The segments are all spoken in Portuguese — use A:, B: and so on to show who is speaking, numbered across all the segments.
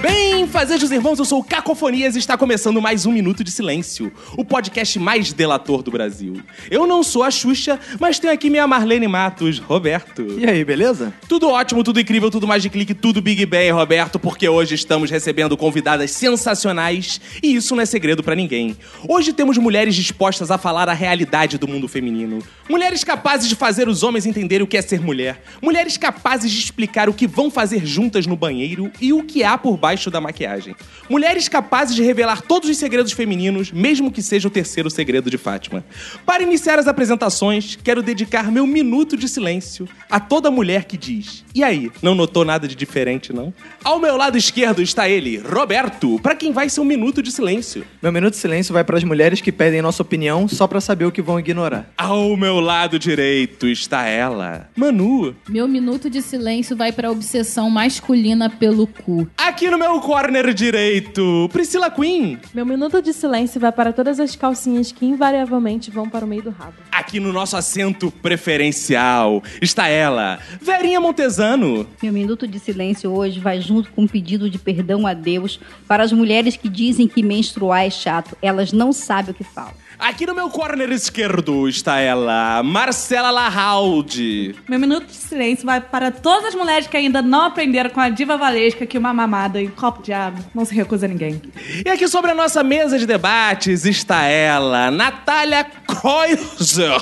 A: Bem, fazejos irmãos, eu sou o Cacofonias e está começando mais um Minuto de Silêncio, o podcast mais delator do Brasil. Eu não sou a Xuxa, mas tenho aqui minha Marlene Matos, Roberto.
B: E aí, beleza?
A: Tudo ótimo, tudo incrível, tudo mais de clique, tudo Big Bang, Roberto, porque hoje estamos recebendo convidadas sensacionais e isso não é segredo pra ninguém. Hoje temos mulheres dispostas a falar a realidade do mundo feminino. Mulheres capazes de fazer os homens entenderem o que é ser mulher. Mulheres capazes de explicar o que vão fazer juntas no banheiro e o que há por baixo da maquiagem. Mulheres capazes de revelar todos os segredos femininos, mesmo que seja o terceiro segredo de Fátima. Para iniciar as apresentações, quero dedicar meu minuto de silêncio a toda mulher que diz: E aí, não notou nada de diferente, não? Ao meu lado esquerdo está ele, Roberto, para quem vai ser um minuto de silêncio.
B: Meu minuto de silêncio vai para as mulheres que pedem nossa opinião só pra saber o que vão ignorar.
A: Ao meu lado direito está ela, Manu.
C: Meu minuto de silêncio vai pra obsessão masculina pelo cu.
A: Aqui no meu corner direito, Priscila Queen.
D: Meu minuto de silêncio vai para todas as calcinhas que invariavelmente vão para o meio do rabo.
A: Aqui no nosso assento preferencial está ela, Verinha Montesano.
E: Meu minuto de silêncio hoje vai junto com um pedido de perdão a Deus para as mulheres que dizem que menstruar é chato. Elas não sabem o que falam.
A: Aqui no meu corner esquerdo está ela, Marcela Larraldi.
F: Meu minuto de silêncio vai para todas as mulheres que ainda não aprenderam com a diva valesca que uma mamada e um copo de água não se recusa a ninguém.
A: E aqui sobre a nossa mesa de debates está ela, Natália Kreuzer.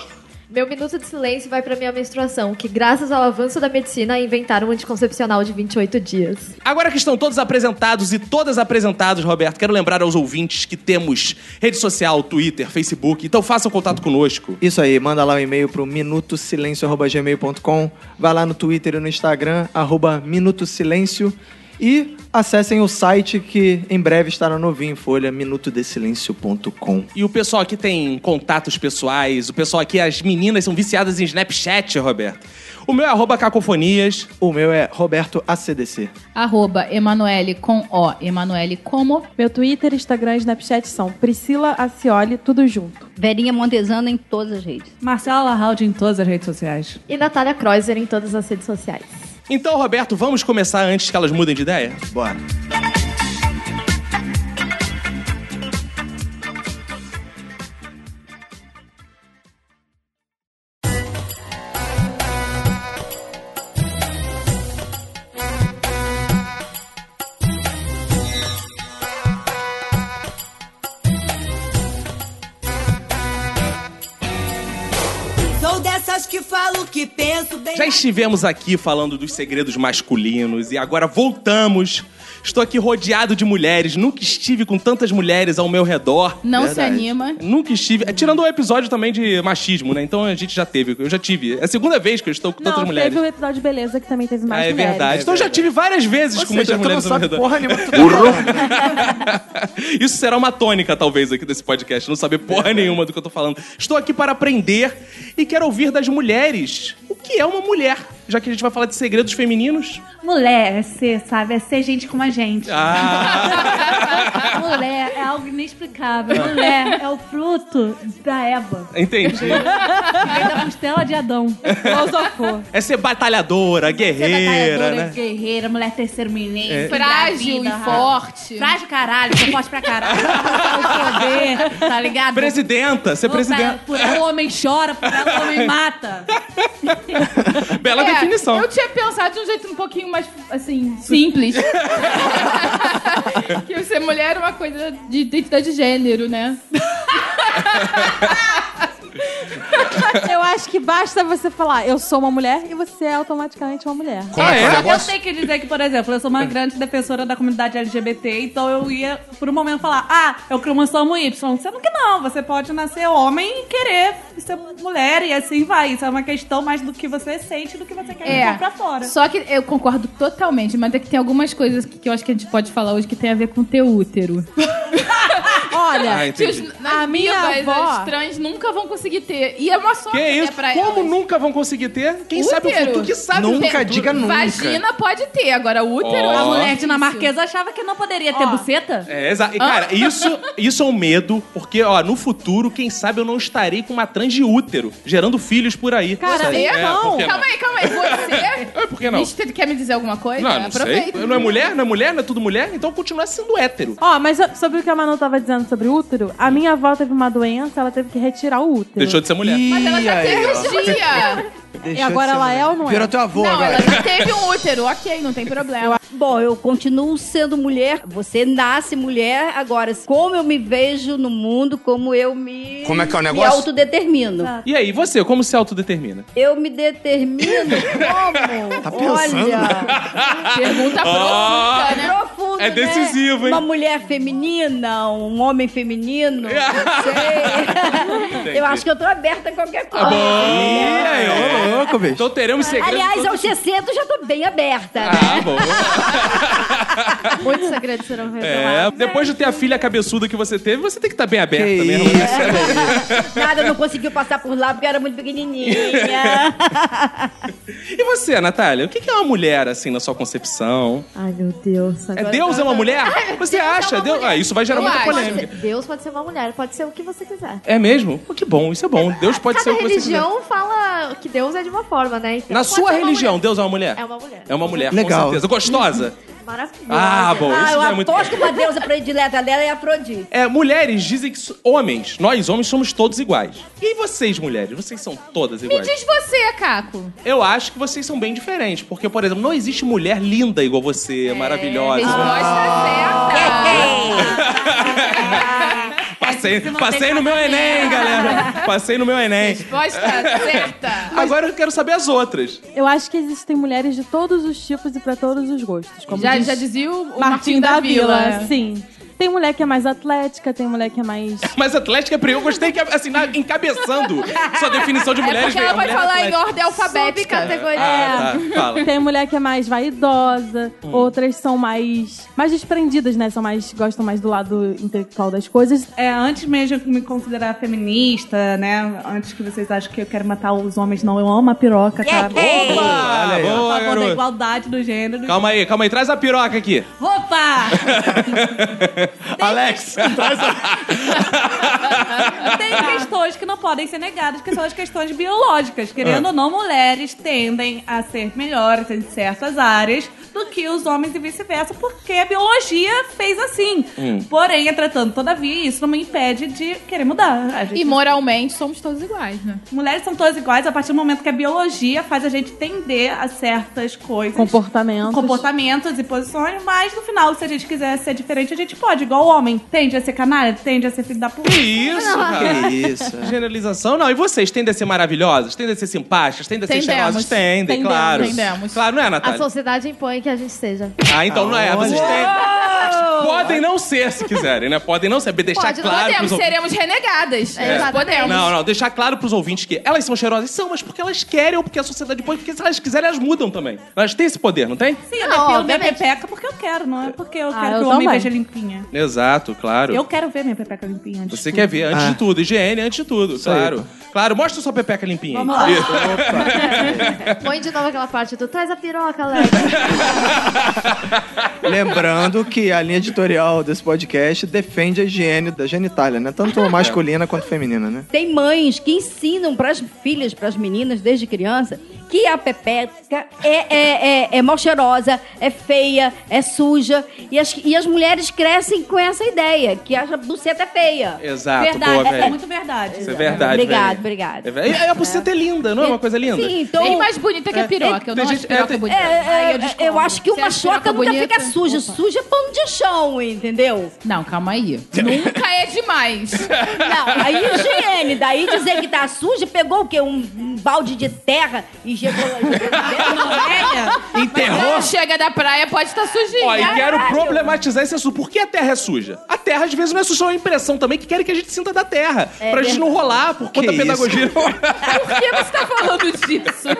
G: Meu minuto de silêncio vai pra minha menstruação, que graças ao avanço da medicina inventaram um anticoncepcional de 28 dias.
A: Agora que estão todos apresentados e todas apresentados, Roberto, quero lembrar aos ouvintes que temos rede social, Twitter, Facebook, então façam contato conosco.
B: Isso aí, manda lá um e-mail pro minutosilencio.gmail.com, vai lá no Twitter e no Instagram, arroba Minutosilêncio, e acessem o site que em breve estará novinho em folha, minutodesilencio.com.
A: E o pessoal aqui tem contatos pessoais, o pessoal aqui, as meninas são viciadas em Snapchat, Roberto. O meu é arroba cacofonias.
B: O meu é Roberto ACDC.
C: Arroba Emanuele com O. Emanuele como?
D: Meu Twitter, Instagram e Snapchat são Priscila Acioli, tudo junto.
E: Verinha Montesano em todas as redes.
F: Marcela Lahaldi em todas as redes sociais.
G: E Natália Kreuzer em todas as redes sociais.
A: Então, Roberto, vamos começar antes que elas mudem de ideia?
B: Bora.
H: Sou dessas que falo que penso bem.
A: Já estivemos aqui falando dos segredos masculinos e agora voltamos. Estou aqui rodeado de mulheres, nunca estive com tantas mulheres ao meu redor.
C: Não se
B: Verdade.
C: anima.
A: Nunca estive. é, Tirando o episódio também de machismo, né? Então a gente já teve. Eu já tive. É a segunda vez que eu estou com
D: Não,
A: tantas mulheres.
D: teve um episódio de beleza que também teve mais
A: Ah, é
D: mulheres.
A: verdade. Então eu já tive várias vezes
B: Ou
A: com muitas
B: seja, tu não
A: mulheres ao
B: sabe
A: meu redor.
B: porra nenhuma que tu tá falando.
A: Isso será uma tônica, talvez, aqui desse podcast. Não saber porra nenhuma do que eu tô falando. Estou aqui para aprender e quero ouvir das mulheres. O que é uma mulher? Já que a gente vai falar de segredos femininos.
F: Mulher é ser, sabe? É ser gente como a gente.
A: Ah,
F: Mulher é algo inexplicável. Mulher é o fruto da Eva.
A: entendi.
F: É da costela de Adão.
D: Filosofou.
A: É ser batalhadora, guerreira, né? É.
F: guerreira, mulher terceiro menino.
C: Frágil e forte.
F: Frágil caralho, sou forte pra caralho. Eu poder, tá ligado?
A: Presidenta, ser
F: Vou pra-
A: presidenta.
F: Por ela o homem chora, por ela o homem mata.
A: Bela
C: É,
A: definição.
C: Eu tinha pensado de um jeito um pouquinho mais, assim, simples. que ser mulher era uma coisa de identidade de gênero, né?
D: Eu acho que basta você falar, eu sou uma mulher e você é automaticamente uma mulher.
F: Como é
C: Ah,
F: Eu sei que dizer que, por exemplo, eu sou uma grande defensora da comunidade LGBT, então eu ia por um momento falar, ah, é o cromossomo Y. Sendo que não, você pode nascer homem e querer ser mulher, e assim vai. Isso é uma questão mais do que você sente do que você quer
C: É.
F: jogar pra fora.
C: Só que eu concordo totalmente, mas é que tem algumas coisas que que eu acho que a gente pode falar hoje que tem a ver com o teu útero.
D: Olha,
A: Ah,
C: Que os-
A: entendi.
C: as
D: minha
C: miúdas,
D: avó-
C: as trans nunca vão conseguir ter. E é uma sorte
A: Que isso?
C: né, pra
A: Como
C: elas.
A: nunca vão conseguir ter? Quem sabe o
C: Útero.
A: futuro? Que sabe o
B: Nunca
A: futuro?
B: diga nunca.
C: Vagina pode ter, agora útero.
A: Ó.
C: é
F: A mulher
C: difícil.
F: dinamarquesa achava que não poderia ter
C: Ó.
F: buceta.
A: É, exato. E,
F: Ah.
A: cara, isso, isso é um medo, porque, ó, no futuro, quem sabe eu não estarei com uma trans de útero, gerando filhos por aí.
D: Cara,
C: Você?
A: É, por que não?
C: Calma aí, calma aí. Você?
A: É, por que não?
C: Mister, quer me dizer alguma coisa?
A: Não, não sei.
C: Aproveita.
A: Não é mulher? Não é mulher? Não é tudo mulher? Então continua sendo hétero.
D: Ó, mas so- sobre o que a Manu tava dizendo sobre o útero, a minha avó teve uma doença, ela teve que retirar o útero.
A: Deixou de ser mulher.
C: Mas ela já teve um dia.
D: E agora ela é ou não é?
B: Virou teu avô
C: Não,
B: agora.
C: ela já teve um útero. Ok, não tem problema.
E: Bom, eu continuo sendo mulher. Você nasce mulher. Agora, como eu me vejo no mundo, como eu me.
I: Como é que é o
E: Me
I: negócio?
E: autodetermino.
A: E aí, você, como se autodetermina?
E: Eu me determino como.
B: Tá pensando?
E: Olha.
C: Pergunta profunda, né?
E: Profundo,
A: Ah, É
E: né?
A: decisivo, hein?
E: Uma mulher feminina, um homem feminino. Não sei. eu acho que eu tô aberta a qualquer
A: Ah,
E: coisa.
A: E aí, ó.
B: Ô, louco, bicho.
A: Tá Então teremos segredos.
E: Aliás,
A: todos-
E: aos 60 eu já tô bem aberta. né?
A: Ah, bom.
C: Muitos segredos serão revelados.
A: É, depois de ter a filha cabeçuda que você teve, você tem que estar bem aberta
B: Que
A: mesmo. né?
B: isso.
A: É.
E: Nada, não conseguiu passar por lá porque eu era muito pequenininha.
A: E você, Natália? O que que é uma mulher, assim, na sua concepção?
G: Ai, meu Deus. tá
A: É Deus é uma mulher? Você acha? Deus... Ah, isso vai gerar
C: Eu
A: muita
C: acho.
A: polêmica.
G: Deus pode ser uma mulher, pode ser o que você quiser.
A: É mesmo? Pô, que bom, isso é bom. Deus pode
G: Cada
A: ser o que você quiser.
G: religião fala que Deus é de uma forma, né? Então,
A: Na
G: pode
A: sua
G: ser uma
A: religião,
G: mulher.
A: Deus é uma mulher?
G: É uma mulher.
A: É uma mulher,
B: Legal.
A: com certeza. Gostosa?
G: Maravilhosa.
A: Ah, bom,
E: Ah,
A: isso
E: eu
A: já é muito
E: aposto que uma deusa predileta dela é Afrodite.
A: É, mulheres dizem que so- homens, nós homens somos todos iguais. E vocês, mulheres? Vocês são todas
C: Me
A: iguais.
C: diz você, Caco.
A: Eu acho que vocês são bem diferentes, porque, por exemplo, não existe mulher linda igual você, maravilhosa.
C: Resposta é
A: Passei,
F: Mas isso não
A: passei
F: tem
A: no meu
F: casamento.
A: Enem, galera. Passei no meu Enem.
C: certa. Resposta certa.
A: Agora eu quero saber as outras.
D: Eu acho que existem mulheres de todos os tipos e pra todos os gostos. Como
C: Já,
D: diz
C: já dizia o
D: Martim,
C: Martim, da, Vila. é.
D: Sim. Tem mulher que é mais atlética, tem mulher que é mais.
A: Mas Atlética é pri- Eu gostei que, assim, na- encabeçando sua definição de
C: É
A: mulheres.
C: porque ela
A: veio-
C: vai
A: mulher
C: falar em
A: atlética.
C: ordem alfabética.
G: Subcategoria.
A: Ah, tá. Fala.
D: Tem mulher que é mais vaidosa,
B: Hum.
D: outras são mais. mais desprendidas, né? São mais. gostam mais do lado intelectual das coisas.
F: É, antes mesmo de eu me considerar feminista, né? Antes que vocês achem que eu quero matar os homens, não. Eu amo a piroca, tá?
A: Opa!
B: aí, ó.
F: A
A: Ah, Boa,
F: favor da
A: garoto.
F: igualdade do gênero.
A: Calma aí, calma aí. Traz a piroca aqui.
F: Opa!
A: Alex, traz a...
F: Tem questões que não podem ser negadas, que são as questões biológicas. Querendo ou não, mulheres tendem a ser melhores em certas áreas do que os homens e vice-versa, porque a biologia fez assim. Porém, entretanto, todavia, isso não me impede de querer mudar. A gente
C: E moralmente somos todos iguais, né?
F: Mulheres são todas iguais a partir do momento que a biologia faz a gente tender a certas coisas.
D: Comportamentos.
F: Comportamentos e posições, mas no final, se a gente quiser ser diferente, a gente pode. Igual o homem tende a ser canalha, tende a ser filho da puta.
A: Que isso, cara.
B: Que isso. é.
A: Generalização, não. E vocês tendem a ser maravilhosas? Tendem a ser simpáticas? Tendem a ser
C: Tendemos.
A: cheirosas? Tendem,
C: Tendemos,
A: claro.
C: tendemos.
A: Claro, não é,
G: A
A: Natália?
G: sociedade impõe que a gente seja.
A: Ah, então não é.
B: Olha.
A: Vocês tendem. Podem não ser, se quiserem, né? Podem não ser. Deixar
C: Pode, não
A: claro
C: podemos,
A: pros ouvintes.
C: seremos renegadas.
G: É.
C: Mas Podemos.
A: Não, não, deixar claro pros ouvintes que elas são cheirosas, são, mas porque elas querem ou porque a sociedade põe, porque se elas quiserem, elas mudam também. Elas têm esse poder, não tem?
F: Sim,
G: Não,
F: eu defendo minha
G: obviamente.
F: pepeca porque eu quero, não é porque eu
D: Ah,
F: quero
D: eu
F: que o homem
D: também.
F: veja limpinha.
A: Exato, claro.
F: Eu quero ver minha pepeca limpinha. antes
A: Você
F: de
A: quer
F: tudo.
A: ver, antes
B: Ah.
A: de tudo, higiene antes de tudo,
B: aí.
A: claro. Claro, mostra sua pepeca limpinha. aí.
F: Vamos lá.
G: Põe de novo aquela parte do traz a piroca, Alex.
B: Lembrando que a linha editorial desse podcast defende a higiene da genitália, né? Tanto masculina quanto feminina, né?
E: Tem mães que ensinam pras filhas, pras meninas, desde criança, que a pepeca é, é, é, é mal cheirosa, é feia, é suja. E as, e as mulheres crescem com essa ideia, que a buceta é feia.
A: Exato,
E: Verdade,
A: boa,
E: é
A: velho.
E: muito
F: verdade.
A: Isso é verdade,
E: Obrigado,
A: velho.
E: obrigado.
A: É, velho. E a buceta é linda, não é uma coisa linda? É,
E: Sim, então... É,
C: Bem mais bonita que a piroca, eu não acho piroca bonita. Aí eu discordo.
E: eu acho que
C: Você
E: uma
C: acha
E: choca
C: piroca
E: nunca
C: bonita?
E: fica suja. Suja é pano de chão, entendeu?
C: Não, calma aí. Nunca é demais.
E: Não, aí é higiene. Daí dizer que tá suja, pegou o quê? Um, um balde de terra e jogou...
C: Enterrou? Chega da praia, pode
E: tá
C: estar sujinha.
A: Ó, e quero problematizar esse assunto. Por que a terra é suja? A terra, às vezes, não é suja, é uma impressão também que querem que a gente sinta da terra.
E: É
A: pra gente não
E: verdade.
A: rolar por conta da
J: Que
A: pedagogia.
C: Por que você tá falando disso?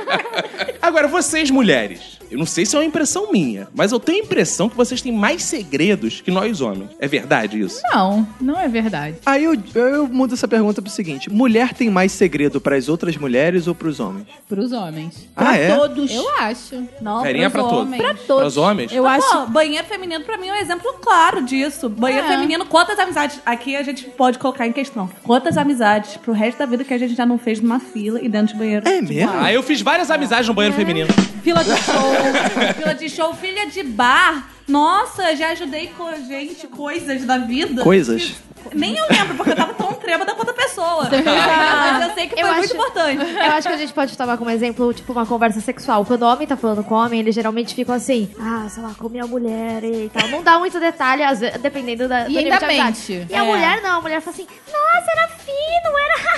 A: Agora, vocês, mulheres, eu não sei se é uma impressão minha, mas eu tenho a impressão que vocês têm mais segredos que nós, homens. É verdade isso?
C: Não, não é verdade.
B: Aí eu, eu mudo essa pergunta pro seguinte: mulher tem mais segredo pras outras mulheres ou pros homens?
C: Pros homens.
B: Ah, é?
E: Todos.
C: Eu acho.
D: Não,
A: Verinha
D: pros
A: pra todos.
D: homens.
E: Pra
A: Para
E: todos.
A: os homens?
D: Eu
F: Pô,
D: acho...
F: Tá banheiro feminino pra mim é um exemplo claro disso. Banheiro
C: É.
F: feminino, quantas amizades. Aqui a gente pode colocar em questão. Quantas amizades pro resto da vida que a gente já não fez numa fila e dentro de banheiro?
B: É mesmo?
A: Ah, eu fiz várias amizades no banheiro feminino.
F: É. Fila de show, fila de show, filha de bar. Nossa, já ajudei com gente coisas da vida.
B: Coisas?
F: Nem eu lembro, porque eu tava tão trêbada quanto a pessoa. Mas eu sei que
G: Tá.
F: foi
G: Eu
F: muito
G: acho-
F: importante.
G: Eu acho que a gente pode tomar como exemplo, tipo, uma conversa sexual. Quando o homem tá falando com o homem, eles geralmente ficam assim, ah, sei lá, comi a mulher e tal. Não dá muito detalhe, às vezes, dependendo da.
C: E
G: do
C: ainda
G: nível de amizade.
C: mente.
G: E a
C: É.
G: mulher não, é a mulher fala assim, nossa, era fino, era.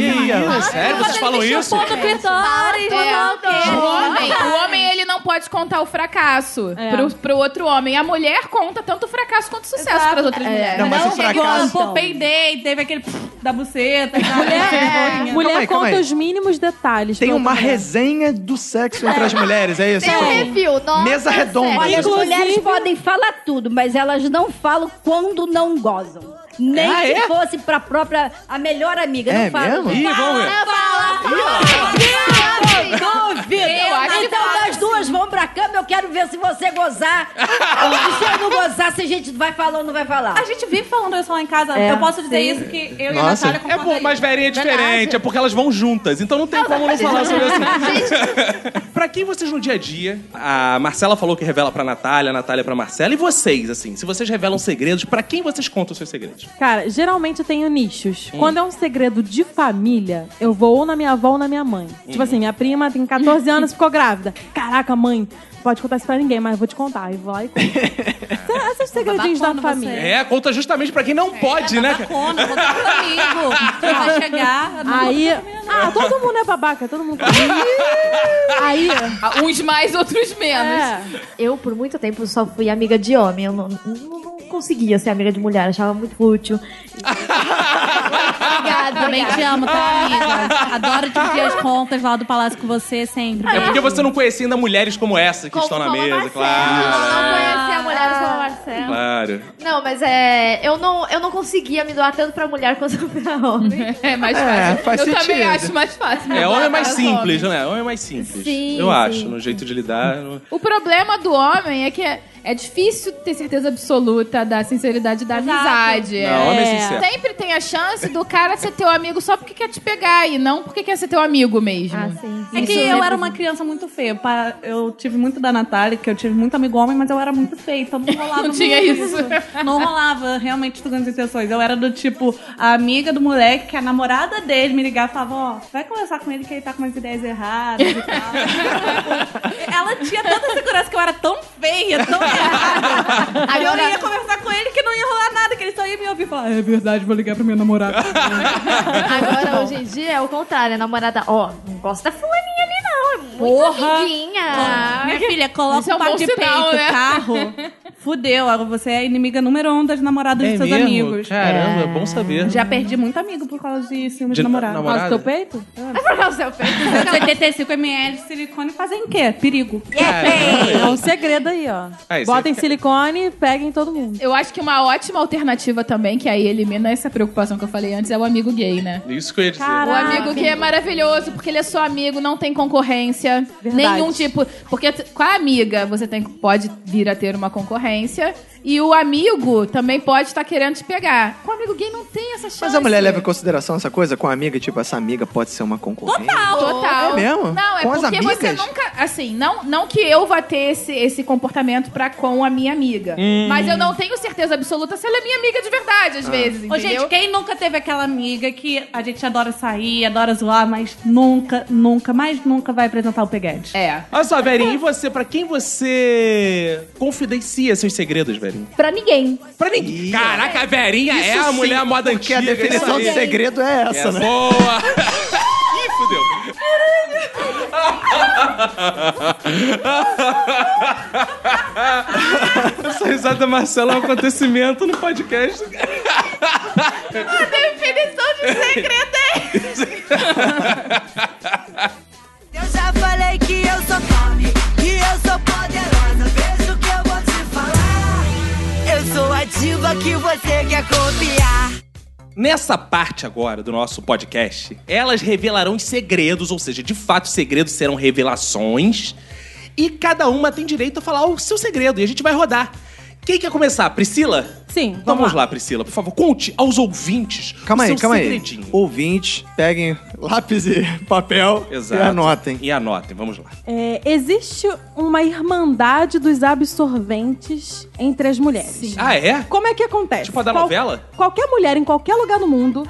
A: Ih, é sério? Vocês falam isso?
F: Ponto
C: É.
F: clitóris, não,
C: O homem, o homem, ele não pode contar o fracasso
A: É.
C: pro, pro outro homem. A mulher conta tanto o fracasso quanto o sucesso
F: Exato.
C: para as
A: É.
C: outras mulheres. "Ah,
B: Não, mas o fracasso-
A: então."
F: Pô, peidei, teve aquele da buceta. e tal. é.
D: Mulher, mulher
B: Calma aí, calma
D: conta
B: aí.
D: os mínimos detalhes.
B: Tem
D: pra
B: uma
D: outra mulher.
B: resenha do sexo entre as mulheres, é isso?
G: Tem um review, nossa.
B: Mesa redonda.
E: Olha, as
D: Inclusive-
E: mulheres podem falar tudo, mas elas não falam quando não gozam. Nem
A: Ah,
E: que
A: é?
E: fosse pra própria, a melhor amiga.
B: É
E: não fala.
B: mesmo?
A: Ih, vamos ver.
E: Duvido!
C: Eu acho que
E: então
C: fala
F: assim.
E: nós duas vamos pra cama, eu quero ver se você gozar. E se eu não gozar, se a gente vai falar ou não vai falar. É.
F: A gente vive falando isso lá em casa. eu posso dizer isso que eu
B: Nossa.
F: e a Natália
A: É bom,
F: concordaria.
A: mas velhinha é diferente, é porque elas vão juntas, então não tem como não falar sobre isso. pra quem vocês no dia a dia, a Marcela falou que revela pra Natália, a Natália pra Marcela, e vocês, assim, se vocês revelam segredos, pra quem vocês contam os seus segredos?
D: Cara, geralmente eu tenho nichos. Quando é um segredo de família, eu vou ou na minha avó ou na minha mãe. Tipo assim, minha prima tem 14 anos, ficou grávida. Caraca, mãe, pode contar isso pra ninguém, mas eu vou te contar. E vou lá e conto. Será esses segredinhos da
F: babacona
D: família?
A: É, conta justamente pra quem não pode, né? cara?
F: Babacona, contar pro amigo. que Vai chegar. eu não vou
D: Aí.
F: contar pra minha
D: Ah, todo mundo é babaca, todo mundo. Aí.
C: Ah, Uns mais, outros menos.
D: É.
G: Eu, por muito tempo, só fui amiga de homem. Eu não, não- não conseguia ser amiga de mulher, achava muito útil.
F: Obrigada, também te amo, tá, amiga? Adoro dividir as contas lá do palácio com você sempre.
A: É porque você não conhecia ainda mulheres como né? essa que estão na
G: Como
A: mesa,
G: Marcelo.
A: claro.
C: Ah,
G: Não conhecia a mulher como Marcelo.
A: Claro.
G: Não, mas é. Eu não, eu não conseguia me doar tanto pra mulher quanto pra homem.
C: É mais
B: É,
C: fácil.
B: faz
C: eu também
B: sentido.
C: acho mais fácil.
A: É, homem é mais
C: Os homens.
A: simples, né? Homem é mais simples.
G: Sim,
A: eu
G: sim.
A: acho, no jeito de lidar. no-
C: O problema do homem é que é, é difícil ter certeza absoluta da sinceridade da
F: Exato.
C: amizade. é.
A: Não, homem é sincero.
C: Sempre tem a chance do cara ser teu amigo só porque quer te pegar e não porque quer ser teu amigo mesmo.
G: Ah, sim. sim.
F: É que eu era uma criança muito feia. pa- Eu tive muito da Natália, que eu tive muito amigo homem, mas eu era muito feia, então não rolava.
C: Não tinha
F: muito.
C: isso.
F: Não rolava realmente todas as intenções. Eu era do tipo, a amiga do moleque, que a namorada dele me ligava e falava: Ó, vai conversar com ele que ele tá com umas ideias erradas e tal. Ela tinha tanta segurança que eu era tão feia, tão errada. Aí eu ia conversar com ele que não ia rolar nada, que ele só ia me ouvir e falar: É verdade, vou ligar pra minha namorada.
G: Agora, hoje em dia, é o contrário. A namorada, ó, não gosta da fulaninha ali, não. É muito
F: Porra.
G: amiguinha.
F: Minha filha, coloca
C: Isso é
F: um
C: um
F: par
C: bom
F: de
C: sinal,
F: peito,
C: né?
F: carro. Fudeu, agora você é a inimiga número um das namoradas dos seus amigos.
A: É Caramba, é bom saber.
F: Já perdi muito amigo por causa de ciúmes
A: De
F: de namorado.
A: namorada? Por causa do teu
F: peito?
C: É.
F: Ah.
G: Vai provar o seu peito.
F: 75ml de silicone fazem o quê? Perigo.
D: É um segredo aí,
B: Ah,
D: ó.
A: Aí, você-
D: Botem silicone e peguem todo mundo.
C: Eu acho que uma ótima alternativa também, que aí elimina essa preocupação que eu falei antes, é o amigo gay, né?
A: Isso que eu ia dizer.
C: O
D: Caraca.
C: amigo que é maravilhoso, porque ele é só amigo, não tem concorrência.
D: Verdade.
C: Nenhum tipo. Porque t- com a amiga você tem, pode vir a ter uma concorrência. E o amigo também pode estar querendo te pegar. Com o amigo gay não tem essa chance.
B: Mas a mulher leva em consideração essa coisa com a amiga, tipo, essa amiga pode ser uma concorrente.
C: Total, total.
B: É mesmo?
C: Não, é
B: Com as
C: porque você
B: amigas?
C: nunca. Assim, não, não que eu vá ter esse, esse comportamento pra com a minha amiga.
F: Hum.
C: Mas eu não tenho certeza absoluta se ela é minha amiga de verdade, às vezes.
F: Ô,
C: Entendeu?
F: gente, quem nunca teve aquela amiga que a gente adora sair, adora zoar, mas nunca, nunca, mais nunca vai apresentar o Peguete?
C: É.
A: Olha só, Verinha, e você? Pra quem você confidencia seus segredos, Verinha?
E: Pra ninguém.
A: Pra ninguém. Caraca, a Verinha é
B: Isso
A: a
B: sim,
A: mulher moda
B: porque a
A: antiga.
B: definição
A: isso aí.
B: de segredo é essa, né?
A: Boa! Ih, fudeu. Essa risada da Marcela é um acontecimento no podcast.
C: A definição de segredo
H: Eu já falei que eu sou fome, que eu sou poderosa. Veja o que eu vou te falar. Eu sou a diva que você quer copiar.
A: Nessa parte agora do nosso podcast, elas revelarão os segredos, ou seja, de fato, os segredos serão revelações. E cada uma tem direito a falar o seu segredo. E a gente vai rodar. Quem quer começar? Priscila?
D: Sim.
A: Vamos, lá. Priscila, por favor, conte aos ouvintes.
B: Calma
A: o
B: aí,
A: seu
B: calma
A: segredinho.
B: aí. Ouvintes, peguem lápis e papel
A: Exato.
B: e anotem.
A: E anotem, vamos lá.
D: É, existe uma irmandade dos absorventes entre as mulheres.
A: Ah, é?
D: Como é que acontece?
A: Tipo a da novela? Hum.
D: Qualquer mulher em qualquer lugar do mundo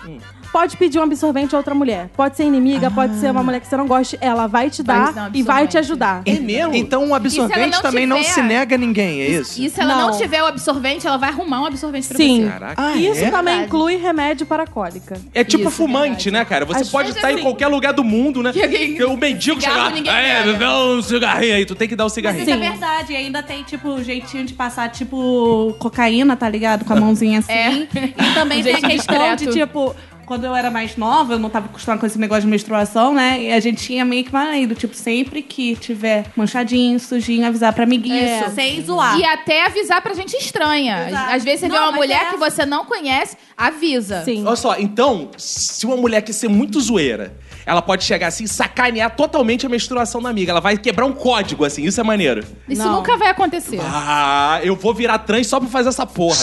D: pode pedir um absorvente a outra mulher. Pode ser inimiga,
A: Ah.
D: pode ser uma mulher que você não goste. Ela vai te
C: Vai
D: dar
C: te dar um
D: e vai te ajudar.
A: É mesmo?
B: Então um
C: E se
B: absorvente
C: ela não
B: também não
C: tiver-
B: se nega a ninguém, é isso?
C: E se ela não.
D: Não.
C: tiver o absorvente, ela vai arrumar um absorvente pra
D: Sim.
C: você.
A: Caraca.
B: Ah,
D: Isso
B: é?
D: também
C: Verdade.
D: inclui remédio para cólica.
A: É tipo
C: Isso,
A: fumante, né, cara? Você
D: Às
A: pode
D: vezes,
A: estar em
D: assim,
A: qualquer lugar do mundo, né?
C: que alguém-
A: Tem um mendigo
C: cigarro
A: chegar.
C: ninguém
A: É,
C: pega."
A: dá um cigarrinho aí, tu tem que dar um cigarrinho.
F: Isso é verdade. E ainda tem, tipo, jeitinho de passar, tipo, cocaína, tá ligado? Com a mãozinha assim.
C: É.
F: E também
C: Um
F: tem a
C: jeitinho
F: questão
C: discreto.
F: de, tipo, quando eu era mais nova, eu não tava acostumada com esse negócio de menstruação, né? E a gente tinha meio que uma lei do tipo, sempre que tiver manchadinho, sujinho, avisar pra amiguinha,
D: É.
F: sem zoar.
C: E até avisar pra gente estranha.
F: Exato.
C: Às vezes você vê
F: Não,
C: uma
F: mas
C: mulher
F: é-
C: que você não conhece, avisa.
D: Sim.
A: Olha só, então, se uma mulher quer ser muito zoeira, ela pode chegar assim e sacanear totalmente a menstruação da amiga. Ela vai quebrar um código, assim, isso é maneiro.
C: Isso
D: Não.
C: nunca vai acontecer.
A: Ah, eu vou virar trans só pra fazer essa porra.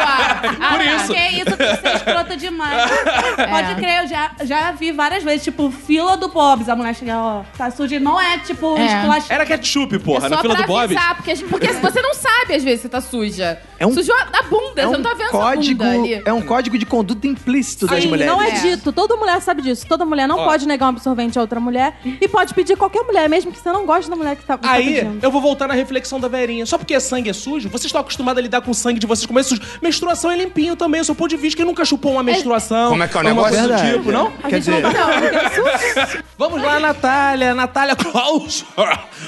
C: Ah,
A: Por
C: tá.
A: isso.
F: Que isso, tem que ser escrota demais.
C: É.
F: Pode crer, eu já, já vi várias vezes, tipo, fila do Bob's. A mulher chega, ó, tá suja. Não é, tipo,
C: É.
F: esculachada.
A: Era ketchup, porra,
C: é
A: na
C: só
A: fila
C: pra
A: do Bob.
C: avisar, porque, as- porque você não sabe às vezes se tá suja.
B: É um-
C: Sujou a bunda,
B: É
C: você
B: um
C: não tá vendo
B: código,
C: essa bunda ali.
B: é um código de conduta implícito das
D: Sim,
B: mulheres.
D: não é
C: É.
D: dito. Toda mulher sabe disso. Toda mulher não
A: Ó.
D: pode negar um absorvente a outra mulher e pode pedir qualquer mulher, mesmo que você não goste da mulher que tá, que tá
A: Aí,
D: pedindo.
A: eu vou voltar na reflexão da velhinha. Só porque sangue é sujo, vocês estão acostumados a lidar com o sangue de vocês como é sujo. Menstruação é limpinho também, eu sou ponto de vista. Quem nunca chupou uma menstruação?
I: Como é que é o
A: alguma coisa do
B: Verdade.
A: tipo, não?
D: A
B: Quer
D: gente
B: dizer,
D: não não, não tem susto.
A: Vamos lá, Natália. Natália Klaus.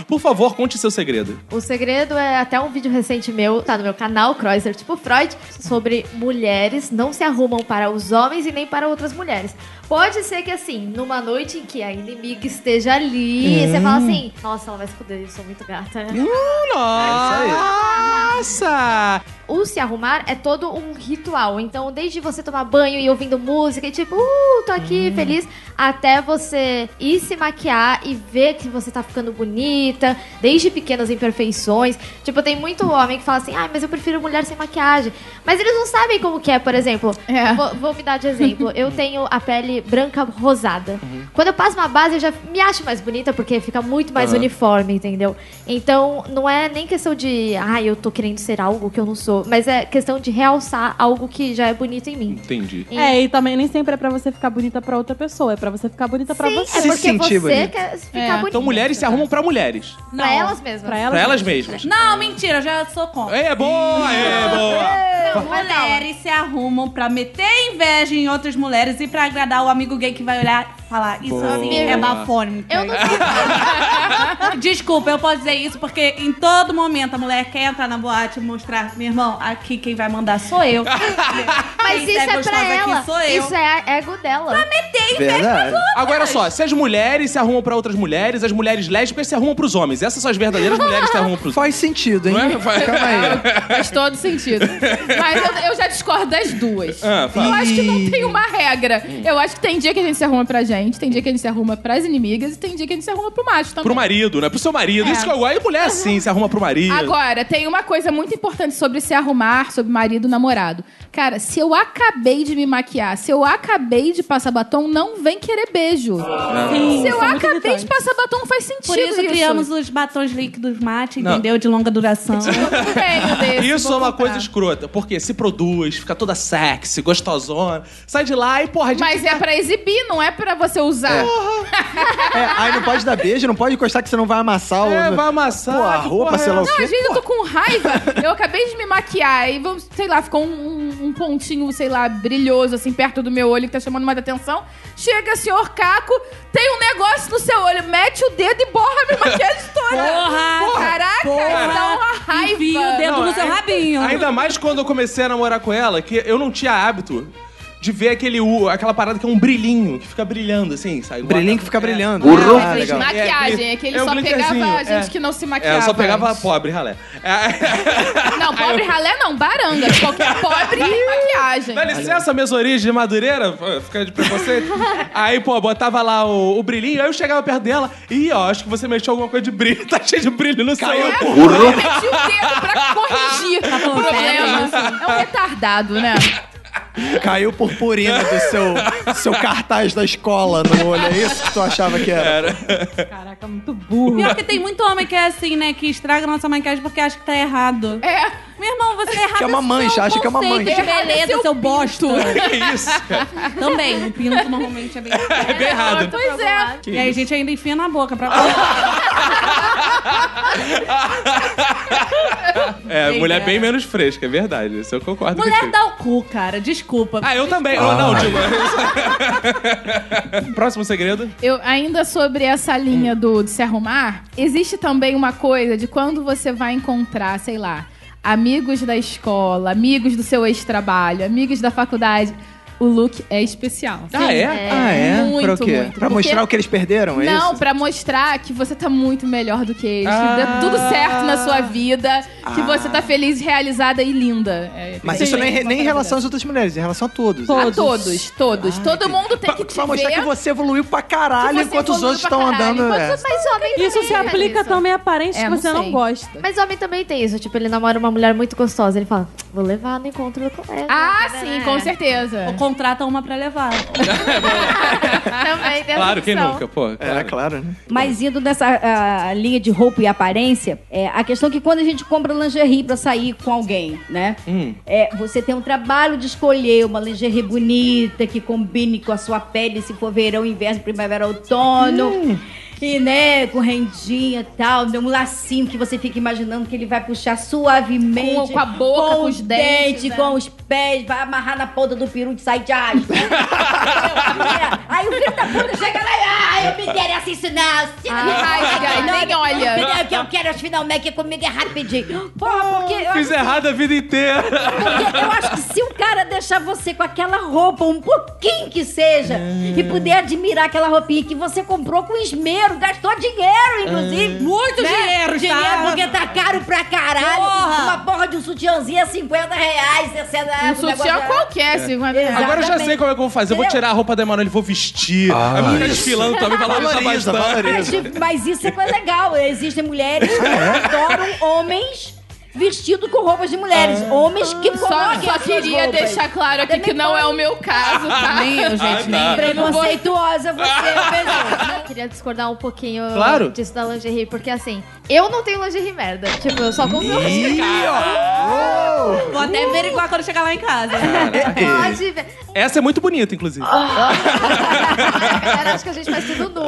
A: Por favor, conte seu segredo.
G: O segredo é até um vídeo recente meu, tá no meu canal, Kreuzer Tipo Freud, sobre mulheres não se arrumam para os homens e nem para outras mulheres. Pode ser que, assim, numa noite em que a inimiga esteja ali, você fala assim, nossa, ela vai esconder, eu sou muito gata, né?
A: Nossa!
G: O se arrumar é todo um ritual. Então, desde você tomar banho e ouvindo música e tipo, uh, tô aqui, feliz, até você ir se maquiar e ver que você tá ficando bonita, desde pequenas imperfeições. Tipo, tem muito homem que fala assim, ai, mas eu prefiro mulher sem maquiagem. Mas eles não sabem como que é, por exemplo.
C: É.
G: Vou, vou me dar de exemplo. Eu tenho a pele branca rosada. Quando eu passo uma base, eu já me acho mais bonita, porque fica muito mais uniforme, entendeu? Então, não é nem questão de, ah, eu tô querendo ser algo que eu não sou, mas é questão de realçar algo que já é bonito em mim.
A: Entendi.
D: É, e também nem sempre é pra você ficar bonita pra outra pessoa, é pra você ficar bonita pra
G: Sim,
D: você.
G: é
B: Se
G: porque você
B: sentir bonita.
G: quer ficar
F: É,
G: bonita.
A: Então mulheres se arrumam pra mulheres.
G: Pra
D: Não,
G: elas mesmas.
D: Pra
A: Pra
D: elas,
A: elas mesmas.
F: Não, mentira, eu já sou contra.
A: É boa, é boa.
G: Não, mas calma.
F: Mulheres se arrumam pra meter inveja em outras mulheres e pra agradar o amigo gay que vai olhar e falar: Isso assim é bafônico.
G: Eu não
F: Desculpa, eu posso dizer isso porque em todo momento a mulher quer entrar na boate e mostrar: Meu irmão, aqui quem vai mandar sou eu.
G: Mas
F: Quem
G: isso é
F: gostosa
G: pra
F: aqui
G: ela.
F: sou eu.
G: Isso é a ego dela.
B: verdade.
A: Agora só, se as mulheres se arrumam pra outras mulheres, as mulheres lésbicas se arrumam pros homens. Essas são as verdadeiras mulheres que se arrumam pros homens.
B: Faz sentido, hein?
A: Não é? Faz-
B: Calma aí.
C: Faz todo sentido. Mas eu, eu já discordo das duas.
A: Ah, fala.
C: eu acho que não tem uma regra. Eu acho que tem dia que a gente se arruma pra gente. gente, tem dia que a gente se arruma pras inimigas e tem dia que a gente se arruma pro macho também.
A: Pro marido, né? Pro seu marido.
C: É.
A: Isso que eu gosto. E mulher assim, se arruma pro marido.
C: Agora, tem uma coisa muito importante sobre se arrumar, sobre marido namorado. Cara, se eu acabei de me maquiar, se eu acabei de passar batom, não vem querer beijo.
A: Ah.
F: Sim,
C: se eu
F: isso é muito
C: acabei de
F: irritante.
C: passar batom, não faz sentido
F: Por isso criamos
C: isso.
F: os batons líquidos mate,
A: Não.
F: entendeu? De longa duração.
A: Isso é uma coisa escrota, porque se produz, fica toda sexy, gostosona, sai de lá e porra, a gente tá-
C: Mas é pra exibir, não é pra você usar.
B: É, aí não pode dar beijo, não pode encostar que você não vai amassar o.
A: É, vai amassar,
B: Pô, a
A: que
B: roupa,
A: porra
B: sei
A: é
B: lá o
C: Não,
B: quê.
C: às vezes eu tô com raiva. Eu acabei de me maquiar e, vamos- sei lá, ficou um, um- um pontinho, sei lá, brilhoso, assim, perto do meu olho, que tá chamando mais atenção. Chega, senhor Caco, tem um negócio no seu olho, mete o dedo e borra a minha maquiagem toda.
F: Porra!
C: Caraca,
F: Porra!
C: dá uma raiva.
F: Enfia o dedo
A: Não,
C: é
F: no seu
A: ai-
F: rabinho.
A: Ainda mais quando eu comecei a namorar com ela, que eu não tinha hábito de ver aquele u- aquela parada que é um brilhinho, que fica brilhando assim, sabe?
B: Brilhinho que fica brilhando.
A: Burro.
B: Ah, legal.
C: Maquiagem, é que ele só pegava a gente que não se
A: É,
C: maquiava.
A: eu só pegava
C: antes.
A: pobre, ralé. É,
C: Não, pobre ralé não, baranga. Qualquer pobre tem maquiagem.
A: Dá licença, minhas origens de madureira, pô, fica de preconceito. aí, pô, botava lá o, o brilhinho, aí eu chegava perto dela, e ó, acho que você mexeu alguma coisa de brilho, tá cheio de brilho no seu
C: É,
A: olho.
C: Eu meti o dedo pra corrigir o problema. É um retardado, né?
B: Caiu purpurina do seu, seu cartaz da escola no olho. É isso que tu achava que era?
D: Caraca, muito burro.
F: Pior que tem muito homem que é assim, né? Que estraga nossa maquiagem porque acha que tá errado.
C: É.
F: Meu irmão, você é errado.
B: Que é uma mancha, acha que é uma
F: conceito
B: mancha.
F: de beleza,
C: é
F: seu, bosta.
A: Que isso, cara.
F: Também. O pinto normalmente é bem...
A: É bem errado.
C: Pois é.
F: E aí a gente ainda enfia na boca pra...
A: É, mulher
F: Obrigada.
A: bem menos fresca, é verdade. Isso eu concordo
F: Mulher tá-
A: contigo.
F: dá o cu, cara. Desculpa.
A: Ah, eu também. Eu não, digo. Próximo segredo.
C: Eu, ainda sobre essa linha do de se arrumar, existe também uma coisa de quando você vai encontrar, sei lá, amigos da escola, amigos do seu ex-trabalho, amigos da faculdade. O look é especial.
A: Ah, é?
B: Ah, é?
C: Muito,
B: pra o quê?
C: muito,
B: pra
C: porque-
B: mostrar o que eles perderam, é
C: Não,
B: isso?
C: pra mostrar que você tá muito melhor do que eles,
A: Ah.
C: que deu tudo certo na sua vida, que você tá feliz, realizada e linda. É,
B: Mas
C: tem
B: isso
C: gente
B: nem,
C: que
B: nem em
C: fala
B: relação às outras mulheres, em relação a todos.
C: dessa. a todos, todos. Todo mundo tem
B: Ah, Pra,
C: que te
B: pra mostrar
C: ver
B: que você evoluiu pra caralho
C: que você
B: enquanto os
C: evoluiu
B: outros
C: pra
B: estão
C: caralho.
B: andando.
C: Enquanto
B: é.
C: você-
G: Mas homem também
D: Isso se
G: faz
D: aplica
G: isso.
D: também a parentes
C: né, É,
D: que
C: não
D: você não
C: sei.
D: gosta.
G: Mas homem também tem isso. Tipo, ele namora uma mulher muito gostosa. Ele fala, vou levar no encontro do colega.
C: Ah,
G: Né?
C: sim, com certeza.
F: É. Ou contrata uma pra levar.
G: Também tem essa
A: Claro, quem
G: opção.
A: nunca, pô.
B: É, claro, né?
E: Mas indo nessa ah, linha de roupa e aparência, é, a questão é que quando a gente compra lingerie pra sair com alguém, né?
B: Hum.
E: É, você tem um trabalho de escolher uma lingerie bonita, que combine com a sua pele, se for verão, inverno, primavera, outono.
B: Hum.
E: E, né, com rendinha e tal, um lacinho que você fica imaginando que ele vai puxar suavemente.
C: Com- com a boca, com os dentes, né?
E: com os pés, vai amarrar na ponta do peru e sair de asco. É, Aí o filho da puta chega lá e... Ai, eu me interessa isso não. Se não me
C: Ah, Ai,
E: interessa,
C: nem
E: não,
C: olha.
E: não, não, O que eu quero é os finalmente comigo é rapidinho.
C: Ah,
E: Porra, porque... eu-
A: Fiz errado a vida inteira.
E: porque eu acho que se o cara deixar você com aquela roupa, um pouquinho que seja, e puder admirar aquela roupinha que você comprou com esmero, gastou dinheiro, inclusive. Né?
F: Muito dinheiro,
E: Dinheiro
F: tá?
E: porque tá caro pra caralho.
F: Porra!
E: Uma porra de um sutiãzinho é 50 reais, 60
C: Um
E: reais.
C: sutiã
E: É,
C: qualquer, se
A: É. Agora eu já
E: Exatamente.
A: sei como é que eu vou fazer. Eu vou
E: Entendeu?
A: tirar a roupa da Emanuele, vou vestir. Aí vou ficar desfilando também, valoriza
B: Ah. Valoriza,
A: bastante.
E: Mas,
B: valoriza.
E: tipo, mas isso é coisa legal. Existem mulheres
D: Ah,
E: que
D: é?
E: adoram homens vestidos com roupas de mulheres.
D: Ah.
E: Homens que
C: Só,
E: colocam
C: só
E: as suas
C: queria
E: roupas.
C: deixar claro aqui
E: Também
C: que não é o meu caso, tá? Nem eu,
B: Ah,
A: gente, nem eu.
E: Preconceituosa você, Pedro.
G: Eu queria discordar um pouquinho
B: Claro.
G: disso da lingerie, porque assim, eu não tenho lingerie merda. Tipo, eu só compro lingerie.
F: Vou até averiguar quando chegar lá em casa.
G: Pode ver.
A: Essa é muito bonita, inclusive.
G: Galera, acho que a gente faz tudo nu.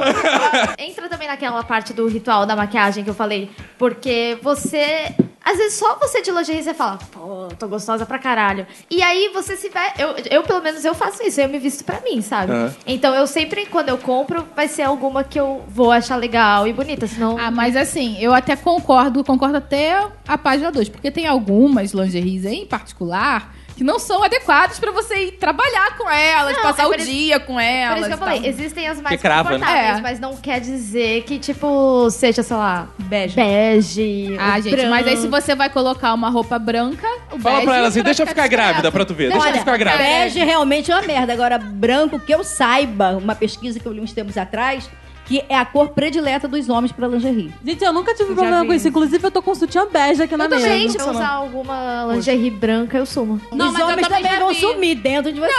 G: Entra também naquela parte do ritual da maquiagem que eu falei. Porque você. Às vezes só você de lingerie você fala, pô, tô gostosa pra caralho. E aí você se vai. Eu, eu, pelo menos, eu faço isso, eu me visto pra mim, sabe?
A: Aham.
G: Então eu sempre, quando eu compro, vai ser alguma que eu vou achar legal e bonita, senão.
C: Ah, mas assim, eu até concordo, concordo até a página 2, porque tem algumas lingeries em particular que não são adequados pra você ir trabalhar com elas,
G: Não,
C: tipo, passar
G: é
C: o
G: por isso-
C: dia com elas.
G: Por isso que eu
C: e
G: falei,
C: tal.
G: existem as mais
A: Que crava, né?
G: confortáveis,
C: É.
G: mas não quer dizer que, tipo, seja, sei lá,
F: Beijo.
G: bege.
C: Ah,
G: ou
C: gente, mas aí se
G: branco.
C: você vai colocar uma roupa branca, o
A: Fala
C: bege
A: pra ela assim,
C: vai
A: deixa eu ficar grávida pra tu ver. Deixa eu
E: Olha,
A: ficar grávida.
E: bege realmente é uma merda. Agora, branco, que eu saiba, uma pesquisa que eu li uns tempos atrás, que é a cor predileta dos homens pra lingerie.
D: Gente, eu nunca tive problema
F: vi.
D: com isso. Inclusive, eu tô com um sutiã bege aqui na
G: Eu
D: minha.
G: também, se eu usar alguma lingerie branca, eu sumo.
C: tipo, Não,
E: Os
C: mas eu
E: homens
C: também
E: também,
C: já
E: vão
C: vi.
E: sumir dentro de você.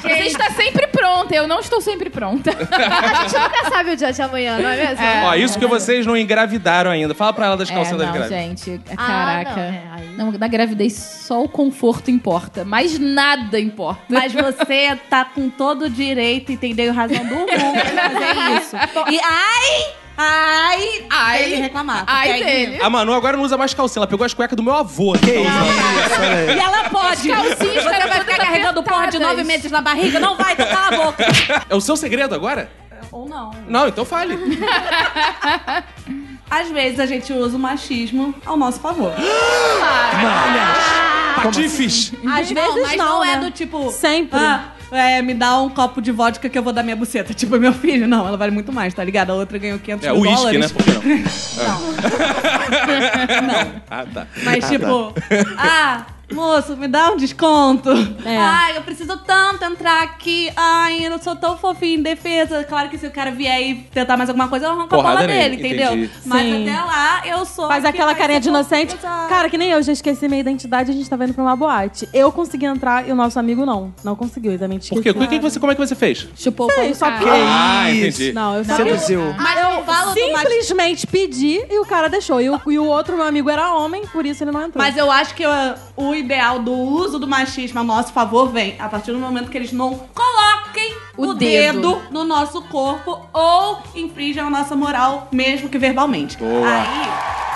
C: Você está sempre pronta, eu não estou sempre pronta.
G: A gente nunca sabe o dia de amanhã, não é mesmo?
A: Ó, isso que vocês não engravidaram ainda. Fala pra ela das calcinhas
C: não,
A: das grávidas.
C: gente, é-
G: Ah,
C: caraca.
G: não, é, aí-
C: Não, na gravidez só o conforto importa, mais nada importa.
F: Mas você tá com todo o direito, entendeu? Razão do mundo pra fazer isso. E ai, ai,
C: Ai,
F: dele reclamar. porque
C: Ai
F: aí-
C: dele.
A: A Manu agora não usa mais calcinha. Ela pegou as cuecas do meu avô. Então, Que
F: E
C: tá
F: ela pode.
C: calcinhas
F: você
C: ficaram
F: vai ficar
C: todas
F: carregando porra de
C: apertadas.
F: nove meses na barriga? Não vai, então cala a boca.
A: É o seu segredo agora?
F: Ou não.
A: Não, então fale.
F: Às vezes a gente usa o machismo ao nosso favor.
A: Tá Patifes.
F: Às vezes
D: Não,
F: não,
D: mas não,
F: é
D: né?
F: do tipo...
D: Sempre.
F: Ah, é, me dá um copo de vodka que eu vou dar minha buceta. Tipo, meu filho. Não, ela vale muito mais, tá ligado? A outra ganhou 500
A: É,
F: dólares.
A: uísque, né? Por que não?
F: Não.
A: Ah, tá.
F: Mas, tipo, ah, moço, me dá um desconto.
D: É.
F: Ai, eu preciso tanto entrar aqui. Ai, eu não sou tão fofinho em defesa. Claro que se o cara vier e tentar mais alguma coisa, eu arranco a
A: Porrada
F: bola dele,
A: nele,
F: entendeu?
A: entendi.
F: Mas
D: Sim.
F: até lá, eu sou.
D: Faz
F: a que
D: aquela
F: vai
D: carinha de
F: ser
D: inocente.
F: boa.
D: Cara, que nem eu, já esqueci minha identidade, a gente tava indo pra uma boate. Eu consegui entrar e o nosso amigo não. Não conseguiu, exatamente.
A: Por quê? O que que você, como é que você fez?
C: Chupou o pau do
D: só
C: cara.
D: que-
A: Ah,
B: isso.
A: entendi.
D: Não, eu só
B: Seduziu.
F: mas eu falo do machismo.
D: simplesmente pedi e o cara deixou. E o, e o outro, meu amigo, era homem, por isso ele não entrou.
F: Mas eu acho que ah, o ideal do uso do machismo a nosso favor vem a partir do momento que eles não coloquem
C: O
F: o,
C: dedo.
F: dedo. no nosso corpo ou infringem a nossa moral, mesmo que verbalmente.
A: Boa.
F: Aí,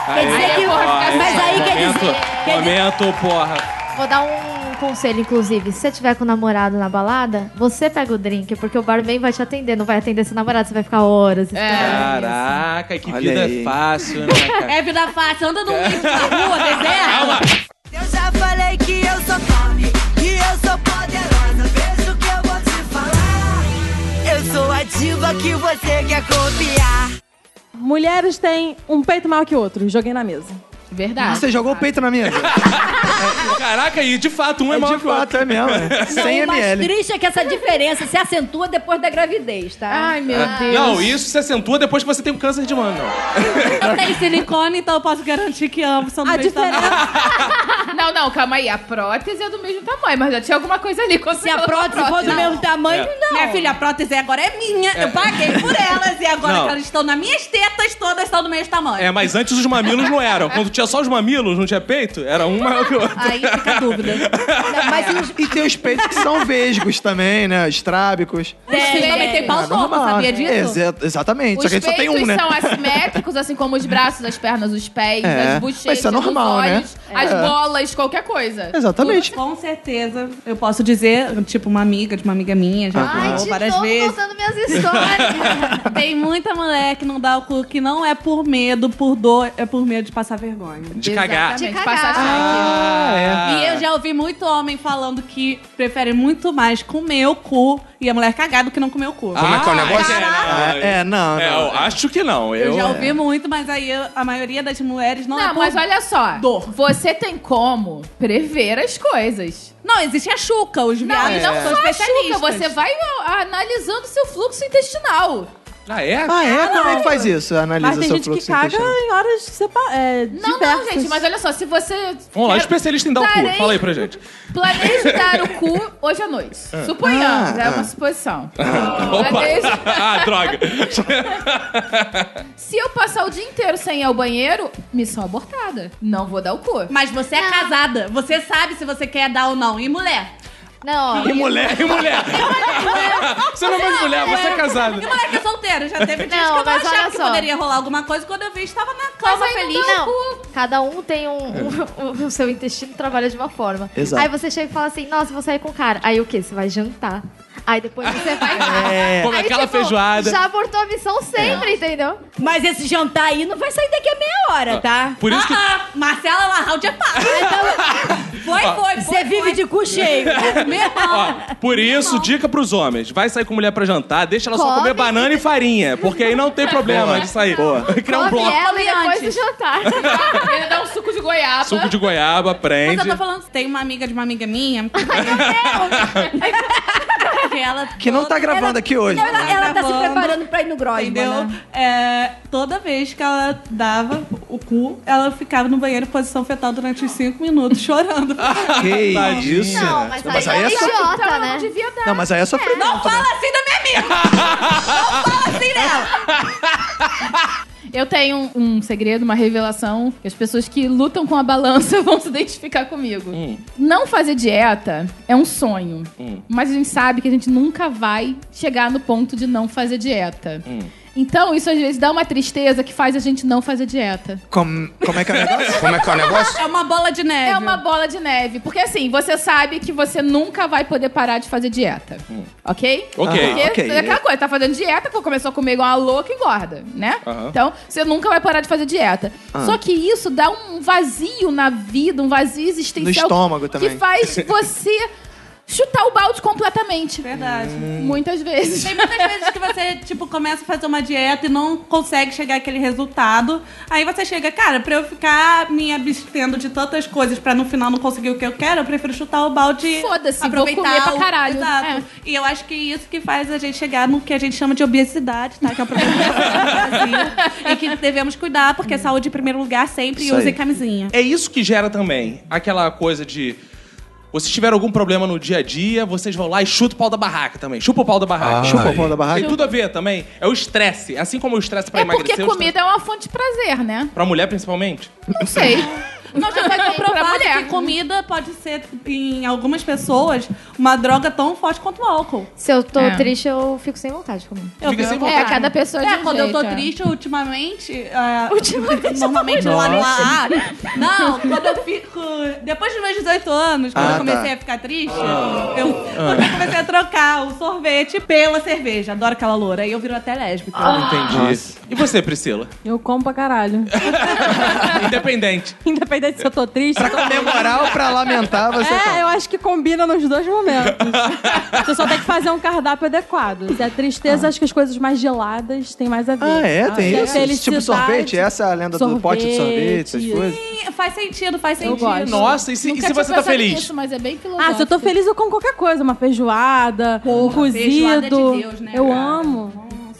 A: Quer
E: dizer que- mas aí quer dizer- quer
A: Momento, porra.
G: Vou dar um conselho, inclusive. Se você tiver com o namorado na balada, você pega o drink, porque o barman vai te atender, não vai atender seu namorado, você vai ficar horas.
C: É.
A: Caraca, que
B: Olha
A: vida
B: aí.
A: é fácil, né, cara?
F: é vida fácil, anda num lixo na rua, deserto.
H: Eu já falei que eu sou top, que eu sou poderosa. Veja o que eu vou te falar. Eu sou a diva que você quer copiar.
D: Mulheres têm um peito maior que o outro. Joguei na mesa.
C: Verdade.
B: Você jogou o peito na mesa?
A: Caraca, e de fato, um é,
B: É
A: maior
B: de
A: que o outro.
B: fato, é mesmo. É.
E: Não,
B: 100
E: o mais
B: ml.
E: triste é que essa diferença se acentua depois da gravidez, tá?
C: Ai, meu Deus.
A: É. Ah. Não, isso se acentua depois que você tem um câncer de mama. não.
F: Eu tenho silicone, então eu posso garantir que ambos são do
D: A
F: mesmo tamanho.
D: diferença,
C: Não, não, calma aí. A prótese é do mesmo tamanho, mas já tinha alguma coisa ali. Quando
E: Se a prótese for do mesmo tamanho,
A: É.
E: não.
F: Minha filha, a prótese agora é minha. Eu paguei por elas e agora
A: Não.
F: que elas estão nas minhas tetas, todas estão do mesmo tamanho.
A: É, mas antes os mamilos não eram. Quando tinha só os mamilos, não tinha peito, era um maior que o outro.
F: Aí fica a dúvida.
E: Ainda mais se os-
B: E tem os peitos que são vesgos também, né? Estrábicos.
F: Vocês também tem pau torto, sabia disso?
B: Exa- É exatamente.
C: Os
B: só que a gente só tem
C: peitos
B: um, né?
C: são assimétricos, assim como os braços, as pernas, os pés,
B: É.
C: as bochechas,
B: Mas isso é normal,
C: os
B: né?
C: olhos, as
B: É.
C: bolas, qualquer coisa.
B: Exatamente.
F: Com certeza, eu posso dizer, tipo, uma amiga de uma amiga minha, já
G: Ah, Ai,
F: falou
G: de
F: várias
G: novo
F: vezes.
G: contando minhas histórias.
F: Tem muita mulher que não dá o cu, que não é por medo, por dor, é por medo de passar vergonha.
A: De
E: Tá
A: cagar.
C: Exatamente,
G: De cagar.
C: passar sangue.
A: Ah,
F: E eu já ouvi muito homem falando que prefere muito mais comer o cu e a mulher cagar do que não comer o cu.
B: Como é
G: Ah,
B: que é o negócio?
A: caraca.
B: É, é, não,
A: É,
B: não.
A: eu acho que não.
F: Ah, Eu
A: Eu,
F: já ouvi muito, mas aí eu- a maioria das mulheres não,
C: Não,
F: é por...
C: mas olha só.
F: dor.
C: Você tem como prever as coisas.
F: Não, existe a chuca, os
C: Não,
F: viados
C: e não
F: são
C: só a chuca,
F: especialistas.
C: você vai ó, analisando seu fluxo intestinal.
A: Ah, é?
B: Ah, é? Como é que faz isso? Analisa
D: mas tem
B: seu
D: gente que
B: fluxo
D: caga
B: intestinal.
D: em horas sepa- é,
C: Não,
D: diversas.
C: não, gente, mas olha só, se você.
A: Vamos lá, especialista em dar o cu.
C: Darei-
A: Fala aí pra gente.
C: Planeja dar o cu hoje à noite. Suponhamos,
B: Ah,
C: é uma
B: ah.
C: suposição.
A: Opa!
C: Planeja-
A: ah, droga.
C: Se eu passar o dia inteiro sem ir ao banheiro, missão abortada. Não vou dar o cu.
F: Mas você é casada, você sabe se você quer dar ou não. E mulher?
G: Não,
A: E mulher, e mulher. você não é mais mulher, você é casada.
F: E mulher que é solteira, já teve dias
G: Não,
F: que eu não
G: mas
F: achava
G: olha
F: que
G: só.
F: poderia rolar alguma coisa. Quando eu vi, estava na
C: é
G: calma,
F: cama
G: feliz.
F: feliz.
G: Não, cada um tem um,
A: É.
G: um- o seu intestino trabalha de uma forma.
B: Exato.
G: Aí você chega e fala assim, nossa, vou sair com o cara. Aí o quê? Você vai jantar. Aí depois você vai lá.
A: É. Come
G: Aí,
A: aquela
G: tipo,
A: feijoada.
G: Já abortou a missão sempre,
C: É.
G: entendeu?
E: Mas esse jantar aí não vai sair daqui a meia hora, tá?
A: Por isso que.
F: Ah, Marcela Larral
E: é
F: de Pá. Foi, foi, foi.
E: Ah, então- Você vive de cu cheio.
A: Ah. Ó, por isso, dica pros homens. Vai sair com mulher pra jantar, deixa ela só
G: Come.
A: comer banana e farinha. Porque aí não tem problema de sair.
B: Boa.
A: Criar um
G: Come
A: bloco.
G: ela e depois do
C: antes.
G: jantar.
C: Ele dá um suco de goiaba.
A: Suco de goiaba,
F: Mas eu
A: prende.
F: tô falando, tem uma amiga de uma amiga minha. que ela
B: Que não tá gravando aqui hoje.
E: Então ela, ela tá se
F: Gravando.
E: preparando pra ir no Grosman.
F: Entendeu?
E: né?
F: É, toda vez que ela dava o cu, ela ficava no banheiro em posição fetal durante uns 5 minutos, chorando.
B: Que
A: Tadinha.
B: isso?
G: Não,
B: né?
G: mas
B: Não, mas
G: aí
B: aí é
G: ela
B: só-
G: idiota,
C: Então,
G: né?
C: Não devia dar.
B: Não, mas aí é sofrimento.
F: Não fala assim da minha amiga! Não fala assim dela!
C: Eu tenho um, um segredo, uma revelação, que as pessoas que lutam com a balança vão se identificar comigo. Não fazer dieta é um sonho, mas a gente sabe que a gente nunca vai chegar no ponto de não fazer dieta. Então, isso às vezes dá uma tristeza que faz a gente não fazer dieta.
B: Com- como é que é o negócio?
I: Como é que é o negócio?
F: É uma bola de neve.
C: É uma bola de neve. Porque assim, você sabe que você nunca vai poder parar de fazer dieta. Ok?
A: Ok.
C: Porque
B: Ah, ok.
C: é aquela coisa, tá fazendo dieta, começou a comer igual uma louca, engorda, né?
A: Aham.
C: Então, você nunca vai parar de fazer dieta. Só que isso dá um vazio na vida, um vazio existencial.
B: No estômago também.
C: Que faz você chutar o balde completamente.
F: Verdade.
B: Hum.
C: Muitas vezes.
F: Tem muitas vezes que você, tipo, começa a fazer uma dieta e não consegue chegar àquele resultado. Aí você chega, cara, pra eu ficar me abstendo de tantas coisas pra no final não conseguir o que eu quero, eu prefiro chutar o balde e
C: Foda-se, vou
F: aproveitar
C: comer pra
F: o-
C: caralho.
F: Exato.
C: É.
F: E eu acho que isso que faz a gente chegar no que a gente chama de obesidade, tá? Que é um problema no Brasil. e que devemos cuidar, porque saúde em primeiro lugar sempre e
B: Isso aí.
F: usem camisinha.
A: É isso que gera também aquela coisa de. Vocês tiveram algum problema no dia a dia, vocês vão lá e chuta o pau da barraca também. Chupa o pau da barraca.
B: Ah,
A: Chupa
B: Chupa o pau da barraca.
A: Tem tudo a ver também. É o estresse. Assim como o estresse pra
C: É
A: emagrecer.
C: porque
A: o estresse-
C: comida é uma fonte de prazer, né?
A: Pra mulher, principalmente.
C: Não sei.
F: Nós já foi comprovado
C: Pra mulher.
F: que comida pode ser, em algumas pessoas, uma droga tão forte quanto o álcool.
G: Se eu tô
C: É.
G: triste, eu fico sem vontade de comer.
F: Eu
A: Fica
F: vi
A: sem
F: ao
C: É,
A: vontade.
F: contrário.
C: cada pessoa de
F: É,
C: um
F: quando eu tô
C: jeito, é.
F: triste, ultimamente. ultimamente. Normalmente eu olho lá. ah, Não, quando eu fico. Depois dos meus 18 anos, quando
B: Ah,
F: eu comecei
B: tá.
F: a ficar triste, eu, eu
B: é.
F: comecei a trocar o sorvete pela cerveja. Adoro aquela loura. Aí eu viro até lésbica.
A: Ah. Entendi.
B: Nossa.
A: E você, Priscila?
D: Eu como pra caralho.
A: É. Independente.
D: Independente se eu tô triste. eu tô
B: Comemorar ou pra lamentar, você tá.
D: É, eu acho que combina nos dois momentos. Você só tem que fazer um cardápio adequado. Se é
A: Ah.
D: tristeza, acho que as coisas mais geladas têm mais a ver.
B: Ah, é?
D: Se
B: Tem isso? Tipo
D: felicidade,
B: sorvete? Essa é a lenda do pote de sorvete, essas
D: isso.
B: coisas?
F: Ih, Faz sentido, faz
D: Eu
F: sentido.
D: gosto.
A: Nossa, e se, e
C: Nunca
A: se
C: tinha
A: você tá
C: pensado
A: feliz?
C: nisso, mas é bem filosófico.
D: Ah, se eu tô feliz, eu como qualquer coisa. Uma feijoada, um
F: feijoada é de
D: cozido.
F: Deus, né,
D: eu
F: cara?
D: amo.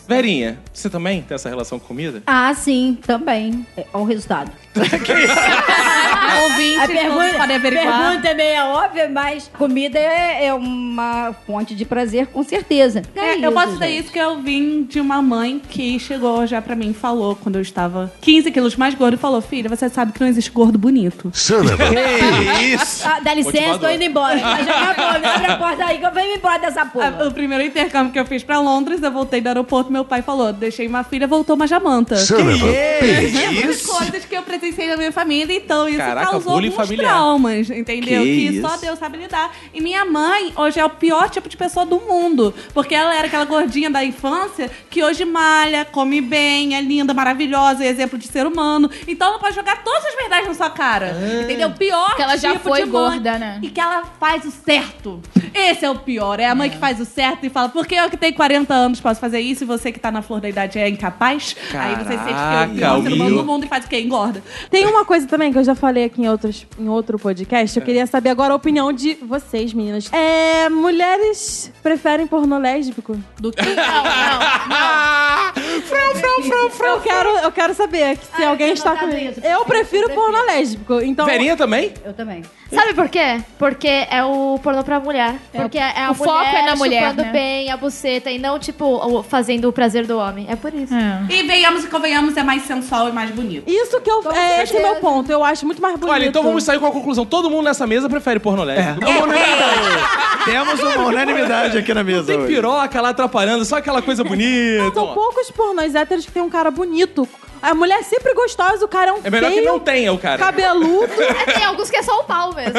A: Verinha, você também tem essa relação com comida?
E: Ah, sim, também. É, Olha o resultado.
F: Ouvintes,
E: A pergunta,
F: todos podem averiguar.
E: pergunta é meio óbvia, mas comida é, é uma fonte de prazer, com certeza.
F: É, eu posso dizer isso que eu vim de uma mãe que chegou já pra mim e falou quando eu estava 15 quilos mais gordo e falou: Filha, você sabe que não existe gordo bonito.
B: Que isso?
E: Ah, dá licença, tô
A: Motivador.
E: indo embora. Mas já acabou, me abre a porta aí que eu venho embora dessa
F: A-
E: porra.
F: O primeiro intercâmbio que eu fiz pra Londres, eu voltei do aeroporto, meu pai falou: deixei uma filha, voltou uma jamanta.
B: Que
F: Essas
B: isso?
F: coisas que eu presenciei na minha família, então isso
A: Caraca,
F: causou
A: bullying
F: alguns
A: familiar.
F: traumas, entendeu?
B: Que
F: Que,
B: isso.
F: só Deus sabe lidar. E minha mãe hoje é o pior tipo de pessoa do mundo, porque ela era aquela gordinha da infância que hoje malha, come bem, é linda, maravilhosa, é exemplo de ser humano. Então ela pode jogar todas as verdades na sua cara, entendeu? O pior
C: Que ela já
F: tipo
C: foi
F: de mãe.
C: gorda, né?
F: E que ela faz o certo. Esse é o pior. É a mãe que faz o certo e fala: por que eu que tenho 40 anos posso fazer isso e você que tá na flor da idade é incapaz? Aí você sente que é o pior
A: Caraca,
F: ser humano
C: um
A: Will.
F: do mundo e faz o quê? Engorda.
D: Tem uma coisa também que eu já falei aqui em, outros, em outro podcast.
A: É.
D: Eu queria saber agora a opinião de vocês, meninas. É, mulheres preferem pornô lésbico?
C: Do que? Não, não, não.
A: Ah! Frão, frão, frão, frão.
D: Eu quero, eu quero saber que se
E: Ah, eu
D: alguém
E: tenho
D: está
E: notado
D: com.
E: isso.
D: Eu prefiro
E: Eu
D: pornô lésbico. Então,
A: Verinha também?
E: Eu também.
G: Sabe por quê? Porque é o pornô pra mulher. Porque é, a
C: o foco
G: mulher
C: é na mulher,
G: chupando
C: né?
G: bem a buceta e não, tipo, o- fazendo o prazer do homem. É por isso.
C: É.
F: E venhamos e convenhamos, é mais sensual e mais bonito.
D: isso que eu. É, esse é o meu ponto. Eu acho muito mais bonito. É,
A: Olha, então vamos sair com a conclusão. Todo mundo nessa mesa prefere porno Então lésbico.
B: Uma unanimidade. É. Temos uma unanimidade aqui na mesa.
A: Tem
B: hoje.
A: piroca lá atrapalhando, só aquela coisa bonita.
D: São poucos pornôs héteros que tem um cara bonito A mulher é sempre gostosa, o cara é um
A: É melhor que
D: feio,
A: não tenha o cara.
D: cabeludo.
G: É, tem alguns que é só o pau mesmo.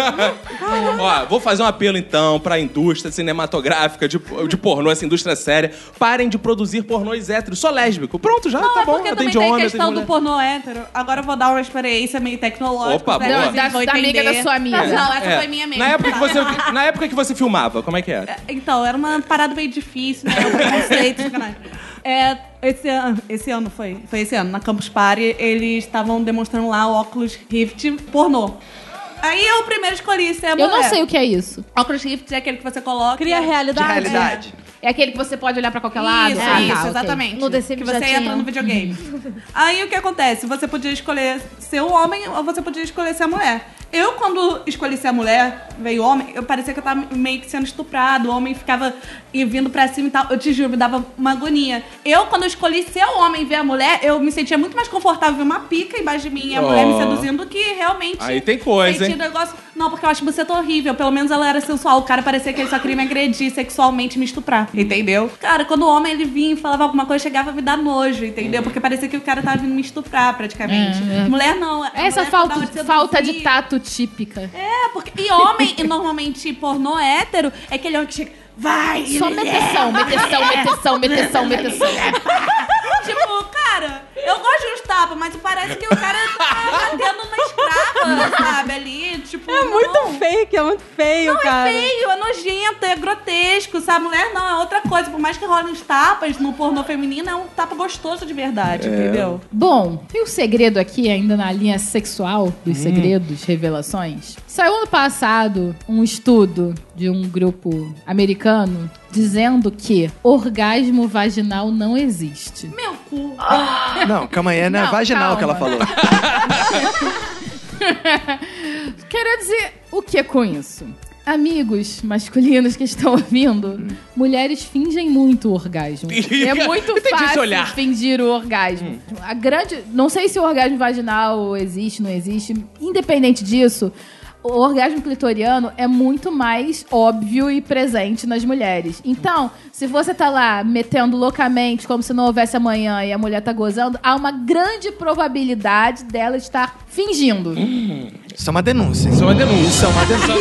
A: Ó, vou fazer um apelo então pra indústria cinematográfica de, de pornô, essa indústria séria. Parem de produzir pornôs héteros, só lésbico. Pronto, já
F: Não,
A: tá
F: é
A: bom.
F: porque
A: tem
F: também
A: de
F: tem
A: homem, tem de
F: questão do
A: mulher.
F: pornô hétero. Agora eu vou dar uma experiência meio tecnológica.
A: Opa,
F: pra
A: boa.
F: vocês
C: Da-
F: vão
C: da amiga
F: entender.
C: é da sua amiga.
F: Mas Não, essa
A: É.
F: foi minha mesmo.
A: Na época, que
F: tá?
A: você, na época que você filmava, como é que era?
F: Então, era uma parada meio difícil, né? O preconceito, sacanagem. É, esse, an- esse ano foi, foi esse ano, na Campus Party, eles estavam demonstrando lá o óculos Rift pornô. Aí eu primeiro escolhi ser a
C: Eu não sei o que é isso.
F: Óculos Rift é aquele que você coloca.
D: Cria realidade.
B: Realidade.
C: É aquele que você pode olhar pra qualquer
F: Isso,
C: lado?
F: isso,
C: Ah, tá, ok.
F: exatamente.
G: No The Sims
F: que
G: já
F: você
G: tinha.
F: entra no videogame. Aí o que acontece? Você podia escolher ser o homem ou você podia escolher ser a mulher. Eu, quando escolhi ser a mulher, veio homem, eu parecia que eu tava meio que sendo estuprado. O homem ficava e vindo pra cima e tal. Eu te juro, me dava uma agonia. Eu, quando escolhi ser o homem e ver a mulher, eu me sentia muito mais confortável ver uma pica embaixo de mim e a
A: Oh.
F: mulher me seduzindo do que realmente.
A: Aí tem coisa,
F: sentir
A: hein?
F: negócio. Não, porque eu acho você tão horrível. Pelo menos ela era sensual. O cara parecia que ele só queria me agredir sexualmente e me estuprar. Entendeu? Cara, quando o homem ele vinha e falava alguma coisa, chegava a me dar nojo, entendeu? Porque parecia que o cara tava vindo me estuprar praticamente. Mulher não. a
C: Uhum. Essa
F: mulher
C: falta,
F: tava te
C: falta de
F: seduzir.
C: tato típica.
F: É, porque. E homem, e normalmente pornô hétero, é aquele homem que chega. Vai!
C: Só meteção, meteção, meteção, meteção, meteção.
F: Tipo, cara, eu gosto de uns tapas, mas parece que o cara tá batendo uma escrava, sabe? Ali, tipo.
D: É
F: não.
D: muito feio, que é muito feio, cara.
F: É feio, é nojento, é grotesco, sabe? Mulher não, é outra coisa. Por mais que rolem os tapas no pornô feminino, é um tapa gostoso de
D: É.
F: verdade, entendeu?
C: Bom, tem um segredo aqui ainda na linha sexual
D: Hum.
C: dos segredos, revelações. Saiu ano passado um estudo de um grupo americano dizendo que orgasmo vaginal não existe.
F: Meu cu.
B: Não, calma aí, é na
C: Não, calma.
B: vaginal que ela falou.
C: Quero dizer o que com isso? Amigos masculinos que estão
A: Hum.
C: ouvindo, mulheres fingem muito o orgasmo. É muito
A: Entendi esse
C: fácil
A: olhar. Hum.
C: fingir o orgasmo. A grande. Não sei se o orgasmo vaginal existe, não existe. Independente disso, o orgasmo clitoriano é muito mais óbvio e presente nas mulheres. Então, se você tá lá metendo loucamente, como se não houvesse amanhã e a mulher tá gozando, há uma grande probabilidade dela estar fingindo.
A: Hum.
B: Isso é uma denúncia. hein?
A: Isso é uma denúncia.
B: Isso é uma denúncia.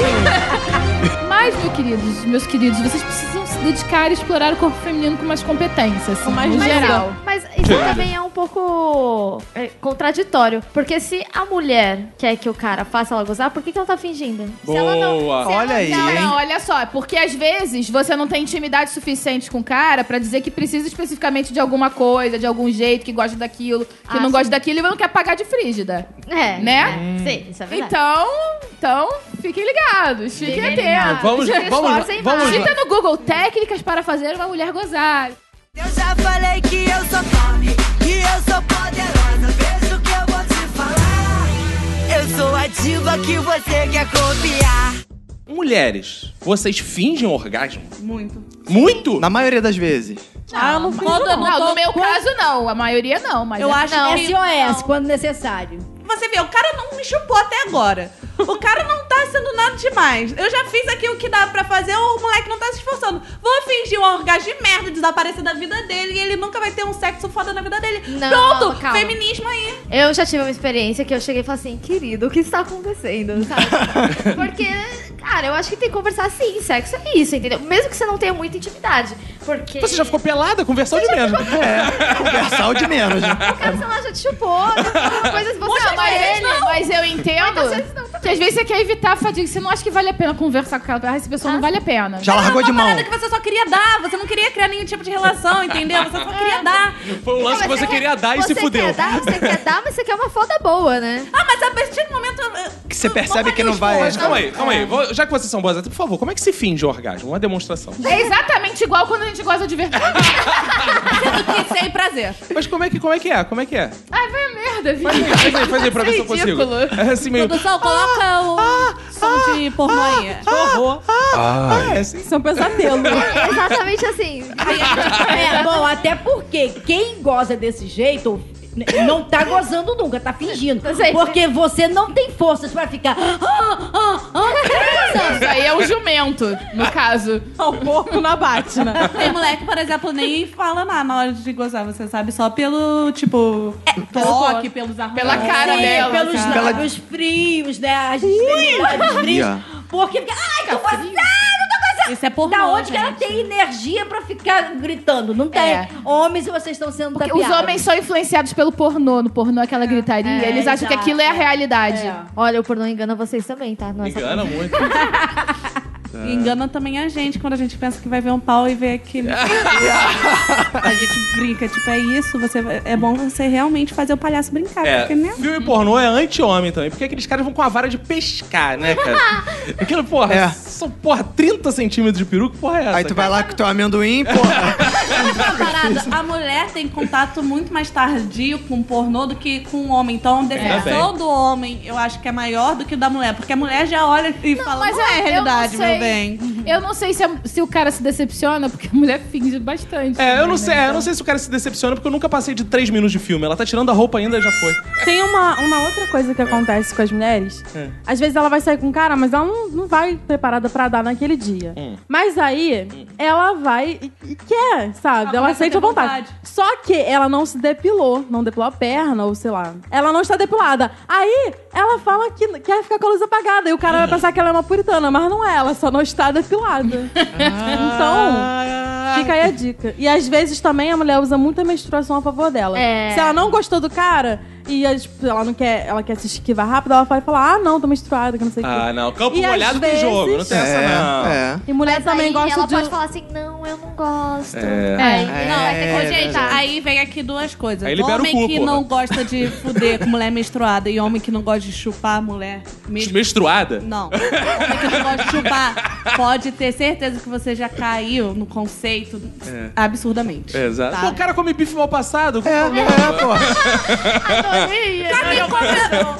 C: Mas, meus queridos, meus queridos, vocês precisam se dedicar a explorar o corpo feminino com mais competência, assim,
D: mais
C: em
D: visão.
C: geral.
G: Mas isso também é um pouco é, contraditório. Porque se a mulher quer que o cara faça ela gozar, por que, que ela tá fingindo? Se ela não.
A: Boa.
G: Se
B: Olha
G: ela
B: aí,
G: não-
C: Não,
B: hein?
C: não, olha só, é porque às vezes você não tem intimidade suficiente com o cara pra dizer que precisa especificamente de alguma coisa, de algum jeito, que gosta daquilo, que
G: Ah,
C: não
G: sim.
C: gosta daquilo e não quer pagar de frígida.
G: É.
C: Né?
G: Sim, isso é verdade.
C: Então, então, fiquem ligados, fiquem
G: Fiquem
C: atentos.
G: ligados.
A: Vamos,
G: Se
A: vamos,
G: esforcem
A: vamos.
G: mais.
C: Digita no Google técnicas para fazer uma mulher gozar.
H: Eu já falei que eu sou fome, que eu sou poderosa. Veja o que eu vou te falar. Eu sou a diva que você quer copiar.
A: Mulheres, vocês fingem orgasmo?
F: Muito.
A: Muito?
B: Na maioria das vezes.
D: Ah, eu não finjo,
F: Quando eu
D: não.
F: não-
C: Não,
F: tô-
C: no meu caso não, a maioria não, mas
F: Eu
C: é-
F: acho
G: não.
F: que.
E: SOS, quando necessário.
F: Você vê, o cara não me chupou até agora. O cara não tá sendo nada demais. Eu já fiz aqui o que dá pra fazer, o moleque não tá se esforçando. Vou fingir um orgasmo de merda, desaparecer da vida dele e ele nunca vai ter um sexo foda na vida dele.
G: Não,
F: Pronto,
G: calma.
F: feminismo aí.
G: Eu já tive uma experiência que eu cheguei e falei assim, querido, o que está acontecendo? sabe? Porque, cara, eu acho que tem que conversar assim, sexo é isso, entendeu? Mesmo que você não tenha muita intimidade. Porque.
A: Você já ficou pelada? Conversão de menos.
B: Conversal É, de menos, né?
G: O cara, sei lá, já te chupou, né? Falou coisas que você
C: Não,
G: não,
C: mas, ele, mas eu entendo
G: Mas às vezes não, tá
C: que às vezes você quer evitar a fadiga. Você não acha que vale a pena conversar com aquela essa pessoa, não vale a pena.
B: Já largou
F: Ah. uma
B: de mão.
F: parada que você só queria dar, você não queria criar nenhum tipo de relação, entendeu? Você só queria dar.
A: Foi um lance que você queria dar e se
G: É. você
A: fudeu.
G: Quer dar, você quer dar, mas você quer uma foda boa, né?
F: Ah, mas a partir do momento. eh,
B: Que você
F: não-
B: percebe que não vai-
F: faria os
A: Mas
F: dois.
A: é calma aí, calma aí. Vou- Já que vocês são boas, por favor, como é que se finge orgasmo? Uma demonstração.
C: É exatamente igual quando a gente gosta de verdade.
F: Sendo que sem prazer.
A: Mas como é que, como é, que é? Como é que é?
C: Ai, vai a merda,
A: Faz aí,
C: viu?
A: faz aí, faz aí pra ver se eu consigo.
C: Ridículo.
A: É assim meio...
F: Produção, coloca o som de pornô aí.
A: Horror. Ah, é assim.
D: Isso é um pesadelo.
G: É exatamente assim.
C: É.
E: É, bom, até porque quem goza desse jeito N- Não tá gozando nunca, tá fingindo.
G: Eu sei.
E: Porque você não tem forças pra ficar. "Ah, ah, ah", gozando.
C: Isso aí é o jumento, no caso.
D: Ao porco na Batna.
F: Tem moleque, por exemplo, nem fala nada na hora de gozar, você sabe? Só pelo, tipo, toque, pelos arranjos.
C: Pela cara
E: Sim,
C: dela.
E: pelos
C: cara.
E: lábios frios, né? As extremidades frios.
B: Yeah.
E: Porque fica. Ai, tô gozando, tô gozando.
F: Isso é pornô,
E: Da onde que ela
F: gente.
E: tem energia pra ficar gritando? Não tem.
C: É.
E: Homens, vocês estão sendo
C: Porque os
E: tapeados.
C: homens são influenciados pelo pornô. No pornô é aquela gritaria.
E: É,
C: eles acham que
E: exato.
C: aquilo é a realidade.
E: É.
G: Olha, o pornô engana vocês também, tá? Não é só-
A: Engana muito.
B: É.
F: E engana também a gente quando a gente pensa que vai ver um pau e vê aquele. a gente brinca, tipo, é isso, você, é bom você realmente fazer o palhaço brincar.
A: É,
F: Porque, né?
A: filme pornô é anti-homem também. Porque aqueles caras vão com a vara de pescar, né, cara? Aquilo, porra,
B: É.
A: são, porra, 30 centímetros de peru, que porra é essa?
B: Aí tu vai lá com teu amendoim, porra.
F: Uma parada, a mulher tem contato muito mais tardio com o pornô do que com o homem. Então, a decepção do homem, eu acho que é maior do que o da mulher. Porque a mulher já olha e fala,
C: mas
F: não
C: eu-
F: é
C: eu
F: realidade,
C: não
F: meu
C: sei.
F: bem.
C: Eu não sei se, a- se o cara se decepciona, porque a mulher finge bastante.
A: É, eu
C: né?
A: não sei, é, eu não sei se o cara se decepciona, porque eu nunca passei de 3 minutos de filme. Ela tá tirando a roupa ainda, já foi.
D: Tem uma, uma outra coisa que acontece com as mulheres.
A: É.
D: Às vezes ela vai sair com um cara, mas ela não, não vai preparada pra dar naquele dia.
F: Hum.
D: Mas aí, ela vai e, e quer, sabe?
F: Ela
D: ela
F: começa
D: sente
F: a
D: a
F: ter
D: vontade.
F: vontade.
D: Só que ela não se depilou, não depilou a perna, ou sei lá. Ela não está depilada. Aí, ela fala que quer ficar com a luz apagada. E o
F: Hum.
D: cara vai pensar que ela é uma puritana, mas não é, ela só não está depilada. então.
C: Ah.
D: Fica aí a dica. E às vezes também a mulher usa muita menstruação a favor dela.
G: É.
D: Se ela não gostou do cara e às- tipo, ela não quer, ela quer se esquivar rápido, ela vai falar: "Ah, não, tô menstruada, que não sei o
A: Ah,
D: quê".
A: não. Campo
D: E às
A: molhado tem
D: vezes-
A: jogo, não tem essa, não.
B: é.
D: E mulher
G: Mas
D: também
G: aí
D: gosta
G: ela
D: de
G: pode falar assim, não, eu não gosto.
A: É.
G: Aí,
B: É.
G: não, vai ter que
B: É,
G: rejeitar. Aí,
F: Aí vem aqui duas coisas.
A: Aí libera o
F: homem
A: cu,
F: que
A: porra.
F: não gosta de fuder com mulher menstruada e homem que não gosta de chupar a mulher. Mesmo...
A: Menstruada?
F: Não. Homem que não gosta de chupar. Pode ter certeza que você já caiu no conceito absurdamente.
A: É, Exato.
F: Tá?
A: Pô, o cara come bife mal passado.
B: É, é, porra.
G: adorei.
F: Homem com-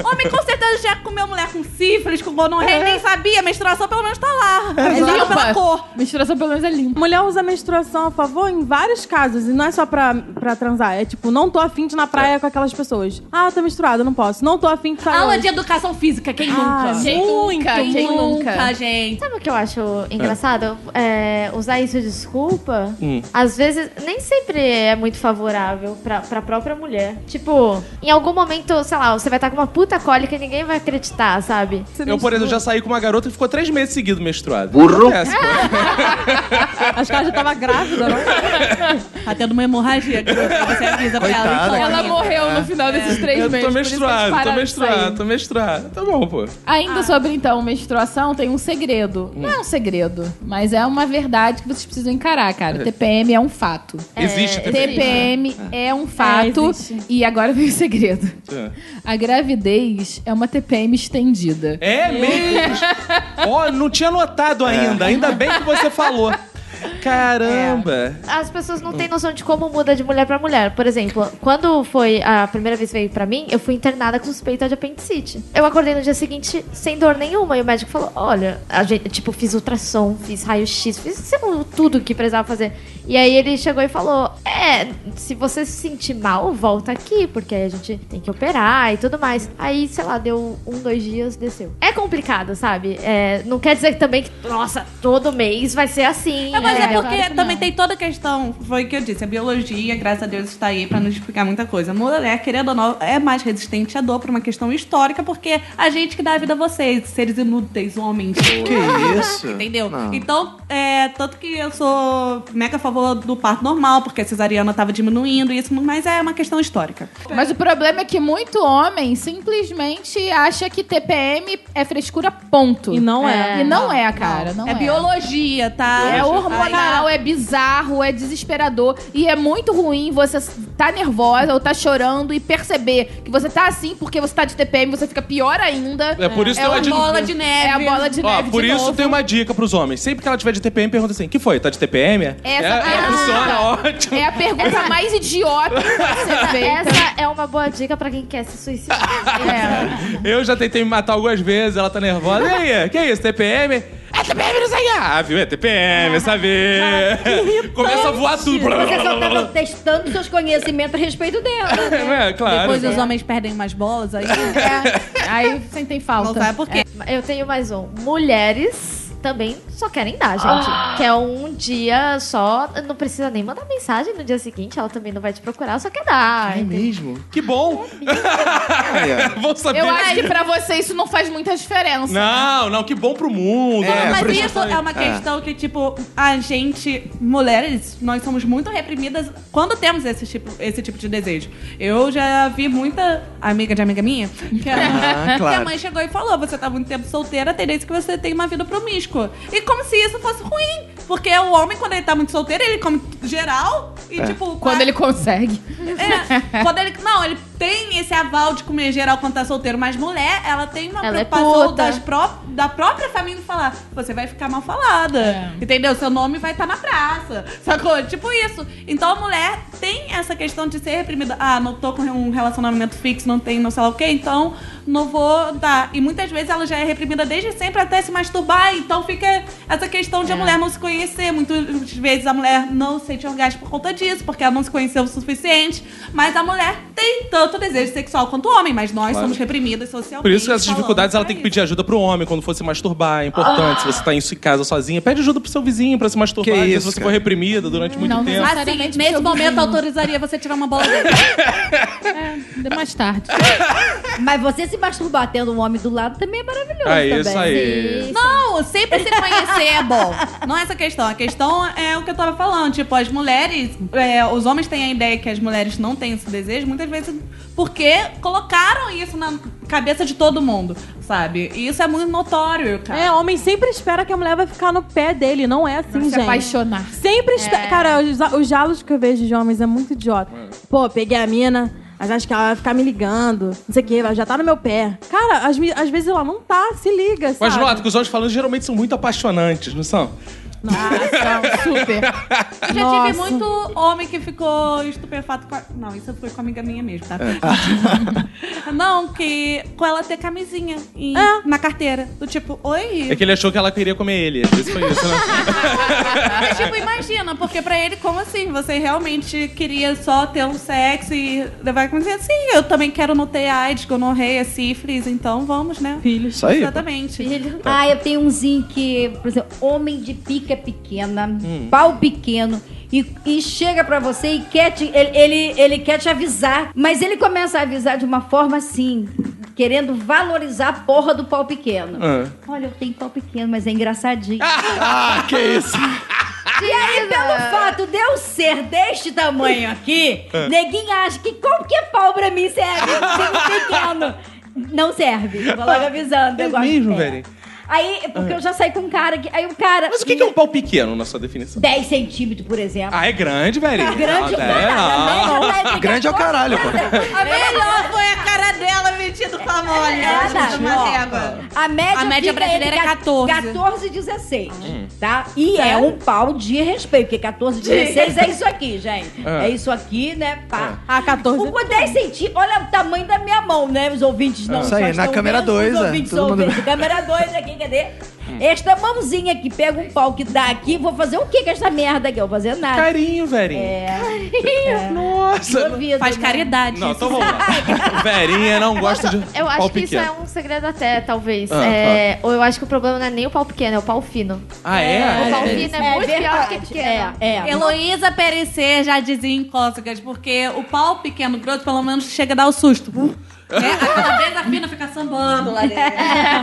F: é? Homem com certeza já comeu mulher com sífilis, com gonorreia, nem sabia. A menstruação pelo menos tá lá. É
C: limpa.
F: pela cor.
C: Menstruação pelo menos é limpa.
D: Mulher usa menstruação a favor em vários casos, e não é só pra, pra transar. É tipo, não tô afim de ir na
A: É.
D: praia com aquelas pessoas. Ah, tô menstruada, não posso. Não tô afim de sair.
F: Aula
D: hoje.
F: de educação física, quem
D: Ah,
F: nunca?
C: Quem nunca?
F: Quem,
C: Quem
F: nunca,
C: nunca?
F: gente?
G: Sabe o que eu acho engraçado? É, usar isso de desculpa,
A: Hum.
B: Hum.
G: às vezes, nem sempre é muito favorável pra, pra própria mulher. Tipo, em algum momento, sei lá, você vai estar com uma puta cólica e ninguém vai acreditar, sabe?
A: Eu, por exemplo, já saí com uma garota que ficou três meses seguido menstruada. Burro. Acontece, pô.
D: Acho que ela já tava grávida, não?
F: Tá tendo uma hemorragia. que Você avisa pra ela. então.
A: né?
B: Coitada, É.
F: informa.
C: Ela morreu no final desses três
A: Eu
C: meses.
A: tô
C: por isso que eles
A: menstruado, tô
C: pararam de sair.
A: menstruado, tô menstruado. Tá bom, pô.
C: Ainda sobre, então, menstruação, tem um segredo. Não é um segredo, mas é uma verdade que vocês precisam encarar, cara. TPM é um fato.
A: Existe
C: TPM é um fato.
D: É, existe.
C: e agora vem o segredo.
A: É.
C: A gravidez é uma TPM estendida.
A: É mesmo? Ó, não tinha notado ainda. Ainda bem que você falou. Caramba.
G: as pessoas não têm noção de como muda de mulher pra mulher. Por exemplo, quando foi a primeira vez que veio pra mim, eu fui internada com suspeita de apendicite. Eu acordei no dia seguinte sem dor nenhuma e o médico falou: "Olha, a gente, tipo, fiz ultrassom, fiz raio-x, fiz tudo que precisava fazer". E aí ele chegou e falou: "É, se você se sentir mal, volta aqui, porque aí a gente tem que operar e tudo mais". Aí, sei lá, deu um, dois dias, desceu. É complicado, sabe? É, não quer dizer que também que, nossa, todo mês vai ser assim.
F: É, mas é,
G: entendeu?
F: porque também tem toda a questão, foi o que eu disse, a biologia, graças a Deus, está aí pra nos explicar muita coisa. A mulher, querendo ou não, é mais resistente à dor por uma questão histórica, porque a gente que dá a vida a vocês, seres inúteis, homens.
B: Que isso?
F: Entendeu?
B: Não.
F: Então, é, tanto que eu sou mega a favor do parto normal, porque a cesariana tava diminuindo e isso, mas é uma questão histórica.
C: Mas o problema é que muito homem simplesmente acha que TPM é frescura, ponto.
D: E não é.
C: E não é, cara. Não,
F: é,
C: é.
F: biologia, tá?
C: É hormonal,
F: Aí,
C: é bizarro, é desesperador. E é muito ruim você tá nervosa ou tá chorando e perceber que você tá assim porque você tá de TPM, você fica pior ainda.
A: É, por isso
C: é
A: tem
C: uma
A: uma dica.
C: bola de neve. É a bola de
A: Ó,
C: neve
A: por
C: de
A: isso
C: novo.
A: tem uma dica pros homens. Sempre que ela tiver de TPM, pergunta assim: que foi? Tá de TPM? É,
C: Essa
A: é,
C: pergunta.
A: funciona, ótimo.
C: É a pergunta mais idiota que pode ser feita.
G: Essa é uma boa dica pra quem quer se suicidar.
C: É.
A: Eu já tentei me matar algumas vezes, ela tá nervosa. E aí, que é isso, TPM? É ah, TPM, não sei o quê. Ah, viu? É TPM, é saber. Começa a voar tudo.
E: Você só tá tava testando seus conhecimentos a respeito dela. né?
A: Não é? Claro.
F: Depois os homens perdem umas bolas aí.
G: né?
C: É, aí sentem
F: Não
C: falta.
F: sabe por quê.
G: Eu tenho mais um. Mulheres também só querem dar, gente. Que é um dia só, não precisa nem mandar mensagem no dia seguinte, ela também não vai te procurar, só quer dar.
B: É mesmo?
A: Que bom.
B: Olha,
A: Vou saber.
C: Eu acho que pra você isso não faz muita diferença.
A: Não, não, que bom pro mundo.
B: É,
A: né?
F: Mas
B: por isso
F: isso é uma questão que, tipo, a gente, mulheres, nós somos muito reprimidas quando temos esse tipo, esse tipo de desejo. Eu já vi muita amiga de amiga minha que a, que a
B: Ah, claro.
F: mãe chegou e falou: Você tá muito tempo solteira, a tendência é que você tenha uma vida promíscua. E como se isso fosse ruim. Porque o homem, quando ele tá muito solteiro, ele come geral e,
C: É.
F: tipo,
C: Quando ele consegue.
F: é, quando ele. Não, ele tem esse aval de comer geral quando tá solteiro, mas mulher, ela tem uma
G: Ela é
F: preocupação
G: puta.
F: das pró- da própria família de falar: você vai ficar mal falada. Entendeu? Seu nome vai estar na praça. Sacou? Tipo isso. Então a mulher tem essa questão de ser reprimida. Ah, não tô com um relacionamento fixo, não tem não sei lá o quê, então não vou dar. E muitas vezes ela já é reprimida desde sempre até se masturbar. Então fica essa questão de a mulher não se conhecer. Muitas vezes a mulher não sente orgasmo por conta disso, porque ela não se conheceu o suficiente. Mas a mulher tem tanto desejo sexual quanto o homem, mas nós somos reprimidas socialmente.
A: Por isso que essas
F: falando
A: dificuldades ela
F: pra
A: tem que
F: isso.
A: pedir ajuda pro homem quando for se masturbar. É importante. Se você tá em sua casa sozinha, pede ajuda pro seu vizinho pra se masturbar.
B: Que
A: porque
B: isso,
A: se você
B: cara.
A: for reprimida durante muito
C: Não, não
A: tempo.
C: vai.
F: Assim,
C: Necessariamente
F: nesse
C: seu
F: momento,
C: vizinho.
F: eu autorizaria você tirar uma bola dele.
C: É, Mais tarde.
E: Mas você se masturbar tendo um homem do lado também é maravilhoso.
A: É
E: também.
A: isso aí.
F: Não, sempre se conhecer é bom. Não é essa questão. A questão é o que eu tava falando. Tipo, as mulheres. é, os homens têm a ideia que as mulheres não têm esse desejo, muitas vezes porque colocaram isso na cabeça de todo mundo, sabe? E isso é muito notório, cara.
D: É, homem sempre espera que a mulher vai ficar no pé dele. Não é assim,
C: Se
D: gente.
C: apaixonar.
D: Sempre
F: É.
D: espera. Cara, os, os jalos que eu vejo de homens é muito idiota. Pô, peguei a mina, mas acho que ela vai ficar me ligando. Não sei o que, ela já tá no meu pé. Cara, às, mi- às vezes ela não tá, se liga.
A: Mas
D: sabe?
A: nota que os homens falando geralmente são muito apaixonantes, não são?
C: Nossa, super.
F: Eu já
D: Nossa.
F: tive muito homem que ficou estupefato com a... Não, isso foi com a amiga minha mesmo, tá?
A: É.
F: não, que com ela ter camisinha em- na carteira. Do tipo, oi.
A: É que ele achou que ela queria comer ele. Às vezes foi isso, né?
F: Mas, tipo, imagina, porque pra ele, como assim? Você realmente queria só ter um sexo e levar como dizer, sim, eu também quero não ter AIDS, gonorreia, é sífilis, então vamos, né?
D: Filhos.
B: Isso aí.
F: Exatamente.
E: Ah, eu tenho umzinho que, por exemplo, homem de pica é pequena,
A: Hum.
E: pau pequeno, e, e chega pra você e quer te, ele, ele, ele quer te avisar, mas ele começa a avisar de uma forma assim, querendo valorizar a porra do pau pequeno.
A: Ah.
E: Olha, eu tenho pau pequeno, mas é engraçadinho.
A: ah, que isso.
E: E aí, pelo fato de eu ser deste tamanho aqui,
A: Ah.
E: neguinho acha que qualquer pau pra mim serve. Sendo um pequeno. Não serve. Vou logo avisando.
A: É
E: eu gosto
A: mesmo,
E: de pé.
A: velho? Ah.
E: Aí, porque eu já saí com um cara que. Aí o cara.
A: Mas o que que é um pau pequeno na sua definição?
E: 10 centímetros, por exemplo.
A: Ah, é grande, velho.
E: Grande
A: não,
E: pra
A: é,
E: caralho,
A: não.
E: né? Fica
B: Grande é o caralho, pô.
E: A melhor
F: Melhor foi a cara dela metido com a mão ali.
E: É,
F: ela
E: nada,
F: junto com uma
E: ó.
F: régua.
E: A média,
F: A média
E: fica
F: brasileira
E: entre
F: é 14.
E: 14 e 16,
B: Hum.
E: tá? E é. um pau de respeito, porque 14 e 16 é isso aqui, gente.
A: É.
B: Ah.
E: É, isso aqui, né? Pá.
D: Ah, 14.
E: O 10 centímetros, olha o tamanho da minha mão, né? Os ouvintes não.
B: Ah. Isso
E: só
B: aí, na
E: estão
B: câmera
E: vendo,
B: dois,
E: os
B: é,
E: ouvintes
B: todo
E: são
B: mundo- Hum.
E: ouvintes. Câmera 2 aqui, cadê? Esta mãozinha aqui, pega um pau que dá aqui, vou fazer o que com esta merda aqui? Eu vou fazer nada.
A: Carinho, velho. É. Carinho. Nossa.
E: Duvido,
F: Faz
E: né?
F: caridade.
A: Não, então vamos lá. Verinha não gosta de
G: Eu acho
A: pau
G: que isso
A: pequeno.
G: é um segredo até, talvez.
A: Ah,
G: É, Ou eu acho que o problema não é nem o pau pequeno, é o pau fino.
A: Ah, é?
G: o pau
A: é.
G: fino é, muito pior que
E: verdade.
G: pequeno.
E: É, é.
F: Heloísa Perecer já dizia em cócegas, porque o pau pequeno, grosso, pelo menos chega a dar o susto. É, aquela vez a fina fica sambando lá dentro.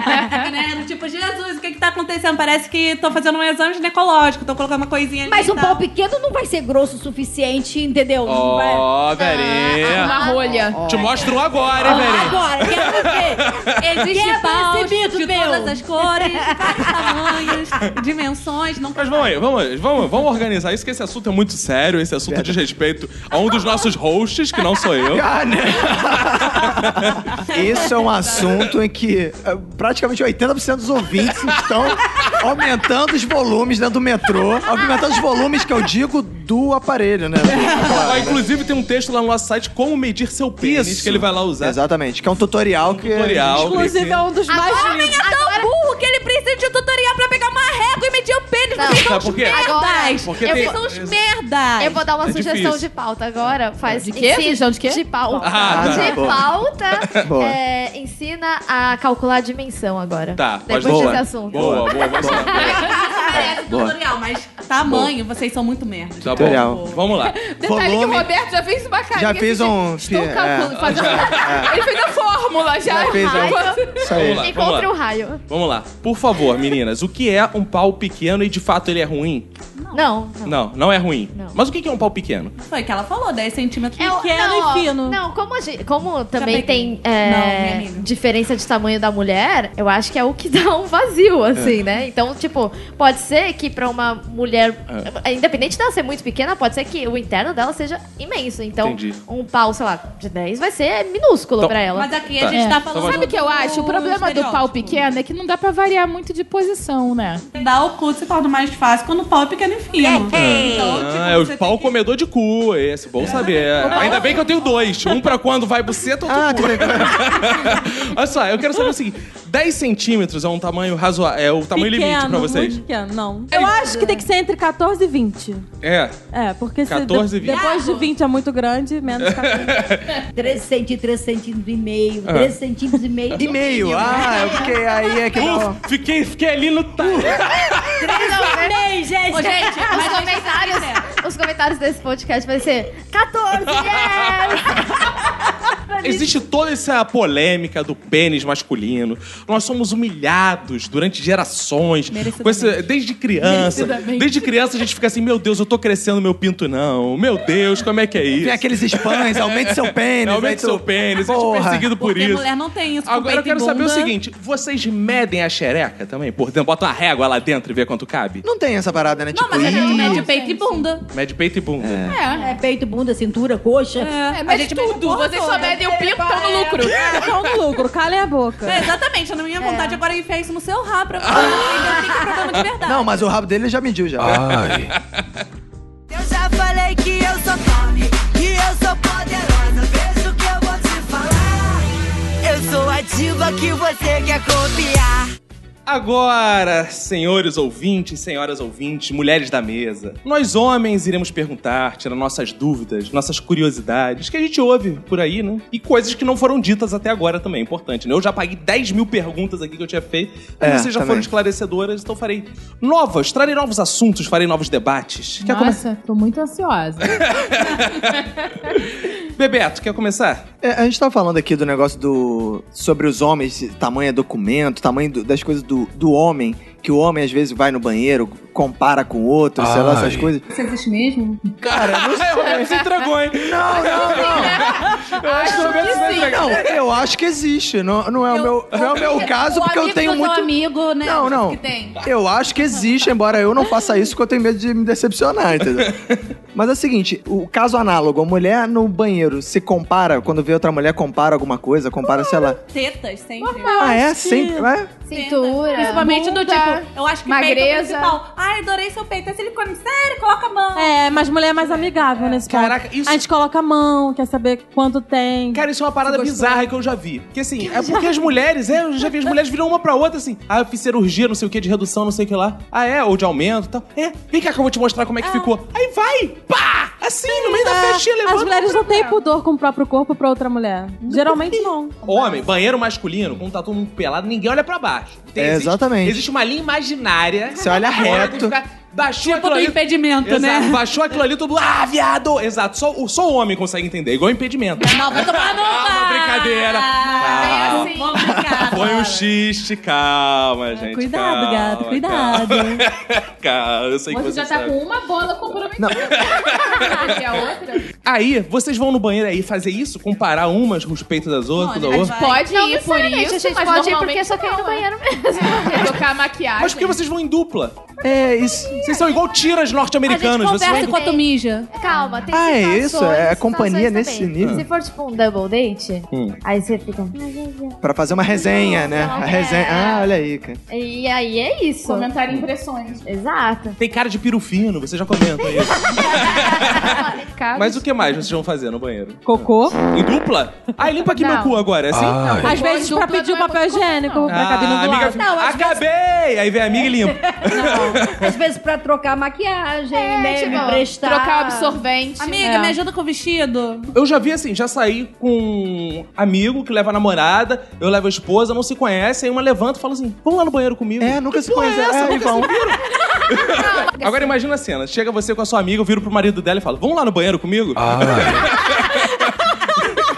F: Né? Tipo, Jesus, o que que tá acontecendo? Parece que tô fazendo um exame ginecológico, tô colocando uma coisinha ali
E: Mas
F: e
E: um
F: tal.
E: pau pequeno não vai ser grosso o suficiente, entendeu? Não vai-
A: Ó, Verinha.
C: Uma rolha.
A: Te mostro um agora, hein, Verinha.
E: Agora, quer dizer,
F: Existe
E: Quebra
F: pau
E: esse mito,
F: de
E: meu.
F: todas as cores, de vários tamanhos, dimensões, não
A: Mas vamos aí, vamos, aí, vamos, vamos organizar isso, que esse assunto é muito sério, esse assunto diz respeito a um dos nossos hosts, que não sou eu.
B: Ah, né? Isso é um assunto em que eh, praticamente 80% dos ouvintes estão aumentando os volumes dentro do metrô. Aumentando os volumes que eu digo do aparelho, né?
A: Ah, inclusive tem um texto lá no nosso site, como medir seu pênis,
B: Isso.
A: que ele vai lá usar.
B: Exatamente, que é um tutorial que.
A: Tutorial.
D: Inclusive, é um dos mais
G: Agora-
D: lindos.
G: Agora-
F: burro que ele precisa de um tutorial pra pegar uma pênis,
G: Não.
F: vocês são
A: Sabe
F: os
A: por quê?
F: merdas!
A: Porque
G: eu
F: Vocês
G: vou-
F: são os merdas!
G: Eu vou dar uma
A: É
G: sugestão
A: difícil.
G: de pauta agora. Faz
C: De quê?
G: ensina-
C: Sugestão de quê?
G: De pauta.
A: Ah,
B: tá.
G: De
B: Boa.
G: pauta.
B: Boa.
G: é, ensina a calcular a dimensão agora.
A: Tá, pode
G: Depois
B: boa.
G: desse assunto.
A: Boa, boa, Tá vai ser.
F: Parece um
B: Boa.
F: tutorial, mas tamanho, vocês são muito merda.
A: Tá
B: Tutorial.
A: bom. Vamos lá.
C: Detalhe que o
B: Volume.
C: Roberto já fez uma carinha.
B: Já fez
C: de-
B: um-
C: Estou
B: é.
C: calculando. um- fazendo- Ele fez a fórmula já.
B: Já fez,
C: Quando-
B: Isso aí.
A: Vamos lá, vamos
G: Encontre
A: lá.
G: o raio.
A: Vamos lá. Por favor, meninas, o que é um pau pequeno e de fato ele é ruim?
G: Não. não.
A: Não, não é ruim.
G: Não.
A: Mas o que que é um pau pequeno?
F: Foi o que ela falou, 10 centímetros.
G: É o-
D: Pequeno
G: não, ó,
D: e fino.
G: Não, como, a gente- como também
F: peguei.
G: tem é,
F: Não, minha amiga.
G: diferença de tamanho da mulher, eu acho que é o que dá um vazio,
A: É.
G: assim, né? Então, tipo, pode ser que pra uma mulher,
A: É.
G: é, independente dela ser muito pequena, pode ser que o interno dela seja imenso. Então,
A: Entendi.
G: um pau, sei lá, de 10 vai ser minúsculo
A: Então,
G: pra ela.
F: Mas aqui
A: Tá.
F: a gente
A: É.
F: tá falando.
C: Sabe o que eu acho? O problema do
F: tipo,
C: pau pequeno é que não dá pra variar muito de posição, né?
F: Dar o cu se torna mais fácil quando o pau é pequeno e fino. Então, tipo,
A: Ah, é
F: você
A: o pau
F: tem que- É.
A: comedor de cu, é esse, bom saber. é. Ainda bem que eu tenho dois. Um pra quando vai buceta, outro
B: Ah,
A: cu. Olha só, eu quero saber o seguinte: 10 centímetros é um tamanho razoável. É o tamanho limite pra vocês.
D: muito pequeno, não. Eu acho que tem que ser entre 14 e 20.
A: É.
D: É, porque se
A: 14 e 20.
D: depois de 20 é muito grande, menos 14.
E: 13 centímetros, 13 centímetros e meio, 13 centímetros e meio. um
B: E Ah. meio. Ah, eu fiquei aí é que não.
A: Uf, fiquei, fiquei ali no. ta-
E: Meio, gente!
F: Ô, gente, né? mas
G: Os comentários, os comentários desse podcast vai ser 14, yes!
A: Existe toda essa polêmica do pênis masculino. Nós somos humilhados durante gerações. Com esse- desde criança. Desde criança a gente fica assim: meu Deus, eu tô crescendo meu pinto, não. Meu Deus, como é que é
B: Tem
A: isso?
B: aqueles spams, aumente seu pênis. aí
A: Aumente
B: tu-
A: seu pênis, a gente é
B: Porra.
A: perseguido por
F: Porque
A: isso.
F: mulher não tem isso. com
A: Agora eu
F: peito e
A: quero saber o
F: bunda.
A: seguinte: vocês medem a xereca também? Por exemplo, bota uma régua lá dentro e vê quanto cabe?
B: Não tem essa parada, né?
F: Não,
B: tipo,
F: mas a gente
B: ih,
F: mede peito e bunda.
A: Mede peito e bunda.
E: É peito, bunda, cintura, coxa.
F: É,
C: Mas tudo. Vocês só medem o pinto, estão
E: É.
C: no lucro.
E: tá
C: tá
D: Então, no lucro, calem a boca.
F: É, exatamente, na minha vontade agora é enfiar isso no seu rabo pra você entender o que que é problema de verdade.
B: Não, mas o rabo dele já mediu já.
J: Ai.
H: Eu já falei que eu sou fome, que eu sou poderosa. Veja o que eu vou te falar. Eu sou a diva que você quer copiar.
A: Agora, senhores ouvintes, senhoras ouvintes, mulheres da mesa, nós homens iremos perguntar, tirar nossas dúvidas, nossas curiosidades, que a gente ouve por aí, né? E coisas que não foram ditas até agora também, é importante, né? Eu já paguei 10 mil perguntas aqui que eu tinha feito, mas
B: É,
A: vocês já
B: também.
A: foram esclarecedoras, então farei novas, trarei novos assuntos, farei novos debates.
B: é
A: Quer começar?
C: tô muito ansiosa.
A: Bebeto, quer começar?
B: É, a gente tava falando aqui do negócio do. sobre os homens, se tamanho é documento, tamanho do- das coisas do, do homem, que o homem às vezes vai no banheiro, compara com o outro, sei lá, essas
J: Ai.
B: coisas.
F: Isso existe mesmo?
A: Cara, não sei. Você entregou, hein?
B: Não, não, não!
A: Eu acho que o Roberto vai entregar.
B: Não, eu acho que existe. Não, não, é, o meu, não é o meu caso, porque eu tenho muito.
F: amigo, né?
B: Não, não.
F: Que tem.
B: Eu acho que existe, embora eu não faça isso, porque eu tenho medo de me decepcionar, entendeu? Mas é o seguinte, o caso análogo, a mulher no banheiro se compara, quando vê outra mulher, compara alguma coisa, compara, sei lá.
F: Tetas sempre.
B: Ah, é?
D: que-
B: Sempre, é?
G: Cintura,
F: Principalmente do
G: bunda.
F: tipo, eu acho que
C: magreza.
F: magreza. peito é o principal. Ai, adorei seu peito. É silicone. Sério, coloca a mão.
D: É, mas mulher é mais amigável nesse ponto.
A: Caraca, isso-
D: A gente coloca a mão, quer saber quanto tem.
A: Cara, isso é uma parada
D: Você gostou?
A: bizarra que eu já vi. Porque assim, é porque as mulheres, é, eu já vi, as mulheres viram uma pra outra assim. Ah, eu fiz cirurgia, não sei o que, de redução, não sei o que lá. Ah, é? Ou de aumento e tal. É, vem cá que eu vou te mostrar como é
D: Ah.
A: que ficou. Aí vai! Pá! Assim, no meio da festinha, levanta.
D: É, As mulheres não têm pudor com o próprio corpo pra outra mulher. Geralmente não.
A: Homem, banheiro masculino, quando tá todo mundo pelado, ninguém olha pra baixo.
B: É, exatamente.
A: Existe uma linha imaginária.
B: Você olha
A: Todo mundo
B: reto.
A: fica- Baixou
F: Tipo
A: aquilo
F: do
A: ali.
F: impedimento,
A: Exato,
F: né?
A: baixou aquilo ali, todo mundo. Ah, viado! Exato, só, o- só o homem consegue entender, igual impedimento.
D: É
F: Não, vai tomar no
A: Calma, brincadeira. Calma.
D: assim,
F: Vamos brincar.
A: Põe um xiste, calma, gente.
D: cuidado,
A: calma,
D: gato, cuidado.
A: Calma. calma, eu sei que
C: Você
A: você
C: já tá
A: sabe.
C: com uma bola comprometida.
B: Não.
C: Aqui a outra.
A: Aí, vocês vão no banheiro aí fazer isso? Comparar umas com os peitos das outras,
F: Olha,
A: da
F: a gente
A: outra?
F: vai-
C: Pode
G: Não
C: ir por
G: necessariamente,
C: isso,
G: a gente
C: mas
G: pode ir porque
C: normalmente
G: só quer ir no
C: não, é.
G: banheiro mesmo.
C: né? Tocar maquiagem.
A: Mas por que vocês vão em dupla?
B: É, isso.
A: Vocês são igual tiras norte-americanos. Vocês
F: Conversa
A: vão...
F: com a Tomija.
G: Calma, tem
B: Ah, é
G: situações,
B: isso? É a companhia
G: situações
B: nesse
G: também.
B: nível?
G: Se for tipo um double date,
A: Hum.
G: aí você fica.
B: Pra fazer uma resenha, né? A resenha.
C: é.
B: Ah, olha aí, cara.
G: E aí é isso.
C: Comentar impressões.
G: Exato.
A: Tem cara de pirufino, vocês já comentam isso. Mas o que mais vocês vão fazer no banheiro?
D: Cocô.
A: Em dupla? Ai, limpa aqui meu
G: Não.
A: cu agora, é assim?
D: Ah.
A: Ah,
J: Ai.
D: Às
C: Cocô em
D: vezes pra
C: dupla
D: pedir o
C: não é
D: papel
E: tá
B: Ah,
C: muito
D: higiênico
C: comum, não.
D: pra cabine do
A: amiga,
D: lado.
A: acabei! Aí vem a amiga e limpa.
E: Às vezes pra trocar maquiagem, né?
C: tipo,
E: me prestar.
C: trocar o absorvente. é.
F: Amiga, me ajuda com o vestido.
A: Eu já vi assim, já saí com um amigo que leva a namorada, eu levo a esposa, não se conhece, aí uma levanta e fala assim: vamos lá no banheiro comigo.
B: É, nunca
A: Que
B: se
A: porra
B: conhece.
A: É essa?
B: É,
A: Nunca
B: Ivão.
A: Agora imagina a cena: chega você com a sua amiga, eu viro pro marido dela e falo: vamos lá no banheiro comigo?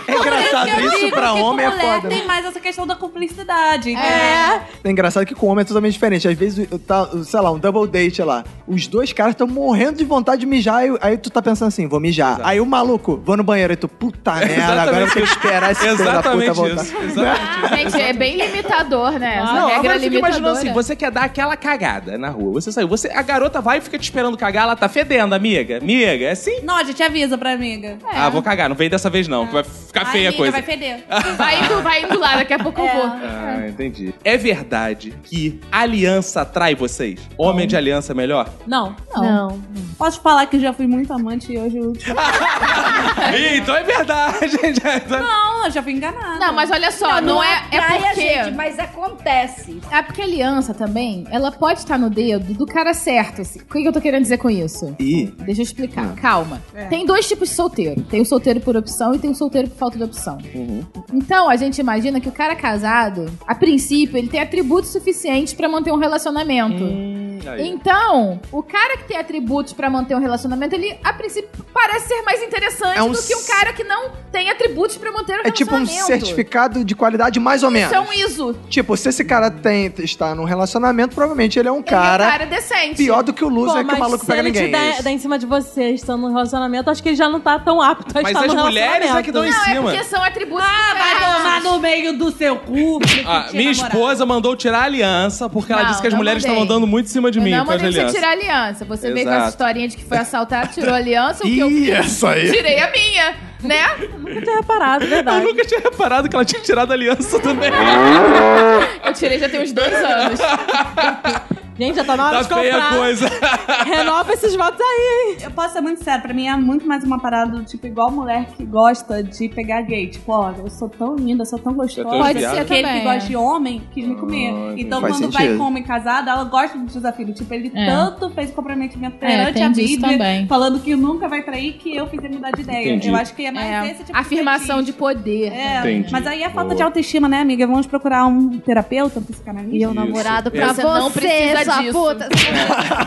B: É engraçado isso pra homem é
F: mulher
B: foda. né?
F: tem mais essa questão da cumplicidade.
C: É.
B: É engraçado que com homem é totalmente diferente. Às vezes, eu tá, sei lá, um double date lá. Os dois caras estão morrendo de vontade de mijar. Aí, aí tu tá pensando assim, vou mijar. Aí o maluco, vou no banheiro. Aí tu, puta merda, É, agora eu
A: exatamente
B: tenho que esperar esse filho da puta
A: Exatamente
B: voltar.
A: isso. Exatamente.
C: Gente, é bem limitador, né? Essa
A: Não,
C: regra
A: agora fica imaginando
C: limitadora.
A: assim, você quer dar aquela cagada na rua, você saiu, você, a garota vai e fica te esperando cagar, ela tá fedendo, amiga. Amiga, é assim?
F: Não, a gente avisa pra amiga.
C: É.
A: Ah, vou cagar, não vem dessa vez não, que vai ficar Tá feia a
F: amiga,
A: coisa.
F: vai É. feder.
C: Vai indo, vai indo lá, daqui a pouco eu vou.
A: Ah, entendi. É verdade que aliança atrai vocês? Homem de aliança é melhor?
F: Não.
G: Não.
F: Posso falar que eu já fui muito amante e hoje eu...
A: Ih, então Ah, é verdade, gente.
F: Não, eu já fui enganada.
C: Não, mas olha só, não, é, é
E: Atrai
C: porque...
E: a gente, mas acontece.
C: É porque a aliança também, ela pode estar no dedo do cara certo. assim. O que que eu tô querendo dizer com isso?
B: Ih,
C: Deixa eu explicar, calma.
F: É.
C: Tem dois tipos de solteiro. Tem o solteiro por opção e tem o solteiro por falta de opção.
B: Uhum.
C: Então, a gente imagina que o cara casado, a princípio, ele tem atributos suficientes pra manter um relacionamento.
B: Hum,
C: Então, o cara que tem atributos pra manter um relacionamento, ele, a princípio, parece ser mais interessante
B: É um
C: do que um
B: c-
C: cara que não tem atributos pra manter um
B: é tipo um
C: relacionamento.
B: certificado de qualidade mais ou menos.
C: Isso é um ISO.
B: Tipo, se esse cara tem, está num relacionamento, provavelmente ele é um
C: ele
B: cara,
C: é um cara decente.
B: pior do que o
A: é
B: loser que o maluco
D: se
B: pega
D: ele
B: ninguém. É
D: te der,
B: Isso.
D: der em cima de você estando no relacionamento, acho que ele já não tá tão apto a
A: Mas
D: estar
A: as
D: no
A: mulheres é que dão em
D: relacionamento.
C: Não, é
A: cima.
C: porque são atributos
F: Ah, vai
C: diferentes.
F: tomar no meio do seu cu. porque
A: Ah,
F: tinha namorado.
A: minha esposa mandou tirar a aliança porque ela
C: Não,
A: disse que as
C: não
A: mulheres
C: mandei.
A: estavam andando muito em cima de
C: Eu
A: mim
C: não
A: com as
C: mandei você
A: alianças.
C: tirar a aliança. Você veio com essa
A: Exato.
C: historinha de que foi assaltado, tirou a aliança, o que eu
K: Ih, essa aí.
C: tirei a minha, né?
D: Não tinha
C: é
D: reparado, verdade.
A: Eu nunca tinha reparado que ela tinha tirado a aliança também.
C: Eu tirei já tem uns dois anos.
D: Gente, já tá na hora
A: Tá
D: de
A: feia a
D: comprar.
A: coisa.
D: Renova esses votos aí, hein?
F: Eu posso ser muito séria, pra mim é muito mais uma parada do tipo igual mulher que gosta de pegar gay. Tipo, ó, eu sou tão linda, eu sou tão gostosa.
A: Eu Ah, tô
F: Pode
A: desviado.
F: ser aquele
C: Também,
F: que gosta
D: é.
F: de homem quis me comer. então,
B: Faz
F: quando vai
B: sentido.
F: com homem casado, ela gosta do desafio. do Tipo, ele
C: É.
F: tanto fez comprometimento
C: É,
F: perante
C: tem
F: a
C: disso
F: Bíblia,
C: também.
F: falando que nunca vai trair, que eu fiz ele mudar de ideia.
A: Entendi.
F: Eu acho que é mais
C: É,
F: esse tipo
C: afirmação
F: de
C: de poder.
F: É,
A: Entendi.
F: mas aí é falta
A: Boa.
F: de autoestima, né, amiga? Vamos procurar um terapeuta, um psicanalista.
G: E o namorado pra
C: Você
G: você,
C: não precisa
G: sua
C: disso.
G: puta.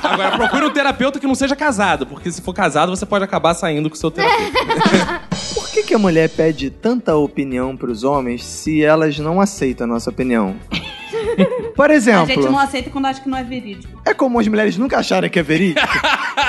A: Agora, procure um terapeuta que não seja casado, porque se for casado, você pode acabar saindo com o seu terapeuta.
B: Por que, que a mulher pede tanta opinião pros homens se elas não aceitam a nossa opinião? Por
F: A
B: exemplo,
F: gente não aceita quando acha que não é verídico.
B: é como as mulheres nunca acharem que é verídico.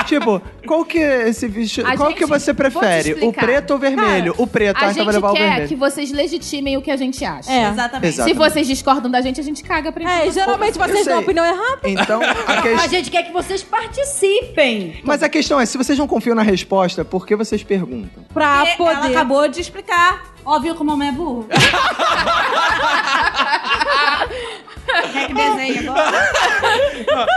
B: tipo, qual que é esse vestido?
C: A
B: Qual
C: gente-
B: que você
C: vou te
B: prefere? O
C: explicar.
B: preto ou o vermelho? o preto,
C: A
B: ah, então vai
C: gente
B: levar o
C: quer
B: vermelho.
C: que vocês legitimem o que a gente acha.
D: É.
F: Exatamente.
B: Exato.
C: Se vocês discordam da gente, a gente caga pra
D: É, geralmente
B: Eu
D: vocês dão
B: sei.
D: opinião errada.
B: Então, a
E: Não, A
B: questão.
E: gente quer que vocês participem.
B: Mas a questão é, se vocês não confiam na resposta, por que vocês perguntam?
D: Pra
F: Porque Ela
D: poder.
F: acabou de explicar. Óbvio como homem é burro. Quer que desenhe agora?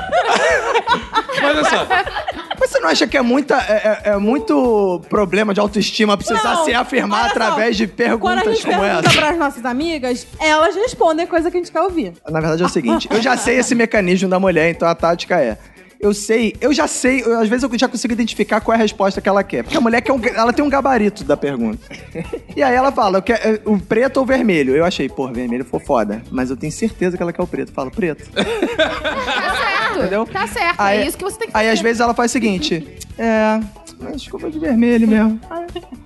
A: Mas olha só,
B: Mas você não acha que é, muita, é, é- é muito problema de autoestima precisar
D: Não,
B: se afirmar
D: olha só.
B: através de
D: Quando a
B: perguntas
D: gente
B: como
D: pergunta
B: essa?
D: pras nossas amigas, elas respondem coisa que a gente quer ouvir.
B: Na verdade é o seguinte, eu já sei esse mecanismo da mulher, então a tática é. Eu sei, eu já sei, eu- às vezes eu já consigo identificar qual é a resposta que ela quer. Porque a mulher quer um, ela tem um gabarito da pergunta. E aí ela fala, eu quero, eh, o preto ou o vermelho? Eu achei, pô, vermelho foi foda. Mas eu tenho certeza que ela quer o preto. Eu Falo, preto.
C: Tá certo.
B: Entendeu?
C: Tá certo.
B: Aí-
C: é isso que você tem que fazer.
B: Aí às vezes ela faz o seguinte, é. Acho que eu vou de vermelho mesmo.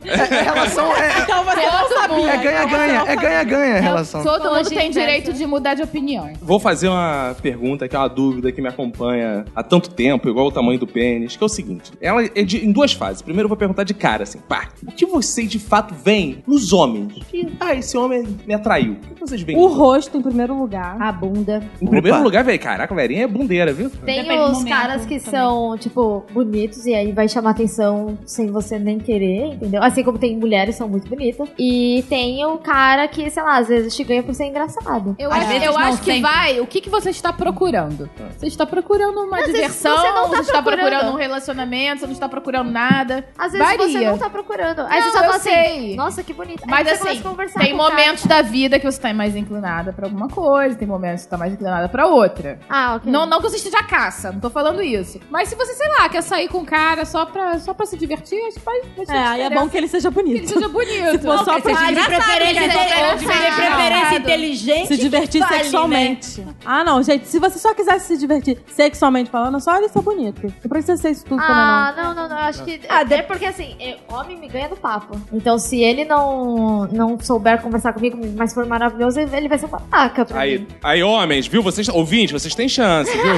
B: É, é relação. É,
D: Então você não
C: Todo
D: sabia.
C: mundo. né?
B: é ganha-ganha, é ganha-ganha a relação.
C: Todo né? mundo
G: Hoje
C: tem
G: em
C: direito
G: festa.
C: de mudar de opinião.
A: vou fazer uma pergunta que é uma dúvida que me acompanha há tanto tempo, igual o tamanho do pênis, que é o seguinte. Ela é de- em duas fases. Primeiro eu vou perguntar de cara, assim, pá. O que vocês de fato veem nos homens? Que, ah, esse homem me atraiu. O que vocês veem?
D: O rosto em primeiro lugar.
E: A bunda.
A: Em primeiro
B: Opa.
A: lugar, velho, caraca, velhinha é bundeira, viu?
G: Tem
F: Depende do
G: os
F: momento
G: caras que
F: também.
G: são, tipo, bonitos e aí é, e vai chamar atenção sem você nem querer, entendeu? Assim como tem mulheres que são muito bonitas. E tem o cara que, sei lá, às vezes te ganha por ser engraçado.
C: Eu
F: Às
C: acho,
F: vezes
C: eu
F: não,
C: acho que
F: sempre.
C: vai. O que, que você está procurando? Você está procurando uma
G: Mas às vezes
C: diversão?
G: você não tá
C: está procurando.
G: procurando
C: um relacionamento? Você não está procurando nada?
G: Às vezes você
C: Varia.
G: não tá procurando. Aí você só
C: Não, eu
G: fala assim,
C: sei.
G: nossa, que bonito. Aí
C: Mas
G: você
C: assim,
G: começa a conversar
C: tem
G: com o cara.
C: momentos da vida que você tá mais inclinada pra alguma coisa, tem momentos que você tá mais inclinada pra outra.
G: Ah, ok.
C: Não, não que você esteja caça, não tô falando isso. Mas se você, sei lá, quer sair com o cara só pra, só pra se divertir, acho que faz faz
D: É, aí é bom
C: diferença
D: que ele seja
C: que ele
D: bonito.
C: seja bonito.
D: for só
C: Não,
D: pra-
C: que seja
F: de preferência,
C: engraçado,
F: de-
C: que
F: de-
C: seja
F: de
C: engraçado.
E: inteligente.
D: Se divertir
E: que vale,
C: né?
D: sexualmente. Ah, não, gente. Se você só quisesse se divertir sexualmente falando, só ele ser bonito. Não precisa ser isso tudo também,
G: Ah, não, não, não. eu Acho que. Ah, é porque assim, eu- homem me ganha no papo. Então, se ele não, não souber conversar comigo, mas for maravilhoso, ele vai ser uma paca pra
A: Aí,
G: mim.
A: aí, homens, viu? Vocês, ouvintes, vocês têm chance, viu?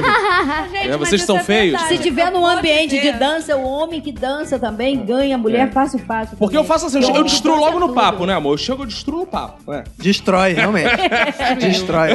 F: Gente,
A: É,
F: mas
A: vocês
F: isso
A: são
F: é
A: feios?
E: Se
F: verdade.
E: tiver num ambiente de
F: dizer.
E: dança, o homem que dança também ganha a mulher fácil, fácil.
A: É. Porque eu faço assim, eu, eu destruo logo no papo,
E: né?
A: né, amor? Eu chego, eu destruo no papo. É.
B: Destrói, realmente. Destrói.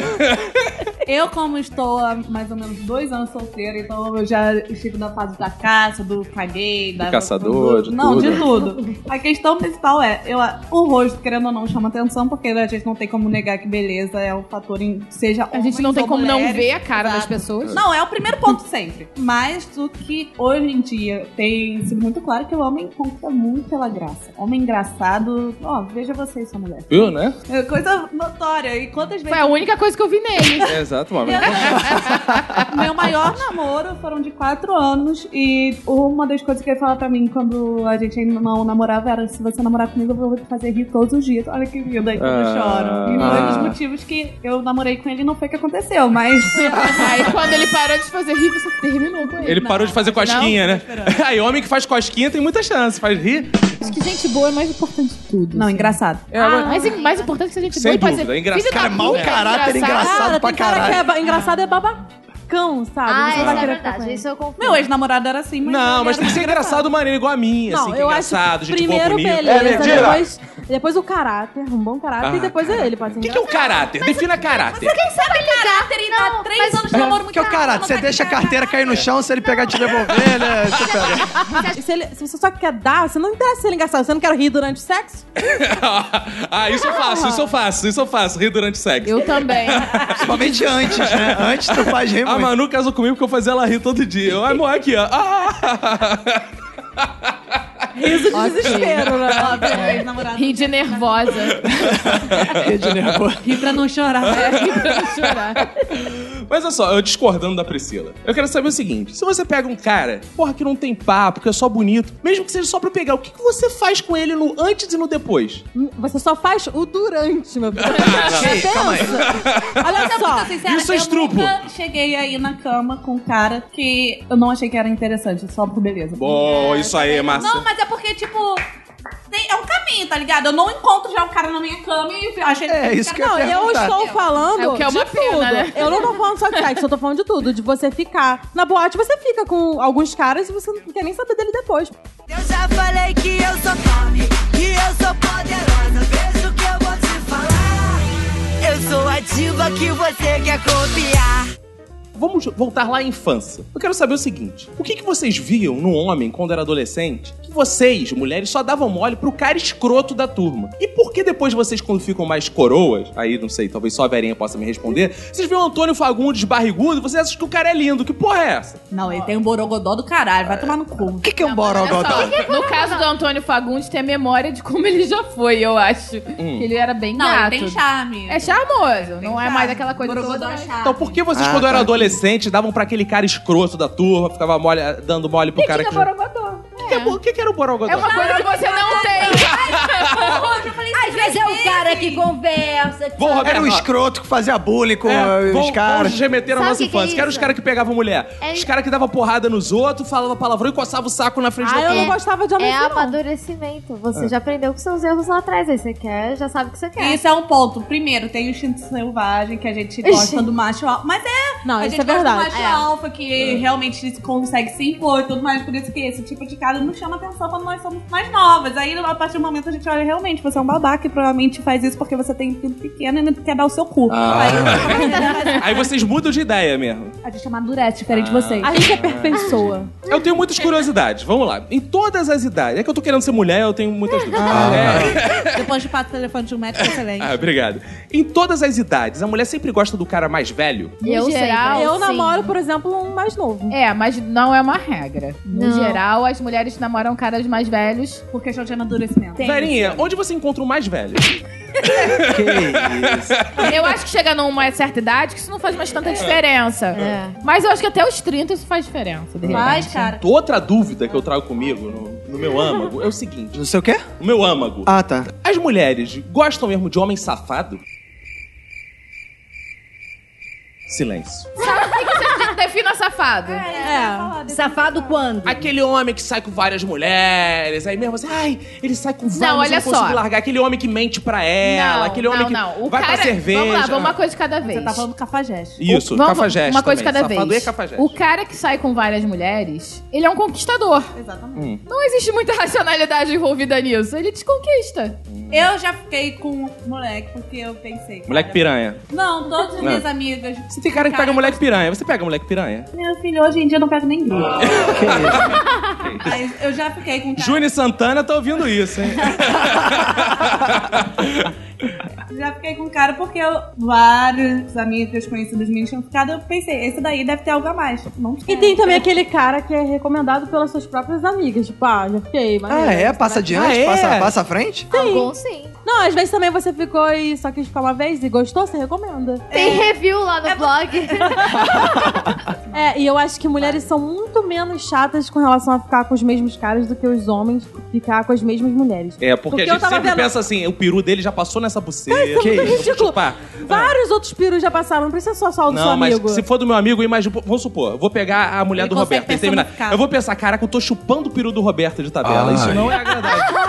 F: Eu, como estou há mais ou menos dois anos solteira, então eu já estive na fase da caça, do caguei, da.
A: caçador, de
F: Não,
A: tudo.
F: de tudo. A questão principal é, eu, o rosto, querendo ou não, chama atenção, porque a gente não tem como negar que beleza é um fator em. Seja
C: A gente não
F: homens
C: tem
F: ou
C: como não
F: mulheres.
C: ver a cara das
F: Exato.
C: pessoas.
F: Não, é o primeiro ponto sempre. Mas do que hoje em dia tem sido muito claro é que o homem conta muito pela graça. Homem engraçado, ó, veja você e sua mulher.
A: Viu, né?
F: É coisa notória. E quantas vezes.
C: Foi a única coisa que eu vi nele.
A: É, exato, mano.
F: Meu maior namoro foram de quatro anos e uma das coisas que ele falava pra mim quando a gente ainda não namorava era se você namorar comigo eu vou te fazer rir todos os dias. Olha que lindo, aí quando eu
A: Ah.
F: choro. E foi um dos
A: Ah.
F: motivos que eu namorei com ele não foi o que aconteceu, mas...
C: Aí quando ele parou de fazer rir, você terminou com ele.
A: Ele parou de fazer cosquinha, né? Aí, homem que faz cosquinha tem muita chance, faz rir.
C: Acho que gente boa é mais importante de tudo.
F: Não, engraçado.
A: É,
C: Ah,
A: mas-
C: mais, mais importante que a gente boa
A: Sem
C: e
A: dúvida,
C: fazer-
A: é engraçado.
C: Filho da
A: Cara, é mau
C: puta,
B: caráter, engraçado.
D: não.
B: pra
D: tem cara que é
B: caralho.
D: ba- engraçado é babacão, sabe?
G: Ah,
D: Você
G: isso
D: vai
G: é
D: querer ficar
G: verdade.
D: com ele.
G: Isso eu confio.
F: Meu ex-namorado era assim, mas...
A: Não,
F: ele era
A: mas tem que ser engraçado maneiro igual a minha,
D: é Não,
A: assim, que é
D: eu acho
A: engraçado, gente boa,
D: primeiro
A: bonita.
D: beleza,
K: É mentira.
D: depois, depois o caráter, um bom caráter,
A: Ah,
D: e depois é ele. Pode ser
A: O que, que é o caráter? Defina caráter.
F: caráter e dá três anos de namoro muito
B: Que é o caralho, você deixa a carteira cair no chão, se ele pegar e te devolver, né? Você pega.
D: engraçado. se, ele- se você só quer dar, você não interessa se ele é engraçado. Você não quer rir durante o sexo?
A: ah, isso eu faço, isso eu faço, isso eu faço. Rir durante sexo.
C: Eu também.
B: Principalmente antes, né? Antes tu faz rir
A: A
B: muito.
A: Manu casou comigo porque eu fazia ela rir todo dia. Eu, ai, amor, aqui, ó. Ah!
D: Riso de desespero, né?
C: Ri de nervosa.
B: Porque
A: Ah!
B: de nervoso.
F: Ri pra não chorar. né?
C: Chorar.
A: Mas olha só, eu discordando da Priscila. Eu quero saber o seguinte: se você pega um cara, porra, que não tem papo, que é só bonito, mesmo que seja só pra pegar, o que, que você faz com ele no antes e no depois?
D: Você só faz o durante, meu filho.
B: Ei, calma aí.
D: Olha só.
F: Sincera,
A: Ah, Isso é estrupo.
F: Eu nunca cheguei aí na cama com um cara que eu não achei que era interessante, só por beleza.
A: Bom, isso aí é massa.
F: Não, mas é porque, tipo, tem- é um caminho, tá ligado? Eu não encontro já um cara na minha cama e acho ele.
B: É, isso que
D: Não,
B: eu ia
D: eu
B: perguntar.
D: estou falando
C: É o que é uma
D: de
C: pena,
D: tudo.
C: né?
D: Eu não tô falando só de sexo, eu tô falando de tudo. De você ficar na boate, você fica com alguns caras e você não quer nem saber dele depois.
H: Eu já falei que eu sou fome, que eu sou poderosa. Veja o que eu vou te falar. Eu sou a diva que você quer copiar.
A: Vamos voltar lá à infância. Eu quero saber o seguinte: o que, que vocês viam no homem quando era adolescente? Que vocês, mulheres, só davam mole pro cara escroto da turma. E por que depois vocês, quando ficam mais coroas, aí não sei, talvez só a Verinha possa me responder, vocês viram o Antônio Fagundes barrigudo e vocês acham que o cara é lindo? Que porra é essa?
F: Não, ele tem um borogodó do caralho, vai tomar no cu. é
B: O que, que é um borogodó?
C: Olha só, no caso do Antônio Fagundes, tem a memória de como ele já foi, eu acho.
B: Hum.
C: Que ele era bem
F: Não,
C: gato.
F: ele tem charme.
C: É charmoso, não é
F: charme.
C: mais aquela coisa
F: Borogodó
C: toda.
F: é charme.
A: Então por que vocês,
B: Ah,
A: quando eram
B: tá.
A: adolescentes, davam pra aquele cara escroto da turma, ficava mole- dando mole pro cara que. já-
E: um
A: O que, é bo- o que que era o borogodó?
C: É uma coisa que você
A: assim.
C: não tem.
E: Às vezes é o cara que conversa. que
A: Vou, Roberto,
B: Era um
A: ó.
B: escroto que fazia bullying com
A: É,
B: eh,
A: vão-
B: os caras.
A: Vão remeter à
G: Sabe
A: nossa
G: o que que é
A: infância. que eram os
G: isso?
A: caras que pegavam mulher.
G: É-
A: Os caras que davam porrada nos outros, falavam palavrão e coçavam o saco na frente
D: Ah,
A: do
D: eu não
G: É-
D: gostava de homem
G: É
D: assim, não.
G: amadurecimento.
C: É.
G: Você já aprendeu com seus erros lá atrás. Aí você quer, já sabe o que você quer.
F: Isso é um ponto. Primeiro, tem o instinto selvagem, que a gente gosta do macho alfa. Mas é.
D: Não,
F: a
D: isso
F: gente
D: é verdade.
F: gosta do macho alfa, que realmente se consegue se impor e tudo mais. Por isso que esse tipo de cara não chama atenção quando nós somos mais novas. Aí, a partir do momento, a gente olha realmente, você é um babaca. que provavelmente faz isso porque você tem um pinto pequeno e não quer dar o seu cu.
A: Ah.
F: Aí, você-
A: Aí vocês mudam de ideia mesmo.
F: a gente amadurece diferente
A: Ah.
F: de vocês.
D: A gente aperfeiçoa.
A: Eu tenho muitas curiosidades. Vamos lá. Em todas as idades. É que eu tô querendo ser mulher, eu tenho muitas dúvidas.
B: Ah.
A: É.
F: Depois de pato o telefone de um médico excelente.
A: Ah, obrigado. Em todas as idades, a mulher sempre gosta do cara mais velho?
C: No
G: Eu sei,
C: geral,
G: né?
D: Eu
G: sim.
D: namoro, por exemplo, um mais novo.
C: É, mas não é uma regra. No
G: Não.
C: geral, as mulheres namoram caras mais velhos.
F: Por questão de amadurecimento.
A: Verinha, onde você encontra o mais velho?
B: Que isso.
C: Eu acho que chega numa certa idade que isso não faz mais tanta diferença.
G: É.
C: Mas eu acho que até os 30 isso faz diferença. de
F: Mas,
C: repente.
F: cara,
A: Outra dúvida que eu trago comigo no, no meu âmago é o seguinte:
B: Não sei o quê?
A: o meu âmago.
B: Ah, tá.
A: As mulheres gostam mesmo de homem safado? Silêncio.
C: Defina safado.
D: É.
E: Safado quando?
A: Aquele homem que sai com várias mulheres, aí mesmo assim, ai, ele sai com várias,
C: Não, olha
A: eu não consigo
C: só.
A: largar. Aquele homem que mente pra ela, É, aquele homem
C: não,
A: que
C: não. O
A: vai
C: cara, é-
A: pra cerveja.
C: Vamos lá, vamos uma coisa de cada vez.
F: você tá falando cafajeste.
A: Isso,
C: Vamos-
A: cafajeste
C: Uma coisa de
A: também.
C: cada
A: Safado
C: vez.
A: e cafajeste.
C: O cara que sai com várias mulheres, ele é um conquistador.
F: Exatamente.
C: Não existe muita racionalidade envolvida nisso. Ele desconquista.
F: Eu já fiquei com um moleque, porque eu pensei. cara,
A: Moleque piranha.
F: Não, todas as
A: Não.
F: minhas amigas.
A: Você tem cara que pega moleque piranha. Você pega moleque piranha?
F: Meu filho, hoje em dia eu não pego nem grilo. Mas eu já fiquei com um cara.
A: Juni Santana tá ouvindo isso, hein?
F: Já fiquei com um cara porque eu, vários amigos conhecidos meus tinham ficado. Eu pensei, esse daí deve ter algo a mais. Tipo, Não
D: E tem também aquele cara que é recomendado pelas suas próprias amigas. Tipo, ah, já fiquei, mas.
B: Ah, é? Passa adiante?
A: Ah, é?
B: Passa, passa à frente?
G: Alguns sim.
D: Não, às vezes também você ficou e só quis ficar uma vez e gostou, você recomenda.
G: Tem review lá no blog.
D: É, e eu acho que mulheres são muito menos chatas com relação a ficar com os mesmos caras do que os homens ficar com as mesmas mulheres.
A: É, porque,
D: Porque
A: a
D: eu
A: gente
D: tava
A: sempre
D: vendo-
A: pensa assim, o peru dele já passou nessa buceta.
D: Que isso?
A: Vou
D: Ridículo.
A: chupar.
D: Vários outros perus já passaram, não precisa só só o do seu
A: Tipo, ah, Não, mas
D: amigo.
A: se for do meu amigo, imagina, tipo, vamos supor, eu vou pegar a mulher
F: Ele
A: do
F: consegue
A: Roberto e terminar.
F: personificar.
A: Eu vou pensar, caraca, eu tô chupando o peru do Roberto de tabela. Isso
K: Ai.
A: não é agradável.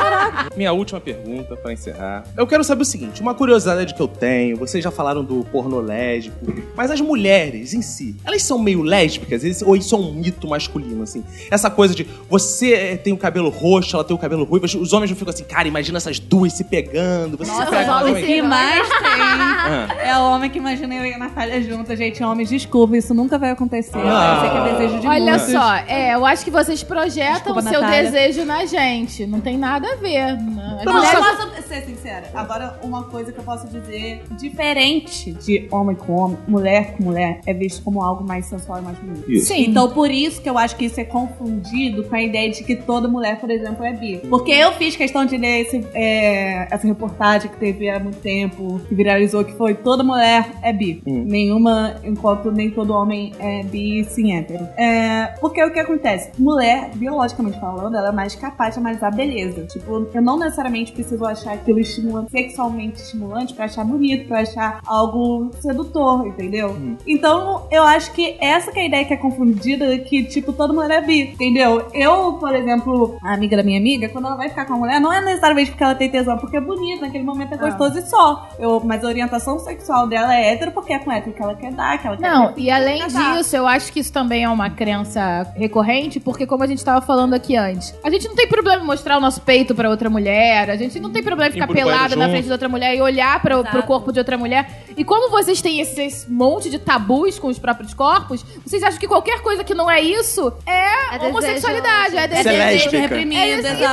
A: Minha última pergunta pra
C: é
A: encerrar. Eu quero saber o seguinte, uma curiosidade que eu tenho, vocês já falaram do pornô lésbico, mas as mulheres em si, elas são meio lésbicas? Esse- Ou isso é um mito masculino, assim? Essa coisa de você eh, tem o cabelo roxo, ela tem o cabelo ruivo, os homens não ficam assim, cara, imagina essas duas se pegando, você se pega
G: os
A: também.
G: homens
F: O que mais
A: Ah.
F: tem é o homem que imagina eu e a Natália juntas. Gente, homens, desculpa, isso nunca vai acontecer.
A: Ah.
F: Eu sei que é desejo de
C: Olha
F: muitos.
C: só, é, eu acho que vocês projetam
F: Desculpa,
C: o seu
F: Natália.
C: desejo na gente. Não tem nada a ver. né? é Não,
F: Não, mas eu posso ser sincera. Agora, uma coisa que eu posso dizer diferente de homem com homem, mulher com mulher, é visto como algo mais sensual e mais bonito.
C: Sim.
F: Então, por isso que eu acho que isso é confundido com a ideia de que toda mulher, por exemplo, é bi. Porque eu fiz questão de ler esse, é, essa reportagem que teve há muito tempo, que viralizou, que foi toda mulher é bi. Nenhuma, enquanto nem todo homem é bi, sim hétero. É, porque o que acontece? Mulher, biologicamente falando, ela é mais capaz de analisar beleza. Tipo, eu não necessariamente preciso achar aquilo estimulante, sexualmente estimulante pra achar bonito, pra achar algo sedutor, entendeu? Então, eu acho que essa que é a ideia que é confundida, que, tipo, todo mundo é bi, entendeu? Eu, por exemplo, a amiga da minha amiga, quando ela vai ficar com a mulher, não é necessariamente porque ela tem tesão, porque é bonita, naquele momento é gostoso e só. Eu, mas a orientação sexual dela é hétero, porque é com hétero que ela quer dar, que ela quer
C: Não,
F: ter filho,
C: e além
F: quer casar.
C: disso, eu acho que isso também é uma crença recorrente, porque como a gente tava falando aqui antes, a gente não tem problema em mostrar o nosso peito pra outra mulher, a gente não tem problema em
A: Ir
C: ficar
A: pro banho
C: pelada na
A: junto.
C: frente de outra mulher e olhar pra, pro
F: Exato.
C: corpo de outra mulher. E como vocês têm esse, esse monte de tabus com os próprios corpos, vocês acham que qualquer coisa que não é isso é,
G: É desejo.
C: homossexualidade, é
B: Você é
C: desejo.
B: lésbica.
C: É isso, e não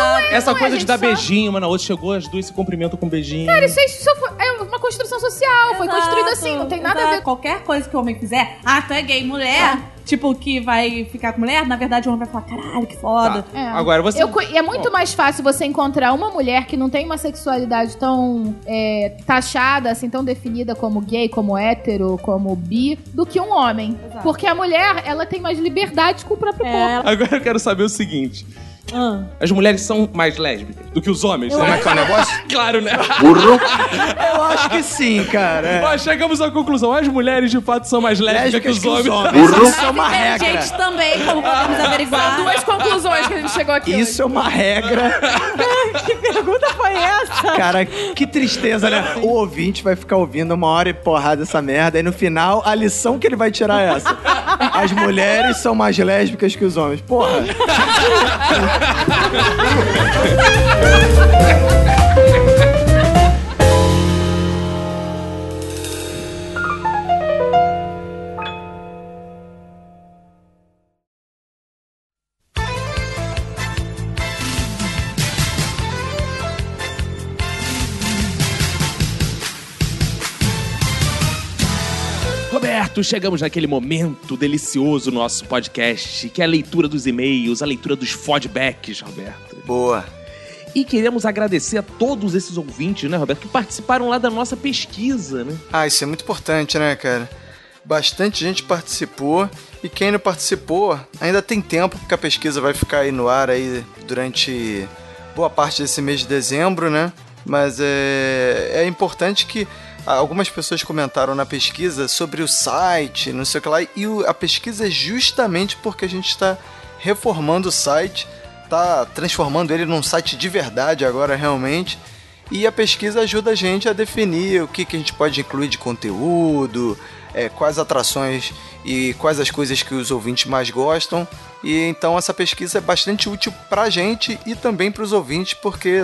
C: é,
A: Essa
C: não é,
A: coisa de
C: gente,
A: dar
C: só-
A: beijinho, uma na outra chegou, as duas se cumprimentam com beijinho.
C: Isso, é- isso foi- é uma construção social, foi
F: Exato,
C: construída assim, não tem nada a
F: exato.
C: ver com.
F: Qualquer coisa que o homem fizer, ah, tu é gay, mulher, tipo, que vai ficar com mulher, na verdade o homem vai falar, caralho, que foda.
C: É.
A: Agora você.
C: Eu cu- e é muito mais fácil você encontrar uma mulher que não tem uma sexualidade tão é, taxada, assim, tão definida como gay, como hétero, como bi, do que um homem.
F: Exato.
C: Porque a mulher, ela tem mais liberdade com o próprio
D: É,
C: corpo.
D: ela-
A: Agora eu quero saber o seguinte:
D: Ah.
A: as mulheres são mais lésbicas do que os homens?
D: Eu
A: né?
K: Como é que é o negócio?
A: Claro, né?
K: Burro?
B: Eu acho que sim, cara. É.
A: Ó, chegamos à conclusão: as mulheres de fato são mais lésbicas,
B: Lésbicas
A: que os homens.
K: Burro?
B: Isso é uma regra.
F: Gente também, como podemos averiguar.
C: Duas conclusões que a gente chegou aqui.
B: Isso é uma regra.
D: Que pergunta foi essa?
B: Cara, que tristeza, né? O ouvinte vai ficar ouvindo uma hora e porrada essa merda. E no final, a lição que ele vai tirar é essa. As mulheres são mais lésbicas que os homens. Porra.
A: Roberto, chegamos naquele momento delicioso no nosso podcast, que é a leitura dos e-mails, a leitura dos feedbacks, Roberto.
B: Boa.
A: E queremos agradecer a todos esses ouvintes, né, Roberto, que participaram lá da nossa pesquisa, né?
B: Ah, isso é muito importante, né, cara? Bastante gente participou e quem não participou ainda tem tempo, porque a pesquisa vai ficar aí no ar aí durante boa parte desse mês de dezembro, né? Mas é, é importante que algumas pessoas comentaram na pesquisa sobre o site, não sei o que lá, e o- a pesquisa é justamente porque a gente está reformando o site, tá transformando ele num site de verdade agora realmente. E a pesquisa ajuda a gente a definir o que, que a gente pode incluir de conteúdo, é, quais atrações e quais as coisas que os ouvintes mais gostam. E então essa pesquisa é bastante útil para a gente e também para os ouvintes, porque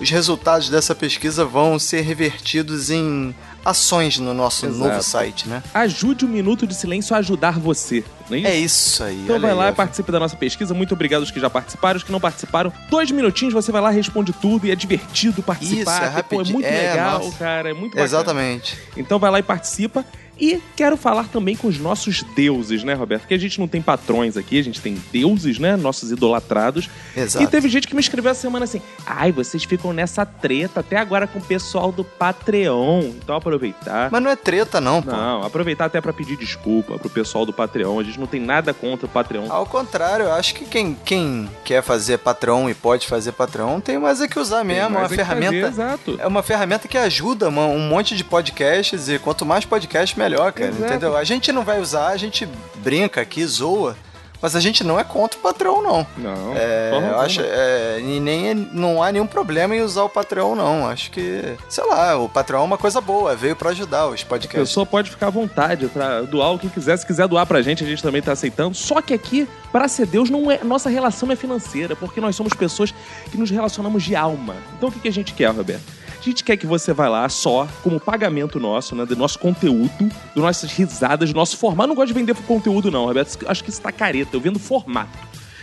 B: os resultados dessa pesquisa vão ser revertidos em ações no nosso
A: Exato.
B: novo site, né?
A: Ajude o Minuto de Silêncio a ajudar você, não é isso?
B: É isso aí.
A: Então
B: olha
A: vai
B: aí,
A: lá e
B: Rafa.
A: participe da nossa pesquisa. Muito obrigado aos que já participaram, os que não participaram. Dois minutinhos, você vai lá, responde tudo e é divertido participar.
B: Isso, é
A: Pô, é
B: rapidi-
A: muito
B: é,
A: legal,
B: nossa.
A: cara. É muito bacana.
B: Exatamente.
A: Então vai lá e participa. E quero falar também com os nossos deuses, né, Roberto? Porque a gente não tem patrões aqui, a gente tem deuses, né? Nossos idolatrados.
B: Exato.
A: E teve gente que me escreveu essa semana assim: ai, vocês ficam nessa treta até agora com o pessoal do Patreon. Então aproveitar.
B: Mas não é treta, não, pô.
A: Não, aproveitar até pra pedir desculpa pro pessoal do Patreon. A gente não tem nada contra o Patreon.
B: Ao contrário, eu acho que quem, quem quer fazer patrão e pode fazer patrão tem mais é que usar
A: Tem
B: mesmo. É
A: mais
B: uma
A: é que fazer,
B: ferramenta.
A: exato.
B: É uma ferramenta que ajuda mano, um monte de podcasts e quanto mais podcast, melhor, cara.
A: Exato.
B: Entendeu? A gente não vai usar, a gente brinca aqui, zoa, mas a gente não é contra o patrão, não.
A: Não.
B: É,
A: forma
B: eu
A: alguma.
B: acho, é, e nem não há nenhum problema em usar o Patreon, não. Acho que, sei lá, o Patreon é uma coisa boa, veio pra ajudar os
A: A
B: podcasts.
A: pessoa pode ficar à vontade pra doar o que quiser. Se quiser doar pra gente, a gente também tá aceitando. Só que aqui, pra ser Deus, não é, nossa relação não é financeira, porque nós somos pessoas que nos relacionamos de alma. Então o que, que a gente quer, Roberto? A gente quer que você vá lá só como pagamento nosso, né? Do nosso conteúdo, das nossas risadas, do nosso formato. Eu Não gosto de vender conteúdo, não, Roberto. Acho que isso tá careta. Eu vendo formato.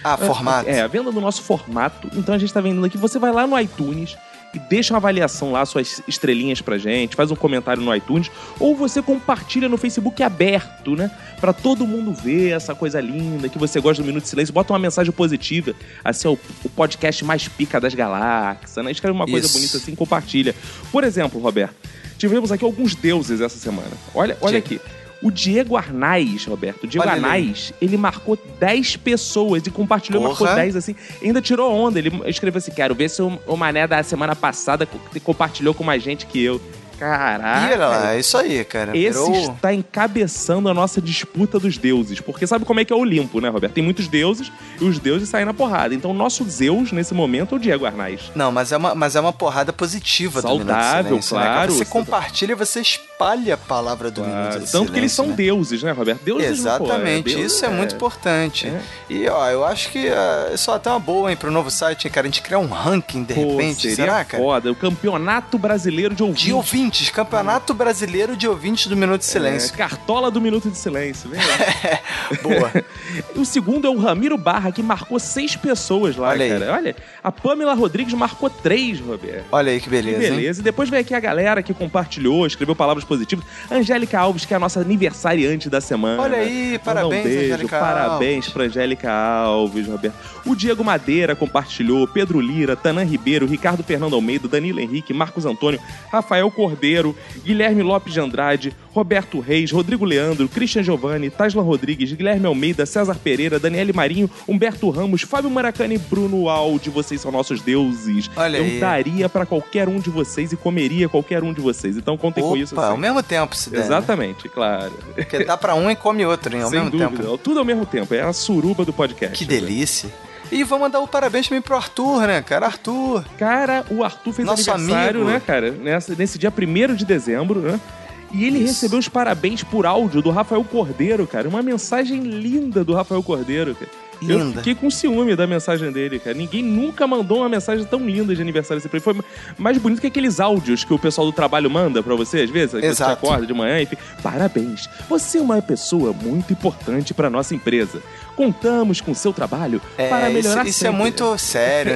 B: Ah, formato.
A: É, a venda do nosso formato. Então a gente tá vendendo aqui. Você vai lá no iTunes e deixa uma avaliação lá, suas estrelinhas pra gente, faz um comentário no iTunes, ou você compartilha no Facebook aberto, né? Pra todo mundo ver essa coisa linda, que você gosta do Minuto de Silêncio, bota uma mensagem positiva, assim, ó, o, o podcast mais pica das galáxias, né? Escreve uma coisa
B: Isso.
A: bonita assim, compartilha. Por exemplo, Roberto, tivemos aqui alguns deuses essa semana. Olha, olha aqui. O Diego Arnaz, Roberto, o Diego
B: Olha ele.
A: Arnaz, ele marcou 10 pessoas e compartilhou compartilhou, marcou
B: Porra.
A: 10, assim. Ainda tirou onda. Ele escreveu assim: quero ver se o, o Mané da semana passada co- compartilhou com mais gente que eu.
B: Ih,
A: Caraca.
B: olha lá, é isso aí, cara.
A: Esse
B: Virou-
A: está encabeçando a nossa disputa dos deuses. Porque sabe como é que é o Olimpo, né, Roberto? Tem muitos deuses e os deuses saem na porrada. Então, o nosso Zeus, nesse momento, é o Diego Arnaz.
B: Não, mas é uma, mas é uma porrada positiva do Minuto de
A: Saudável,
B: Silêncio, né, cara?
A: claro.
B: Você compartilha, você espalha a palavra do Minuto de
A: Tanto
B: Silêncio.
A: que eles são
B: né?
A: deuses, né, Roberto? Deuses
B: Exatamente,
A: pô, é, deus-
B: isso é, muito importante.
A: É.
B: E ó, eu acho que ah, isso é até uma boa, hein, pro novo site, hein, cara. A gente criar um ranking de
A: Pô,
B: repente,
A: seria
B: será, cara?
A: foda. O campeonato brasileiro de ouvintes.
B: De ouvintes, Campeonato Brasileiro de Ouvintes do Minuto de Silêncio.
A: É, cartola do Minuto de Silêncio. Vem lá.
B: Boa.
A: O segundo é o Ramiro Barra, que marcou seis pessoas lá,
B: Olha aí.
A: cara. Olha, a Pamela Rodrigues marcou três, Roberto.
B: Olha aí que
A: Que
B: beleza. hein?
A: beleza. E depois veio aqui a galera que compartilhou, escreveu palavras positivas. Angélica Alves, que é a nossa aniversariante da semana.
B: Olha aí,
A: Manda
B: parabéns,
A: um beijo,
B: Angélica
A: Parabéns
B: Alves.
A: pra Angélica Alves, Roberto. O Diego Madeira compartilhou, Pedro Lira, Tanan Ribeiro, Ricardo Fernando Almeida, Danilo Henrique, Marcos Antônio, Rafael Cordeiro, Guilherme Lopes de Andrade, Roberto Reis, Rodrigo Leandro, Christian Giovanni, Taslan Rodrigues, Guilherme Almeida, César Pereira, Daniele Marinho, Humberto Ramos, Fábio Maracani e Bruno Aldi. Vocês são nossos deuses.
B: Olha
A: Eu
B: aí.
A: daria pra qualquer um de vocês e comeria qualquer um de vocês. Então contem com
B: Opa,
A: isso.
B: ao
A: Assim.
B: mesmo tempo se der. né?
A: Exatamente, claro.
B: Porque dá pra um e come outro, hein? Ao
A: Sem
B: mesmo
A: dúvida.
B: tempo.
A: Tudo ao mesmo tempo. É a suruba do podcast.
B: Que
A: né?
B: delícia. E vou mandar o parabéns também pro Arthur, né, cara? Arthur.
A: Cara, o Arthur fez
B: Nosso
A: aniversário,
B: amigo.
A: né, cara? Nessa- nesse dia 1 de dezembro, né? E ele
B: Isso.
A: recebeu os parabéns por áudio do Rafael Cordeiro, cara. Uma mensagem linda do Rafael Cordeiro, cara. Eu
B: Linda.
A: fiquei com ciúme da mensagem dele, cara. Ninguém nunca mandou uma mensagem tão linda de aniversário. assim pra ele. Foi mais bonito que aqueles áudios que o pessoal do trabalho manda pra você, às vezes. que Você
B: Exato.
A: acorda de manhã e fica... Parabéns, você é uma pessoa muito importante pra nossa empresa. Contamos com seu trabalho
B: É,
A: para melhorar
B: isso, isso é
A: sempre."
B: muito sério,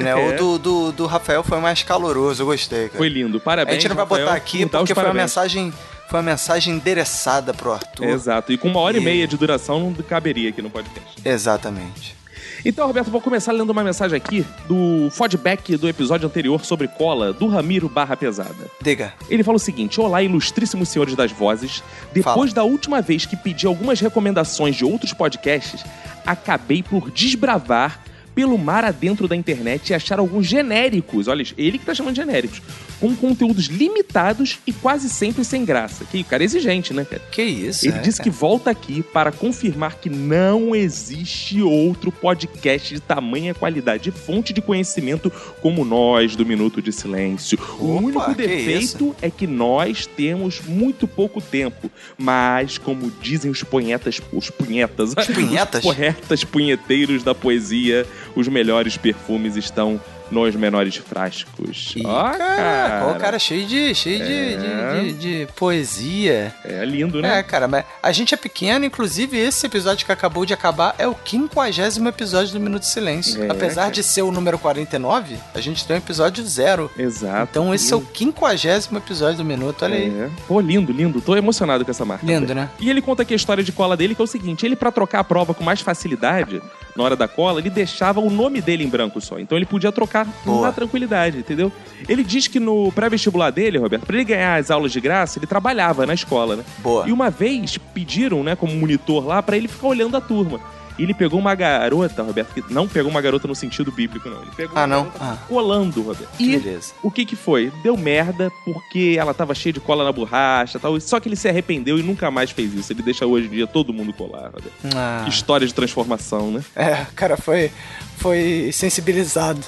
B: né?
A: É.
B: O do, do, do Rafael foi mais caloroso, eu gostei, cara.
A: Foi lindo,
B: a
A: parabéns.
B: gente não vai
A: Rafael,
B: botar aqui
A: não dá os
B: porque foi uma
A: parabéns.
B: mensagem
I: Foi uma mensagem endereçada pro Arthur.
A: Exato. E com uma hora e meia de duração, não caberia aqui no podcast.
I: Exatamente.
A: Então, Roberto, vou começar lendo uma mensagem aqui do feedback do episódio anterior sobre cola, do Ramiro Barra Pesada.
I: Diga.
A: Ele fala o seguinte: Olá, ilustríssimos senhores das vozes. Depois da última vez que pedi algumas recomendações de outros podcasts, acabei por desbravar pelo mar adentro da internet e achar alguns genéricos. Olha, ele que tá chamando de genéricos. Com conteúdos limitados e quase sempre sem graça. Que o cara é exigente, né, cara?
I: Que isso?
A: Ele
I: é,
A: disse que
I: cara?
A: volta aqui para confirmar que não existe outro podcast de tamanha qualidade e fonte de conhecimento como nós do Minuto de Silêncio. o
I: Opa,
A: único
I: que
A: defeito
I: isso?
A: é que nós temos muito pouco tempo, mas como dizem os punhetas, os punhetas,
I: Os punhetas?
A: os corretas punheteiros da poesia, os melhores perfumes estão nos menores frascos.
I: Ih,
A: Ó,
I: Caraca, o cara é cheio de, cheio de-
A: É.
I: de, de- de poesia.
A: É lindo, né?
I: É, cara, mas a gente é pequeno, inclusive esse episódio que acabou de acabar é o 50 episódio do Minuto de Silêncio.
A: É,
I: Apesar
A: cara.
I: de ser o número 49, a gente tem um episódio zero.
A: Exato.
I: Então esse é o 50 episódio do Minuto, olha aí.
A: É. Pô, lindo, lindo. Tô emocionado com essa marca.
I: Lindo, né?
A: E ele conta aqui a história de cola dele, que é o seguinte: ele, pra trocar a prova com mais facilidade, na hora da cola, ele deixava o nome dele em branco só. Então ele podia trocar com
I: Boa.
A: na tranquilidade, entendeu? Ele diz que no pré-vestibular dele, Roberto, pra ele ganhar as aulas de graça, ele trabalhava na escola, né?
I: Boa.
A: E uma vez pediram, né, como monitor lá, pra ele ficar olhando a turma. E ele pegou uma garota, Roberto, que não pegou uma garota no sentido bíblico, não. Ele pegou
I: Ah,
A: uma
I: não?
A: garota
I: Ah,
A: colando, Roberto. E
I: beleza.
A: o que que foi? Deu merda porque ela tava cheia de cola na borracha e tal. Só que ele se arrependeu e nunca mais fez isso. Ele deixa hoje em dia todo mundo colar. Olha.
I: Ah.
A: Que história de transformação, né?
I: É, o cara foi, foi sensibilizado.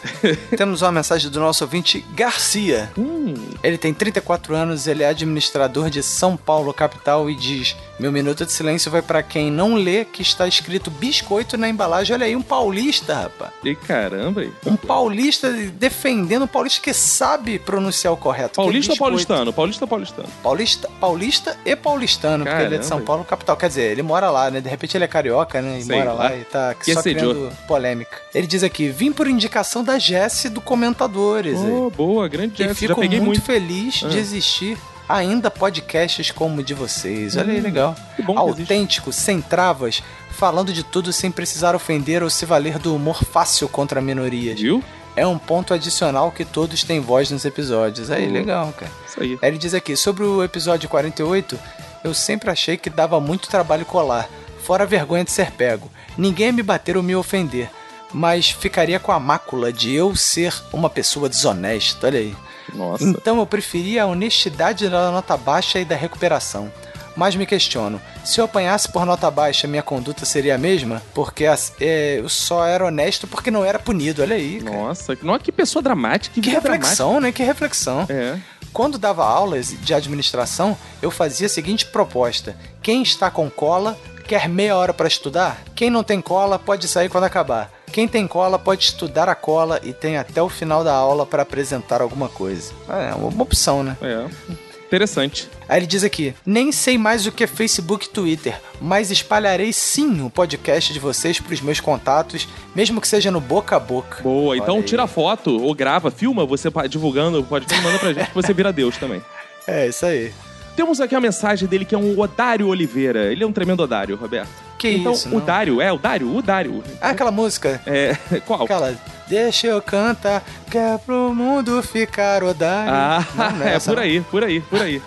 I: Temos uma mensagem do nosso ouvinte Garcia.
A: Hum,
I: Ele tem 34 anos, ele é administrador de São Paulo, capital, e diz: Meu minuto de silêncio vai pra quem não lê que está escrito biscoito na embalagem. Olha aí, um paulista, rapaz.
A: e caramba. aí.
I: Um paulista defendendo um paulista que sabe pronunciar o correto. que é
A: Paulista ou
I: biscoito.
A: paulistano? Paulista ou paulistano?
I: Paulista, paulista e paulistano, porque ele é de
A: Caramba.
I: São Paulo, capital. Quer dizer, ele mora lá, né? De repente ele é carioca, né? E
A: Sei
I: mora lá
A: lá. é
I: e tá
A: Que
I: só
A: assediou.
I: criando polêmica. Ele diz aqui: vim por indicação da Jesse do Comentadores. aí.
A: Oh, boa, grande
I: E
A: Jess. Já
I: fico
A: peguei
I: muito,
A: muito.
I: feliz
A: Ah.
I: de existir ainda podcasts como o de vocês. Olha aí, legal.
A: Hum, Que bom que existe.
I: Autêntico, sem travas, falando de tudo sem precisar ofender ou se valer do humor fácil contra minorias.
A: Viu?
I: É um ponto adicional que todos têm voz nos episódios. Aí,
A: Boa.
I: legal, cara.
A: Isso aí.
I: né? Aí ele diz aqui, sobre o episódio 48, eu sempre achei que dava muito trabalho colar, fora a vergonha de ser pego. Ninguém ia me bater ou me ofender, mas ficaria com a mácula de eu ser uma pessoa desonesta, olha aí.
A: Nossa.
I: Então eu preferia a honestidade da nota baixa e da recuperação. Mas me questiono, se eu apanhasse por nota baixa, minha conduta seria a mesma? Porque as- é, eu só era honesto porque não era punido, olha aí. cara.
A: Nossa, que- nossa, que pessoa dramática. Que,
I: Que
A: vida
I: reflexão, né? Que reflexão.
A: dramática.
I: Quando dava aulas de administração, eu fazia a seguinte proposta: quem está com cola quer meia hora para estudar, quem não tem cola pode sair quando acabar. Quem tem cola pode estudar a cola e tem até o final da aula para apresentar alguma coisa. É uma boa opção, né?
A: Ah, É, é. Interessante.
I: Aí ele diz aqui: nem sei mais o que é Facebook e Twitter, mas espalharei sim o podcast de vocês para os meus contatos, mesmo que seja no boca a boca.
A: Boa,
I: Olha
A: então
I: aí.
A: tira foto ou grava, filma você pa- divulgando o podcast, manda pra gente que você vira Deus também.
I: É isso aí.
A: Temos aqui a mensagem dele que é um Odário Oliveira. Ele é um tremendo Odário, Roberto.
I: Que
A: então,
I: isso?
A: o
I: não?
A: Dário, é, o Dário, o Dário.
I: Ah, aquela música.
A: É, qual?
I: Aquela, deixa eu cantar, quer pro mundo ficar odário.
A: Ah,
I: Não, não
A: é,
I: essa,
A: por aí, por aí, por aí.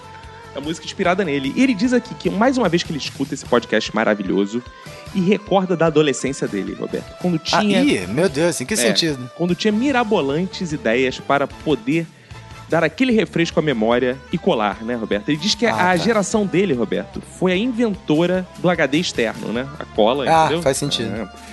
A: É a música inspirada nele. E ele diz aqui que mais uma vez que ele escuta esse podcast maravilhoso e recorda da adolescência dele, Roberto. Quando
I: não. Ah,
A: tinha, É,
I: ih, meu Deus, em que sentido?
A: quando tinha mirabolantes ideias para poder dar aquele refresco à memória e colar, né, Roberto? Ele diz que
I: Ah,
A: a
I: tá.
A: geração dele, Roberto, foi a inventora do HD externo, né? A cola,
I: Ah,
A: entendeu?
I: faz sentido.
A: É.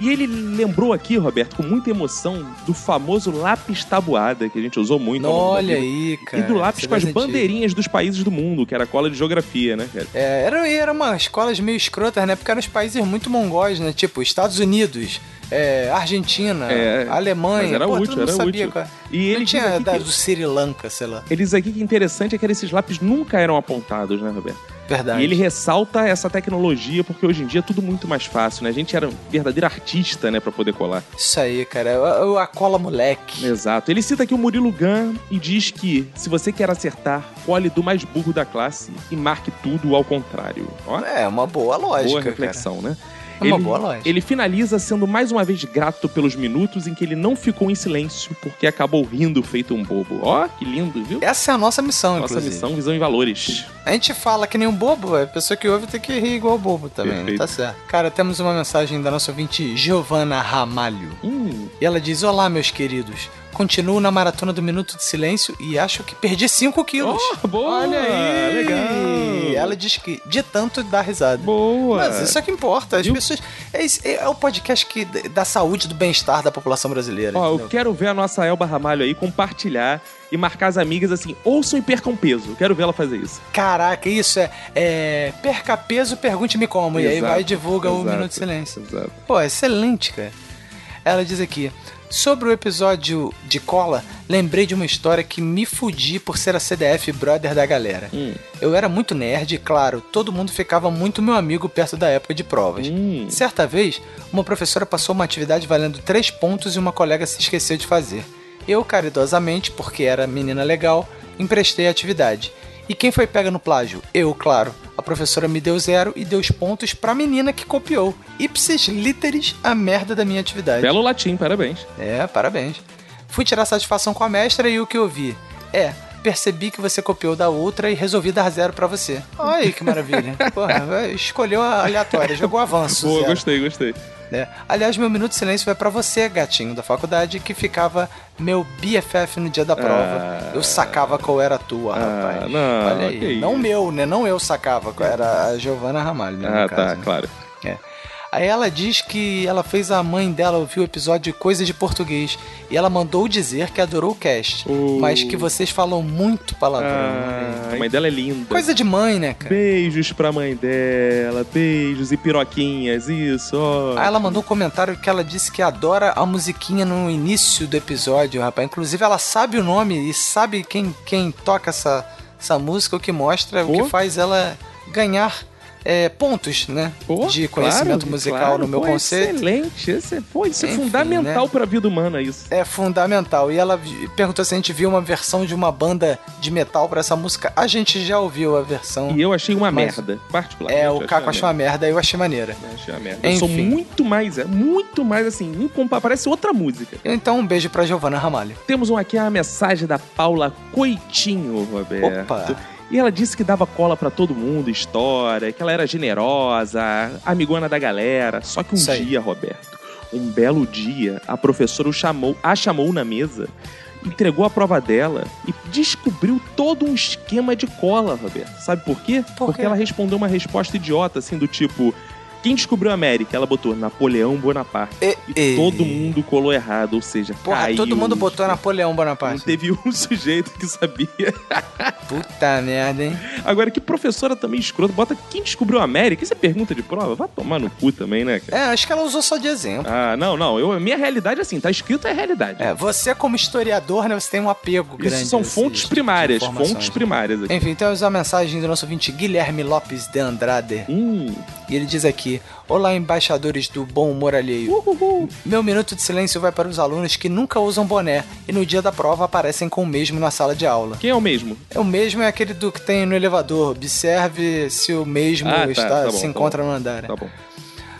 A: E ele lembrou aqui, Roberto, com muita emoção, do famoso lápis tabuada, que a gente usou muito. ao longo da
I: Olha
A: vida.
I: aí, cara.
A: E do lápis
I: isso é
A: com as
I: faz sentido.
A: bandeirinhas dos países do mundo, que era a cola de geografia, né, cara?
I: É, era, era umas escolas meio escrotas, né? Porque eram uns países muito mongóis, né? Tipo, Estados Unidos, é, Argentina,
A: É,
I: Alemanha.
A: mas era
I: Pô,
A: útil,
I: todo mundo
A: era
I: sabia
A: útil.
I: qual- é.
A: E ele
I: Não
A: diz
I: tinha
A: aqui
I: da,
A: que-
I: do Sri Lanka, sei lá.
A: Eles aqui que interessante é que esses lápis nunca eram apontados, né, Roberto?
I: Verdade.
A: E ele ressalta essa tecnologia porque hoje em dia é tudo muito mais fácil, né? A gente era um verdadeiro artista, né, pra poder colar.
I: Isso aí, cara. A, a cola moleque.
A: Exato. Ele cita aqui o Murilo Gun e diz que se você quer acertar, cole do mais burro da classe e marque tudo ao contrário. Ó,
I: É uma boa lógica,
A: boa
I: cara.
A: reflexão, né?
I: É uma boa lógica.
A: Ele finaliza sendo mais uma vez grato pelos minutos em que ele não ficou em silêncio porque acabou rindo feito um bobo. Ó, que lindo, viu?
I: Essa é a nossa missão,
A: Nossa
I: inclusive.
A: missão, visão e valores.
I: A gente fala que nem um bobo, a pessoa que ouve tem que rir igual bobo também,
A: Perfeito.
I: tá certo. Cara, temos uma mensagem da nossa ouvinte Giovana Ramalho.
A: Hum,
I: E ela diz: Olá, meus queridos. Continuo na maratona do Minuto de Silêncio e acho que perdi 5 quilos.
A: Oh, boa!
I: Olha aí!
A: Legal!
I: Ela diz que de tanto dá risada.
A: Oh, boa.
I: Mas isso é que importa. As
A: E o-
I: pessoas. É, isso- é o podcast que d- da saúde, do bem-estar da população brasileira.
A: Ó, é eu
I: entendeu?
A: quero ver a nossa Elba Ramalho aí compartilhar e marcar as amigas assim, ouçam e percam peso. Quero ver ela fazer isso.
I: Caraca, isso é, é. Perca peso, pergunte-me como. e aí
A: Exato,
I: vai e divulga o
A: exato.
I: Minuto de Silêncio.
A: Exato.
I: Pô, é excelente, cara. Ela diz aqui: Sobre o episódio de cola, lembrei de uma história que me fudi por ser a CDF brother da galera.
A: Hum.
I: Eu era muito nerd e, claro, todo mundo ficava muito meu amigo perto da época de provas.
A: Hum.
I: Certa vez, uma professora passou uma atividade valendo três pontos e uma colega se esqueceu de fazer. Eu, caridosamente, porque era menina legal, emprestei a atividade. E quem foi pega no plágio? Eu, claro. A professora me deu zero e deu os pontos pra menina que copiou. Ipsis literis a merda da minha atividade.
A: Belo latim, parabéns.
I: É, parabéns. Fui tirar satisfação com a mestra e o que eu vi? É, percebi que você copiou da outra e resolvi dar zero pra você. Olha aí que maravilha. Porra, vai- escolheu a aleatória, jogou um avanço.
A: Boa,
I: zero,
A: gostei, gostei.
I: né? Aliás, meu minuto de silêncio vai pra você, gatinho da faculdade, que ficava meu BFF no dia da prova.
A: Ah.
I: eu sacava qual era a tua, rapaz.
A: não,
I: Olha aí.
A: que
I: não
A: isso.
I: meu, né? Não eu sacava, qual era a Giovana Ramalho, né, no
A: Ah,
I: caso,
A: tá,
I: né?
A: claro.
I: Aí ela diz que ela fez a mãe dela ouvir o episódio de Coisas de Português e ela mandou dizer que adorou o cast,
A: Uh.
I: mas que vocês falam muito palavrão. né?
A: Ah, a mãe dela é linda.
I: Coisa de mãe, né, cara?
A: Beijos pra mãe dela, beijos e piroquinhas, isso, ó.
I: Aí ela mandou um comentário que ela disse que adora a musiquinha no início do episódio, rapaz. Inclusive, ela sabe o nome e sabe quem, quem toca essa, essa música, o que mostra, o
A: Pô.
I: que faz ela ganhar é, pontos, né?
A: Pô,
I: de
A: Oh, claro,
I: conhecimento musical
A: claro,
I: no meu
A: pô,
I: conceito.
A: Excelente, esse, pô, isso é
I: Enfim,
A: fundamental
I: né?
A: pra vida humana, isso.
I: É fundamental. E ela vi- perguntou se a gente viu uma versão de uma banda de metal pra essa música. A gente já ouviu a versão.
A: E eu achei uma
I: Mas-
A: merda, particularmente.
I: É,
A: eu
I: o
A: achei
I: Caco
A: uma
I: achou uma merda, eu achei maneira.
A: merda, eu Achei é uma merda. Eu sou
I: Enfim.
A: muito mais, é muito mais assim, incompa- parece outra música.
I: Então, um beijo pra Giovana Ramalho.
A: Temos um aqui a mensagem da Paula Coitinho, Roberto.
I: Opa.
A: E ela disse que dava cola pra todo mundo, história, que ela era generosa, amigona da galera. Só que um
I: Isso aí.
A: dia, Roberto, um belo dia, a professora o chamou, a chamou na mesa, entregou a prova dela e descobriu todo um esquema de cola, Roberto. Sabe por quê?
I: Por
A: Porque
I: quê?
A: ela respondeu uma resposta idiota, assim, do tipo. Quem descobriu a América? Ela botou Napoleão Bonaparte.
I: E,
A: E todo mundo colou errado, ou seja,
I: Porra,
A: caiu
I: todo mundo
A: os
I: botou Napoleão
A: não
I: Bonaparte.
A: teve um sujeito que sabia.
I: Puta merda, hein?
A: Agora, que professora também escrota. Bota quem descobriu a América? Isso é pergunta de prova? Vai tomar no cu também, né, cara?
I: É, acho que ela usou só de exemplo.
A: Ah, não, não. Eu, a minha realidade é assim. Tá escrito é a realidade.
I: É, você como historiador, né, você tem um apego grande.
A: Isso são
I: a esses
A: fontes
I: tipos de
A: primárias.
I: informações. né?
A: Fontes primárias aqui.
I: Enfim, temos a mensagem do nosso ouvinte Guilherme Lopes de Andrade.
A: Hum,
I: E ele diz aqui: Olá, embaixadores do bom humor alheio. Meu minuto de silêncio vai para os alunos que nunca usam boné e no dia da prova aparecem com o mesmo na sala de aula.
A: quem é o mesmo?
I: O mesmo é aquele do que tem no elevador. Observe se o mesmo
A: Ah, tá,
I: está,
A: tá bom,
I: se
A: tá
I: encontra no andar.
A: Tá bom.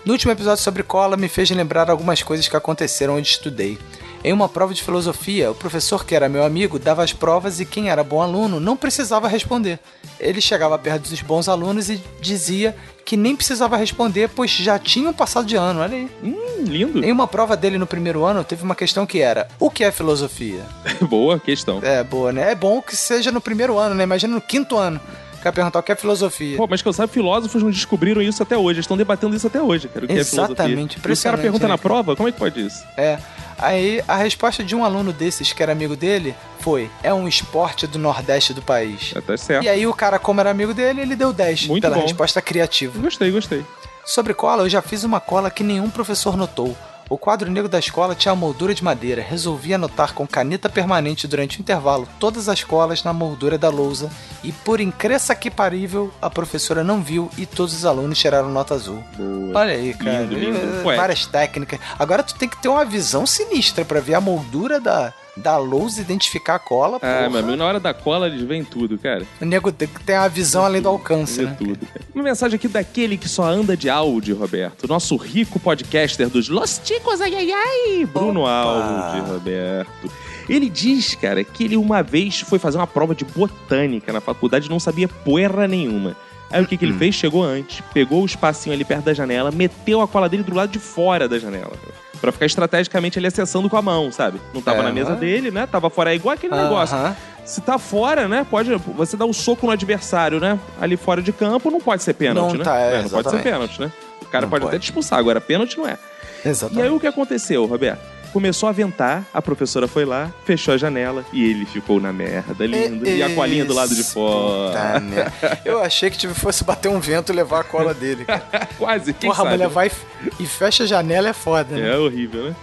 I: No último episódio sobre cola, me fez lembrar algumas coisas que aconteceram onde estudei. Em uma prova de filosofia, o professor que era meu amigo dava as provas e quem era bom aluno não precisava responder. Ele chegava perto dos bons alunos e dizia que nem precisava responder, pois já tinham passado de ano, olha aí.
A: Hum, lindo.
I: Em uma prova dele no primeiro ano, teve uma questão que era: o que é filosofia?
A: Boa questão.
I: É, boa, né? É bom que seja no primeiro ano, né? Imagina no quinto ano. O cara perguntar o que é filosofia.
A: Pô, mas que eu saiba, filósofos não descobriram isso até hoje. Estão debatendo isso até hoje, cara. O que é
I: Exatamente,
A: filosofia? E o cara
I: impressionante,
A: pergunta
I: né,
A: na
I: cara?
A: prova? Como é que pode isso?
I: É. Aí a resposta de um aluno desses que era amigo dele foi: é um esporte do nordeste do país.
A: Até É, tá certo.
I: E aí o cara, como era amigo dele, ele deu 10
A: Muito
I: pela
A: bom.
I: resposta criativa.
A: Gostei, gostei.
I: Sobre cola, eu já fiz uma cola que nenhum professor notou. O quadro negro da escola tinha a moldura de madeira. Resolvi anotar com caneta permanente durante o intervalo todas as colas na moldura da lousa e, por incrença que parível, a professora não viu e todos os alunos tiraram nota azul. Olha aí, cara.
B: Lindo, lindo.
I: É,
B: Poético.
I: Várias técnicas. Agora tu tem que ter uma visão sinistra pra ver a moldura da, da lousa e identificar a cola.
A: Ah,
I: porra.
A: meu amigo, na hora da cola eles veem tudo, cara.
I: O nego tem que ter uma visão além do alcance,
A: Vê
I: né?
A: tudo, cara. Uma mensagem aqui daquele que só anda de áudio, Roberto. Nosso rico podcaster dos Los Chicos, ai, ai, ai, Bruno Alves, Roberto. Ele diz, cara, que ele uma vez foi fazer uma prova de botânica na faculdade e não sabia porra nenhuma. Aí o que, que
I: Hum.
A: ele fez? Chegou antes, pegou o espacinho ali perto da janela, meteu a cola dele do lado de fora da janela. Pra ficar estrategicamente ali acessando com a mão, sabe? Não tava
I: É,
A: na mesa
I: né?
A: dele, né? Tava fora, é igual aquele negócio.
I: Aham.
A: Se tá fora, né? Pode. Você dá um soco no adversário, né? Ali fora de campo, não pode ser pênalti,
I: Não
A: né?
I: tá, é,
A: não pode ser
I: exatamente.
A: pênalti, né? O cara
I: Não
A: pode,
I: pode.
A: até te expulsar, agora pênalti não é. E
I: Exatamente.
A: aí o que aconteceu, Roberto? Começou a ventar, a professora foi lá, fechou a janela e ele ficou na merda, lindo. E, a colinha do lado de fora.
I: Puta merda. É, né? Eu achei que tive fosse bater um vento e levar a cola dele. Cara.
A: Quase, quem
I: Porra, a
A: sabe?
I: mulher vai e fecha a janela é foda, né?
A: É horrível, né?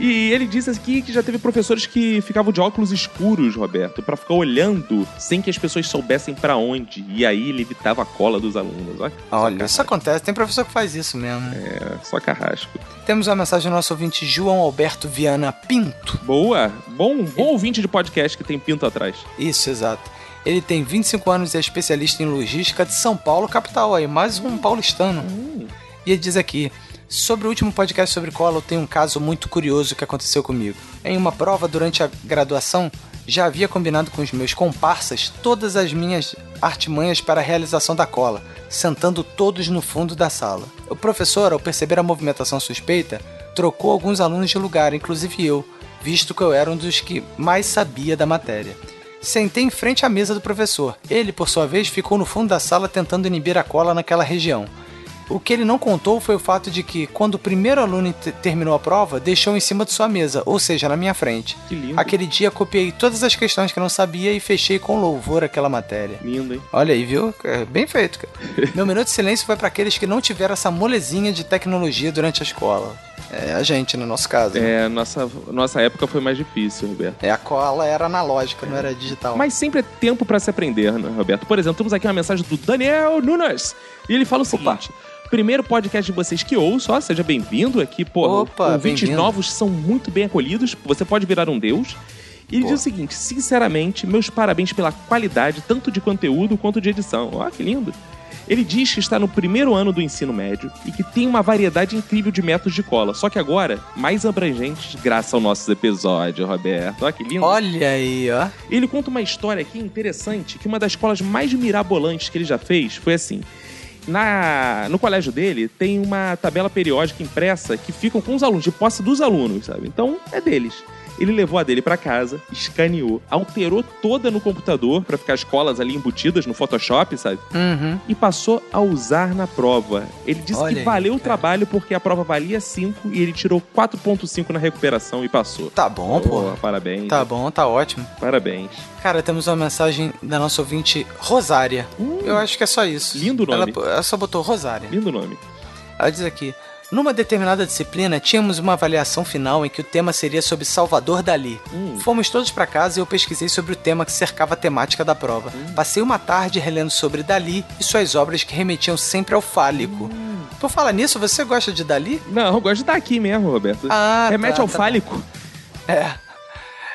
A: E ele disse aqui que já teve professores que ficavam de óculos escuros, Roberto, pra ficar olhando sem que as pessoas soubessem pra onde. E aí ele evitava a cola dos alunos. Olha,
I: Olha, isso acontece. Tem professor que faz isso mesmo. né?
A: É, só carrasco.
I: Temos uma mensagem do nosso ouvinte João Alberto Viana Pinto.
A: Boa, bom, bom ouvinte de podcast que tem pinto atrás.
I: Isso, exato. Ele tem 25 anos e é especialista em logística de São Paulo, capital. Aí, mais um paulistano.
A: Hum.
I: E ele diz aqui: Sobre o último podcast sobre cola, eu tenho um caso muito curioso que aconteceu comigo. Em uma prova durante a graduação, já havia combinado com os meus comparsas todas as minhas artimanhas para a realização da cola, sentando todos no fundo da sala. O professor, ao perceber a movimentação suspeita, trocou alguns alunos de lugar, inclusive eu, visto que eu era um dos que mais sabia da matéria. Sentei em frente à mesa do professor. Ele, por sua vez, ficou no fundo da sala tentando inibir a cola naquela região. O que ele não contou foi o fato de que, quando o primeiro aluno te- terminou a prova, deixou em cima de sua mesa, ou seja, na minha frente.
A: Que lindo.
I: Aquele dia copiei todas as questões que eu não sabia e fechei com louvor aquela matéria.
A: Lindo, hein?
I: Olha aí, viu? É bem feito, cara. Meu minuto de silêncio foi para aqueles que não tiveram essa molezinha de tecnologia durante a escola. É a gente, no nosso caso. né?
A: É, nossa, nossa época foi mais difícil, Roberto.
I: É, a cola era analógica, não era digital.
A: Mas sempre é tempo pra se aprender, né, Roberto? Por exemplo, temos aqui uma mensagem do Daniel Nunes. E ele fala o seguinte: primeiro podcast de vocês que ouço, ó, seja bem-vindo aqui, pô.
I: Opa,
A: ouvintes
I: bem-vindo.
A: novos são muito bem acolhidos, você pode virar um deus. E ele
I: Boa.
A: diz o seguinte: sinceramente, meus parabéns pela qualidade, tanto de conteúdo quanto de edição. Ó, que lindo. Ele diz que está no primeiro ano do ensino médio e que tem uma variedade incrível de métodos de cola, só que agora mais abrangentes, graças ao nosso episódio, Roberto. Ó, que lindo.
I: Olha aí, ó.
A: Ele conta uma história aqui interessante, que uma das escolas mais mirabolantes que ele já fez foi assim. Na, no colégio dele tem uma tabela periódica impressa que ficam com os alunos, de posse dos alunos, sabe? Então é deles. Ele levou a dele pra casa, escaneou, alterou toda no computador pra ficar as colas ali embutidas no Photoshop, sabe?
I: Uhum.
A: E passou a usar na prova. Ele disse
I: Olha
A: que
I: aí,
A: valeu o
I: cara.
A: trabalho porque a prova valia 5 e ele tirou 4.5 na recuperação e passou.
I: Tá bom,
A: Boa,
I: pô.
A: parabéns.
I: Tá bom, tá ótimo.
A: Parabéns.
I: Cara, temos uma mensagem da nossa ouvinte Rosária. Eu acho que é só isso.
A: Hum. Lindo nome.
I: Ela, ela só botou Rosária.
A: Lindo nome.
I: Ela diz aqui: Numa determinada disciplina, tínhamos uma avaliação final em que o tema seria sobre Salvador Dali.
A: Hum.
I: Fomos todos pra casa e eu pesquisei sobre o tema que cercava a temática da prova.
A: Hum.
I: Passei uma tarde relendo sobre Dali e suas obras que remetiam sempre ao fálico. Por falar nisso, você gosta de Dali?
A: Hum. Não, eu gosto de estar aqui mesmo, Roberto.
I: Ah,
A: Remete
I: tá,
A: ao
I: tá.
A: fálico.
I: É.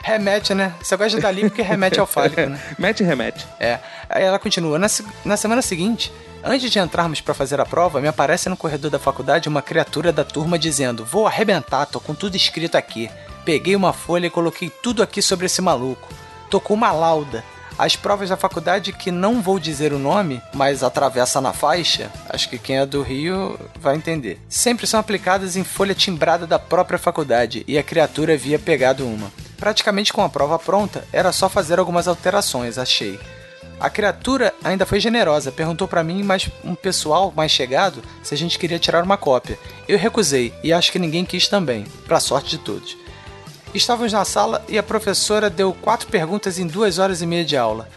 I: Remete, né? Você gosta de Dali porque remete ao fálico, né?
A: Mete e remete.
I: É. Aí ela continua. Na, se- na semana seguinte, antes de entrarmos pra fazer a prova, me aparece no corredor da faculdade uma criatura da turma dizendo: Vou arrebentar, tô com tudo escrito aqui. Peguei uma folha e coloquei tudo aqui sobre esse maluco. Tô com uma lauda. As provas da faculdade, que não vou dizer o nome, mas atravessa na faixa, acho que quem é do Rio vai entender. Sempre são aplicadas em folha timbrada da própria faculdade, e a criatura havia pegado uma. Praticamente com a prova pronta, era só fazer algumas alterações, achei. A criatura ainda foi generosa, perguntou pra mim e mais um pessoal mais chegado se a gente queria tirar uma cópia. Eu recusei e acho que ninguém quis também, pra sorte de todos. Estávamos na sala e a professora deu quatro perguntas em duas horas e meia de aula.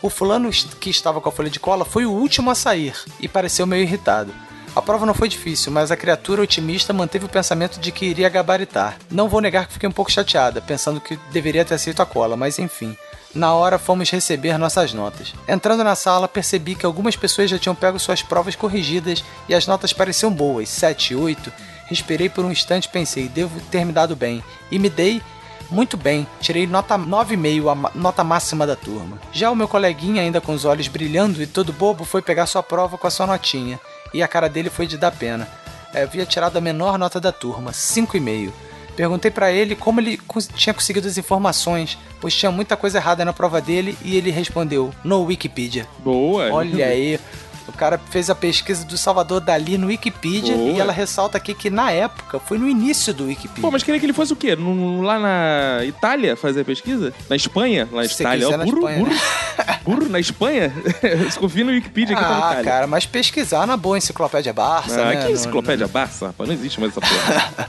I: O fulano est- que estava com a folha de cola foi o último a sair e pareceu meio irritado. A prova não foi difícil, mas a criatura otimista manteve o pensamento de que iria gabaritar. Não vou negar que fiquei um pouco chateada, pensando que deveria ter aceito a cola, mas enfim. Na hora fomos receber nossas notas. Entrando na sala, percebi que algumas pessoas já tinham pego suas provas corrigidas e as notas pareciam boas, 7, 8. Respirei por um instante e pensei, devo ter me dado bem. E me dei muito bem, tirei nota 9,5, a ma- nota máxima da turma. Já o meu coleguinha, ainda com os olhos brilhando e todo bobo, foi pegar sua prova com a sua notinha. E a cara dele foi de dar pena. Eu havia tirado a menor nota da turma, 5,5. Perguntei pra ele como ele cons- tinha conseguido as informações, pois tinha muita coisa errada na prova dele e ele respondeu: no Wikipedia.
A: Boa.
I: Olha aí. O cara fez a pesquisa do Salvador Dali no Wikipedia
A: Boa.
I: e ela ressalta aqui que na época foi no início do Wikipedia.
A: Pô, mas queria que ele fosse o quê? No- lá na Itália fazer a pesquisa? Na Espanha? Lá na
I: Se
A: Itália.
I: quiser,
A: Ó,
I: na
A: burro,
I: Espanha, né?
A: burro. Burro, na Espanha? Eu vi no Wikipedia que tá na
I: Ah,
A: Itália.
I: cara, mas pesquisar na boa enciclopédia Barça,
A: Ah,
I: né?
A: que
I: Não-
A: enciclopédia Barça, rapaz? Não existe mais essa porra.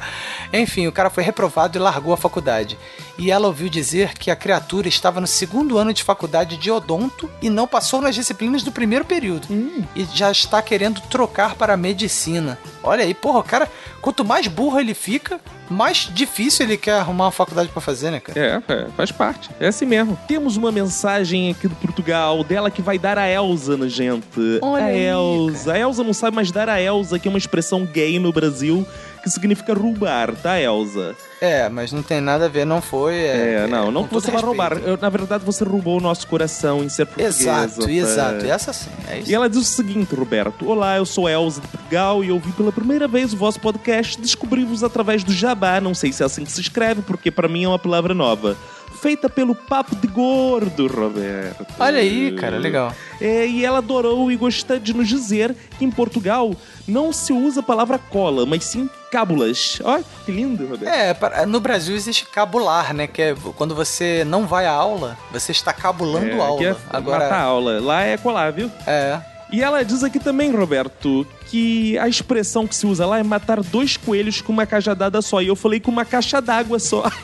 I: Enfim, o cara foi reprovado e largou a faculdade. E ela ouviu dizer que a criatura estava no segundo ano de faculdade de odonto e não passou nas disciplinas do primeiro período.
A: Hum.
I: E já está querendo trocar para a medicina. Olha aí, porra, o cara, quanto mais burro ele fica, mais difícil ele quer arrumar uma faculdade pra fazer, né, cara?
A: é, é, faz parte. É assim mesmo. Temos uma mensagem aqui do Portugal, dela que vai dar a Elsa, né, gente?
L: Olha
A: a
L: aí,
A: Elsa. A Elsa não sabe mais dar a Elsa, que é uma expressão gay no Brasil, que significa roubar, tá, Elsa?
I: É, mas não tem nada a ver, não foi. É,
A: É, não, não
I: com
A: que você vai
I: todo respeito.
A: roubar. Eu, na verdade, você roubou o nosso coração em ser portuguesa.
I: Exato,
A: tá?
I: exato. Essa sim, é isso.
A: E ela diz o seguinte, Roberto: Olá, eu sou a Elza de Portugal e ouvi pela primeira vez o vosso podcast. Descobri-vos através do Jabá, não sei se é assim que se escreve, porque para mim é uma palavra nova. Feita pelo Papo de Gordo, Roberto.
I: Olha aí, cara, legal.
A: É, e ela adorou e gostou de nos dizer que em Portugal não se usa a palavra cola, mas sim cábulas. Olha que lindo, Roberto.
I: É, para- no Brasil existe cabular, né? Que é quando você não vai à aula, você está cabulando
A: É,
I: a aula.
A: aqui é
I: Agora,
A: matar a aula. Lá é colar, viu?
I: É.
A: E ela diz aqui também, Roberto, que a expressão que se usa lá é matar dois coelhos com uma cajadada só. E eu falei com uma caixa d'água só.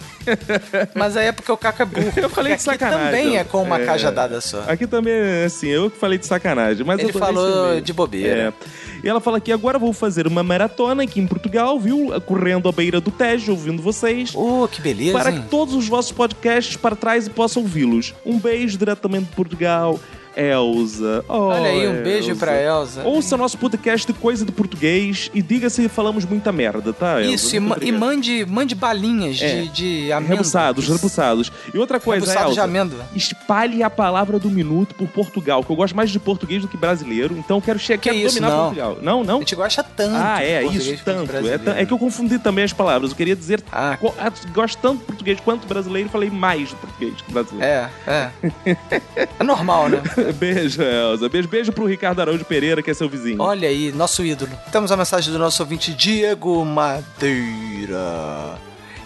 I: Mas aí é porque o caca é burro.
A: Eu falei de
I: Porque aqui
A: sacanagem.
I: também é com uma
A: É.
I: cajadada só.
A: Aqui também é assim, eu que falei de sacanagem. Mas eu
I: Ele
A: adorei
I: falou
A: esse e-mail.
I: de bobeira.
A: É. E ela fala que agora vou fazer uma maratona aqui em Portugal, viu? Correndo à beira do Tejo, ouvindo vocês.
I: Oh, que beleza.
A: para
I: hein?
A: que todos os vossos podcasts para trás e possa ouvi-los. Um beijo diretamente de Portugal, Elza. Oh,
I: Olha aí, um beijo
A: Elza.
I: pra Elsa.
A: Ouça nosso podcast de coisa de português e diga se falamos muita merda, tá, Elza?
I: Isso, e,
A: Muito
I: ma- e
A: obrigado.
I: mande, mande balinhas
A: É.
I: de, de amêndoa.
A: Repulsados, repulsados. E outra coisa,
I: Rebuçado de
A: Elza,
I: amêndoa.
A: espalhe a palavra do minuto por Portugal, que eu gosto mais de português do que brasileiro, então eu quero, che-
I: Que
A: quero
I: isso,
A: dominar
I: não.
A: Portugal. Não, não?
I: A gente gosta tanto.
A: Ah, é, isso,
I: de português quanto
A: tanto. É,
I: brasileiro.
A: tan- é que eu confundi também as palavras. Eu queria dizer,
I: Ah.
A: co- ah, gosto tanto do português quanto do brasileiro, e falei mais do português que brasileiro.
I: É, é. É normal, né?
A: Beijo, Elza. Beijo, beijo pro Ricardo Araújo Pereira, que é seu vizinho.
I: Olha aí, nosso ídolo. Temos a mensagem do nosso ouvinte Diego Madeira.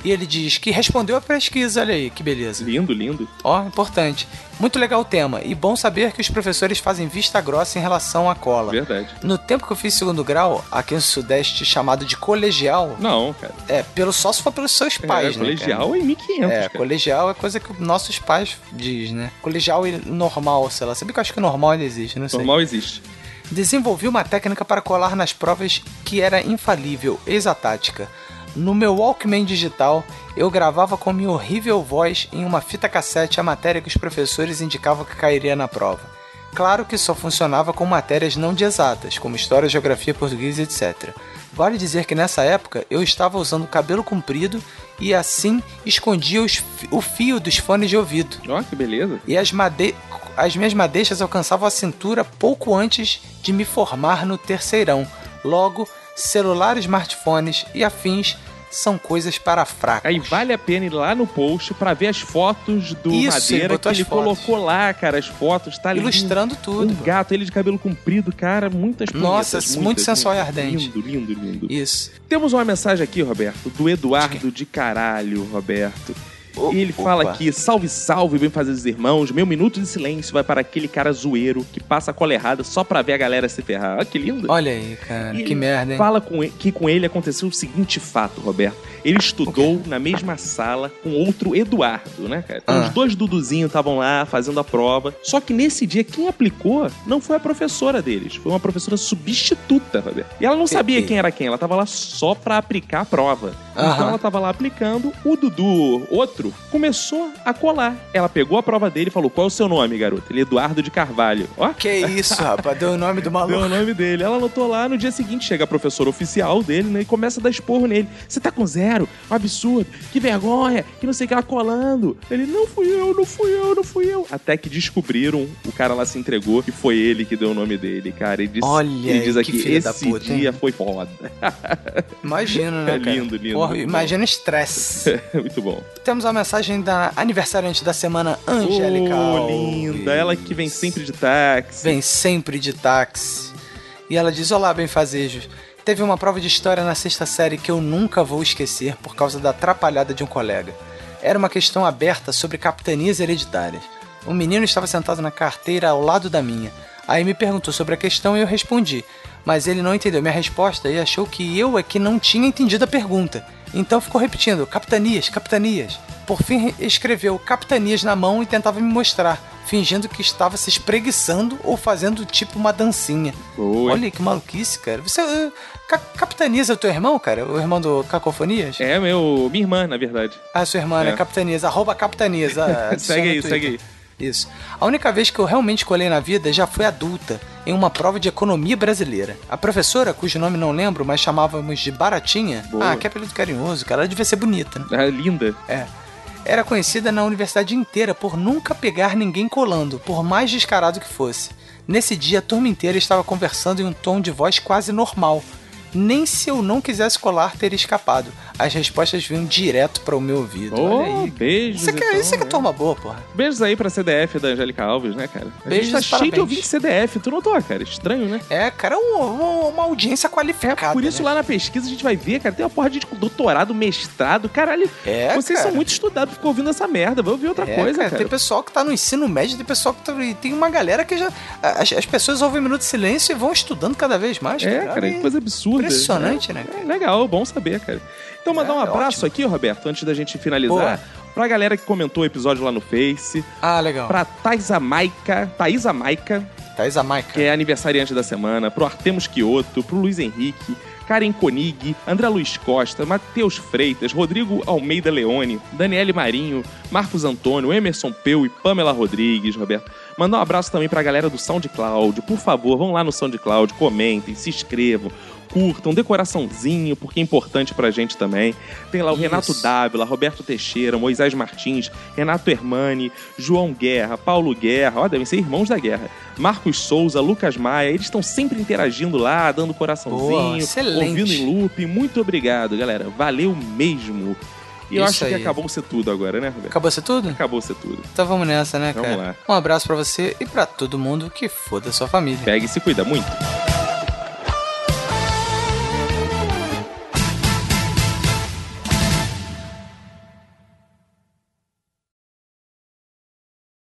I: E ele diz que respondeu a pesquisa, olha aí, que beleza.
A: Lindo, lindo.
I: Ó, importante. Muito legal o tema, e bom saber que os professores fazem vista grossa em relação à cola.
A: Verdade.
I: No tempo que eu fiz segundo grau, aqui no Sudeste, chamado de colegial,
A: Não, cara.
I: é, pelo, só se for pelos seus pais,
A: é,
I: né?
A: colegial em 1500,
I: É,
A: cara.
I: colegial é coisa que nossos pais diz, né? Colegial e normal, sei lá. Sabia que eu acho que normal ele existe, não sei.
A: Normal existe.
I: Desenvolvi uma técnica para colar nas provas que era infalível, eis a tática. No meu Walkman digital, eu gravava com minha horrível voz em uma fita cassete a matéria que os professores indicavam que cairia na prova. Claro que só funcionava com matérias não de exatas, como história, geografia, português, etc. Vale dizer que nessa época eu estava usando cabelo comprido e assim escondia os fi- o fio dos fones de ouvido
A: Ó, que beleza.
I: e as, made... as minhas madeixas alcançavam a cintura pouco antes de me formar no terceirão. Logo, celular, smartphones e afins são coisas para fracos.
A: Aí vale a pena ir lá no post pra ver as fotos do
I: Isso, ele
A: Madeira que
I: botou as
A: ele
I: fotos.
A: colocou lá, cara, as fotos, tá lindo.
I: Ilustrando tudo.
A: Um
I: pô.
A: gato, ele de cabelo comprido, cara, muitas
I: Nossa,
A: bonitas,
I: muito
A: muitas,
I: sensual
A: muitas.
I: e ardente.
A: Lindo, lindo, lindo.
I: Isso.
A: Temos uma mensagem aqui, Roberto, do Eduardo de Caralho, Roberto. E ele fala aqui, salve, salve, bem fazer os irmãos. Meu minuto de silêncio vai para aquele cara zoeiro que passa a cola errada só pra ver a galera se ferrar. Olha que lindo.
I: Olha aí, cara,
A: E
I: que merda, hein?
A: Fala com ele- que com ele aconteceu o seguinte fato, Roberto. Ele estudou na mesma sala com outro Eduardo, né, cara? Então,
I: Ah.
A: Os dois Duduzinhos estavam lá fazendo a prova. Só que nesse dia, quem aplicou não foi a professora deles. Foi uma professora substituta, Roberto. E ela não sabia quem era quem. Ela tava lá só pra aplicar a prova. Então
I: Aham.
A: ela tava lá aplicando. O Dudu, outro, começou a colar. Ela pegou a prova dele e falou, qual é o seu nome, garoto? Ele é Eduardo de Carvalho. Ó.
I: Que isso, rapaz, deu o nome do
A: Deu
I: maluco.
A: o nome dele. Ela anotou lá, no dia seguinte chega a professora oficial dele, né? E começa a dar esporro nele. Você tá com zero? Um absurdo. Que vergonha. Que não sei o que, ela colando. Ele, não fui eu, não fui eu, não fui eu. Até que descobriram, o cara lá se entregou e foi ele que deu o nome dele, cara. Ele diz,
I: Olha
A: ele diz
I: aí, que
A: aqui,
I: filho
A: esse
I: da puta, hein?"
A: dia foi foda.
I: Imagina, né,
A: É
I: cara?
A: lindo, lindo.
I: Porra, imagina o estresse.
A: É, Muito bom.
I: Temos a mensagem da aniversariante da semana, Angélica.
A: Oh,
I: Alves.
A: linda. Ela que vem sempre de táxi.
I: Vem sempre de táxi. E ela diz: Olá, benfazejos. Teve uma prova de história na sexta série que eu nunca vou esquecer por causa da atrapalhada de um colega. Era uma questão aberta sobre capitanias hereditárias. Um menino estava sentado na carteira ao lado da minha. Aí me perguntou sobre a questão e eu respondi. Mas ele não entendeu minha resposta e achou que eu é que não tinha entendido a pergunta. Então ficou repetindo: capitanias, capitanias. Por fim, escreveu capitanias na mão e tentava me mostrar, fingindo que estava se espreguiçando ou fazendo tipo uma dancinha.
A: Boa.
I: Olha que maluquice, cara. Você eh, ca- capitaniza o teu irmão, cara? O irmão do Cacofonias?
A: É, meu, minha irmã, na verdade.
I: Ah, sua irmã, né?
A: É.
I: Capitaniza. Arroba capitaniza. Adiciona
A: Segue aí,
I: é no Twitter.
A: segue aí.
I: Isso. A única vez que eu realmente colei na vida já foi adulta, em uma prova de economia brasileira. A professora, cujo nome não lembro, mas chamávamos de Baratinha.
A: Boa.
I: Ah, que apelido carinhoso, cara. Ela devia ser bonita, né?
A: Ah, linda.
I: É. Era conhecida na universidade inteira por nunca pegar ninguém colando, por mais descarado que fosse. Nesse dia, a turma inteira estava conversando em um tom de voz quase normal. Nem se eu não quisesse colar, teria escapado. As respostas vinham direto para o meu ouvido. Olha
A: Oh,
I: aí.
A: beijos.
I: Isso aqui, é-
A: então,
I: isso aqui é
A: né?
I: turma boa, porra.
A: Beijos aí pra CDF da Angélica Alves, né, cara? A
I: Beijos
A: gente tá
I: e
A: cheio de
I: parabéns.
A: ouvinte CDF, tu notou, cara? Estranho, né?
I: É, cara, é um- um- uma audiência qualificada.
A: É Por isso,
I: né?
A: lá na pesquisa, a gente vai ver, cara, tem uma porra de gente com doutorado, mestrado, caralho.
I: É,
A: vocês
I: cara.
A: são muito estudados, ficam ouvindo essa merda, vai ouvir outra
I: É,
A: coisa, cara.
I: Tem pessoal que tá no ensino médio, tem pessoal que tá, e tem uma galera que já. As, as pessoas ouvem Minuto de Silêncio e vão estudando cada vez mais.
A: É, cara,
I: Olha
A: que
I: aí.
A: coisa absurda.
I: Impressionante,
A: É,
I: né, cara?
A: é legal, bom saber, cara. Então, mandar
I: É,
A: um
I: é
A: abraço
I: ótimo.
A: aqui, Roberto, antes da gente finalizar,
I: Boa.
A: pra galera que comentou o episódio lá no Face,
I: Ah, legal.
A: pra Thaisa Maica, Thaisa Maica,
I: Thaís Amaica.
A: que é aniversariante da semana, pro Artemos Quioto, pro Luiz Henrique, Karen Konig, André Luiz Costa, Matheus Freitas, Rodrigo Almeida Leone, Daniele Marinho, Marcos Antônio, Emerson Peu e Pamela Rodrigues, Roberto. Mandar um abraço também pra galera do SoundCloud. Por favor, vão lá no SoundCloud, comentem, se inscrevam. Curtam, dê coraçãozinho, porque é importante pra gente também. Tem lá o
I: Isso.
A: Renato Dávila, Roberto Teixeira, Moisés Martins, Renato Hermani, João Guerra, Paulo Guerra, ó, devem ser irmãos da guerra. Marcos Souza, Lucas Maia, eles estão sempre interagindo lá, dando
I: Boa,
A: coraçãozinho,
I: excelente.
A: ouvindo em loop. Muito obrigado, galera. Valeu mesmo. E eu
I: Isso
A: acho que
I: aí.
A: acabou ser tudo agora, né, Roberto?
I: Acabou ser tudo?
A: Acabou ser tudo.
I: Então vamos nessa, né,
A: Vamos lá.
I: cara? Um abraço pra você e pra todo mundo que foda sua família.
A: Pega e se cuida muito.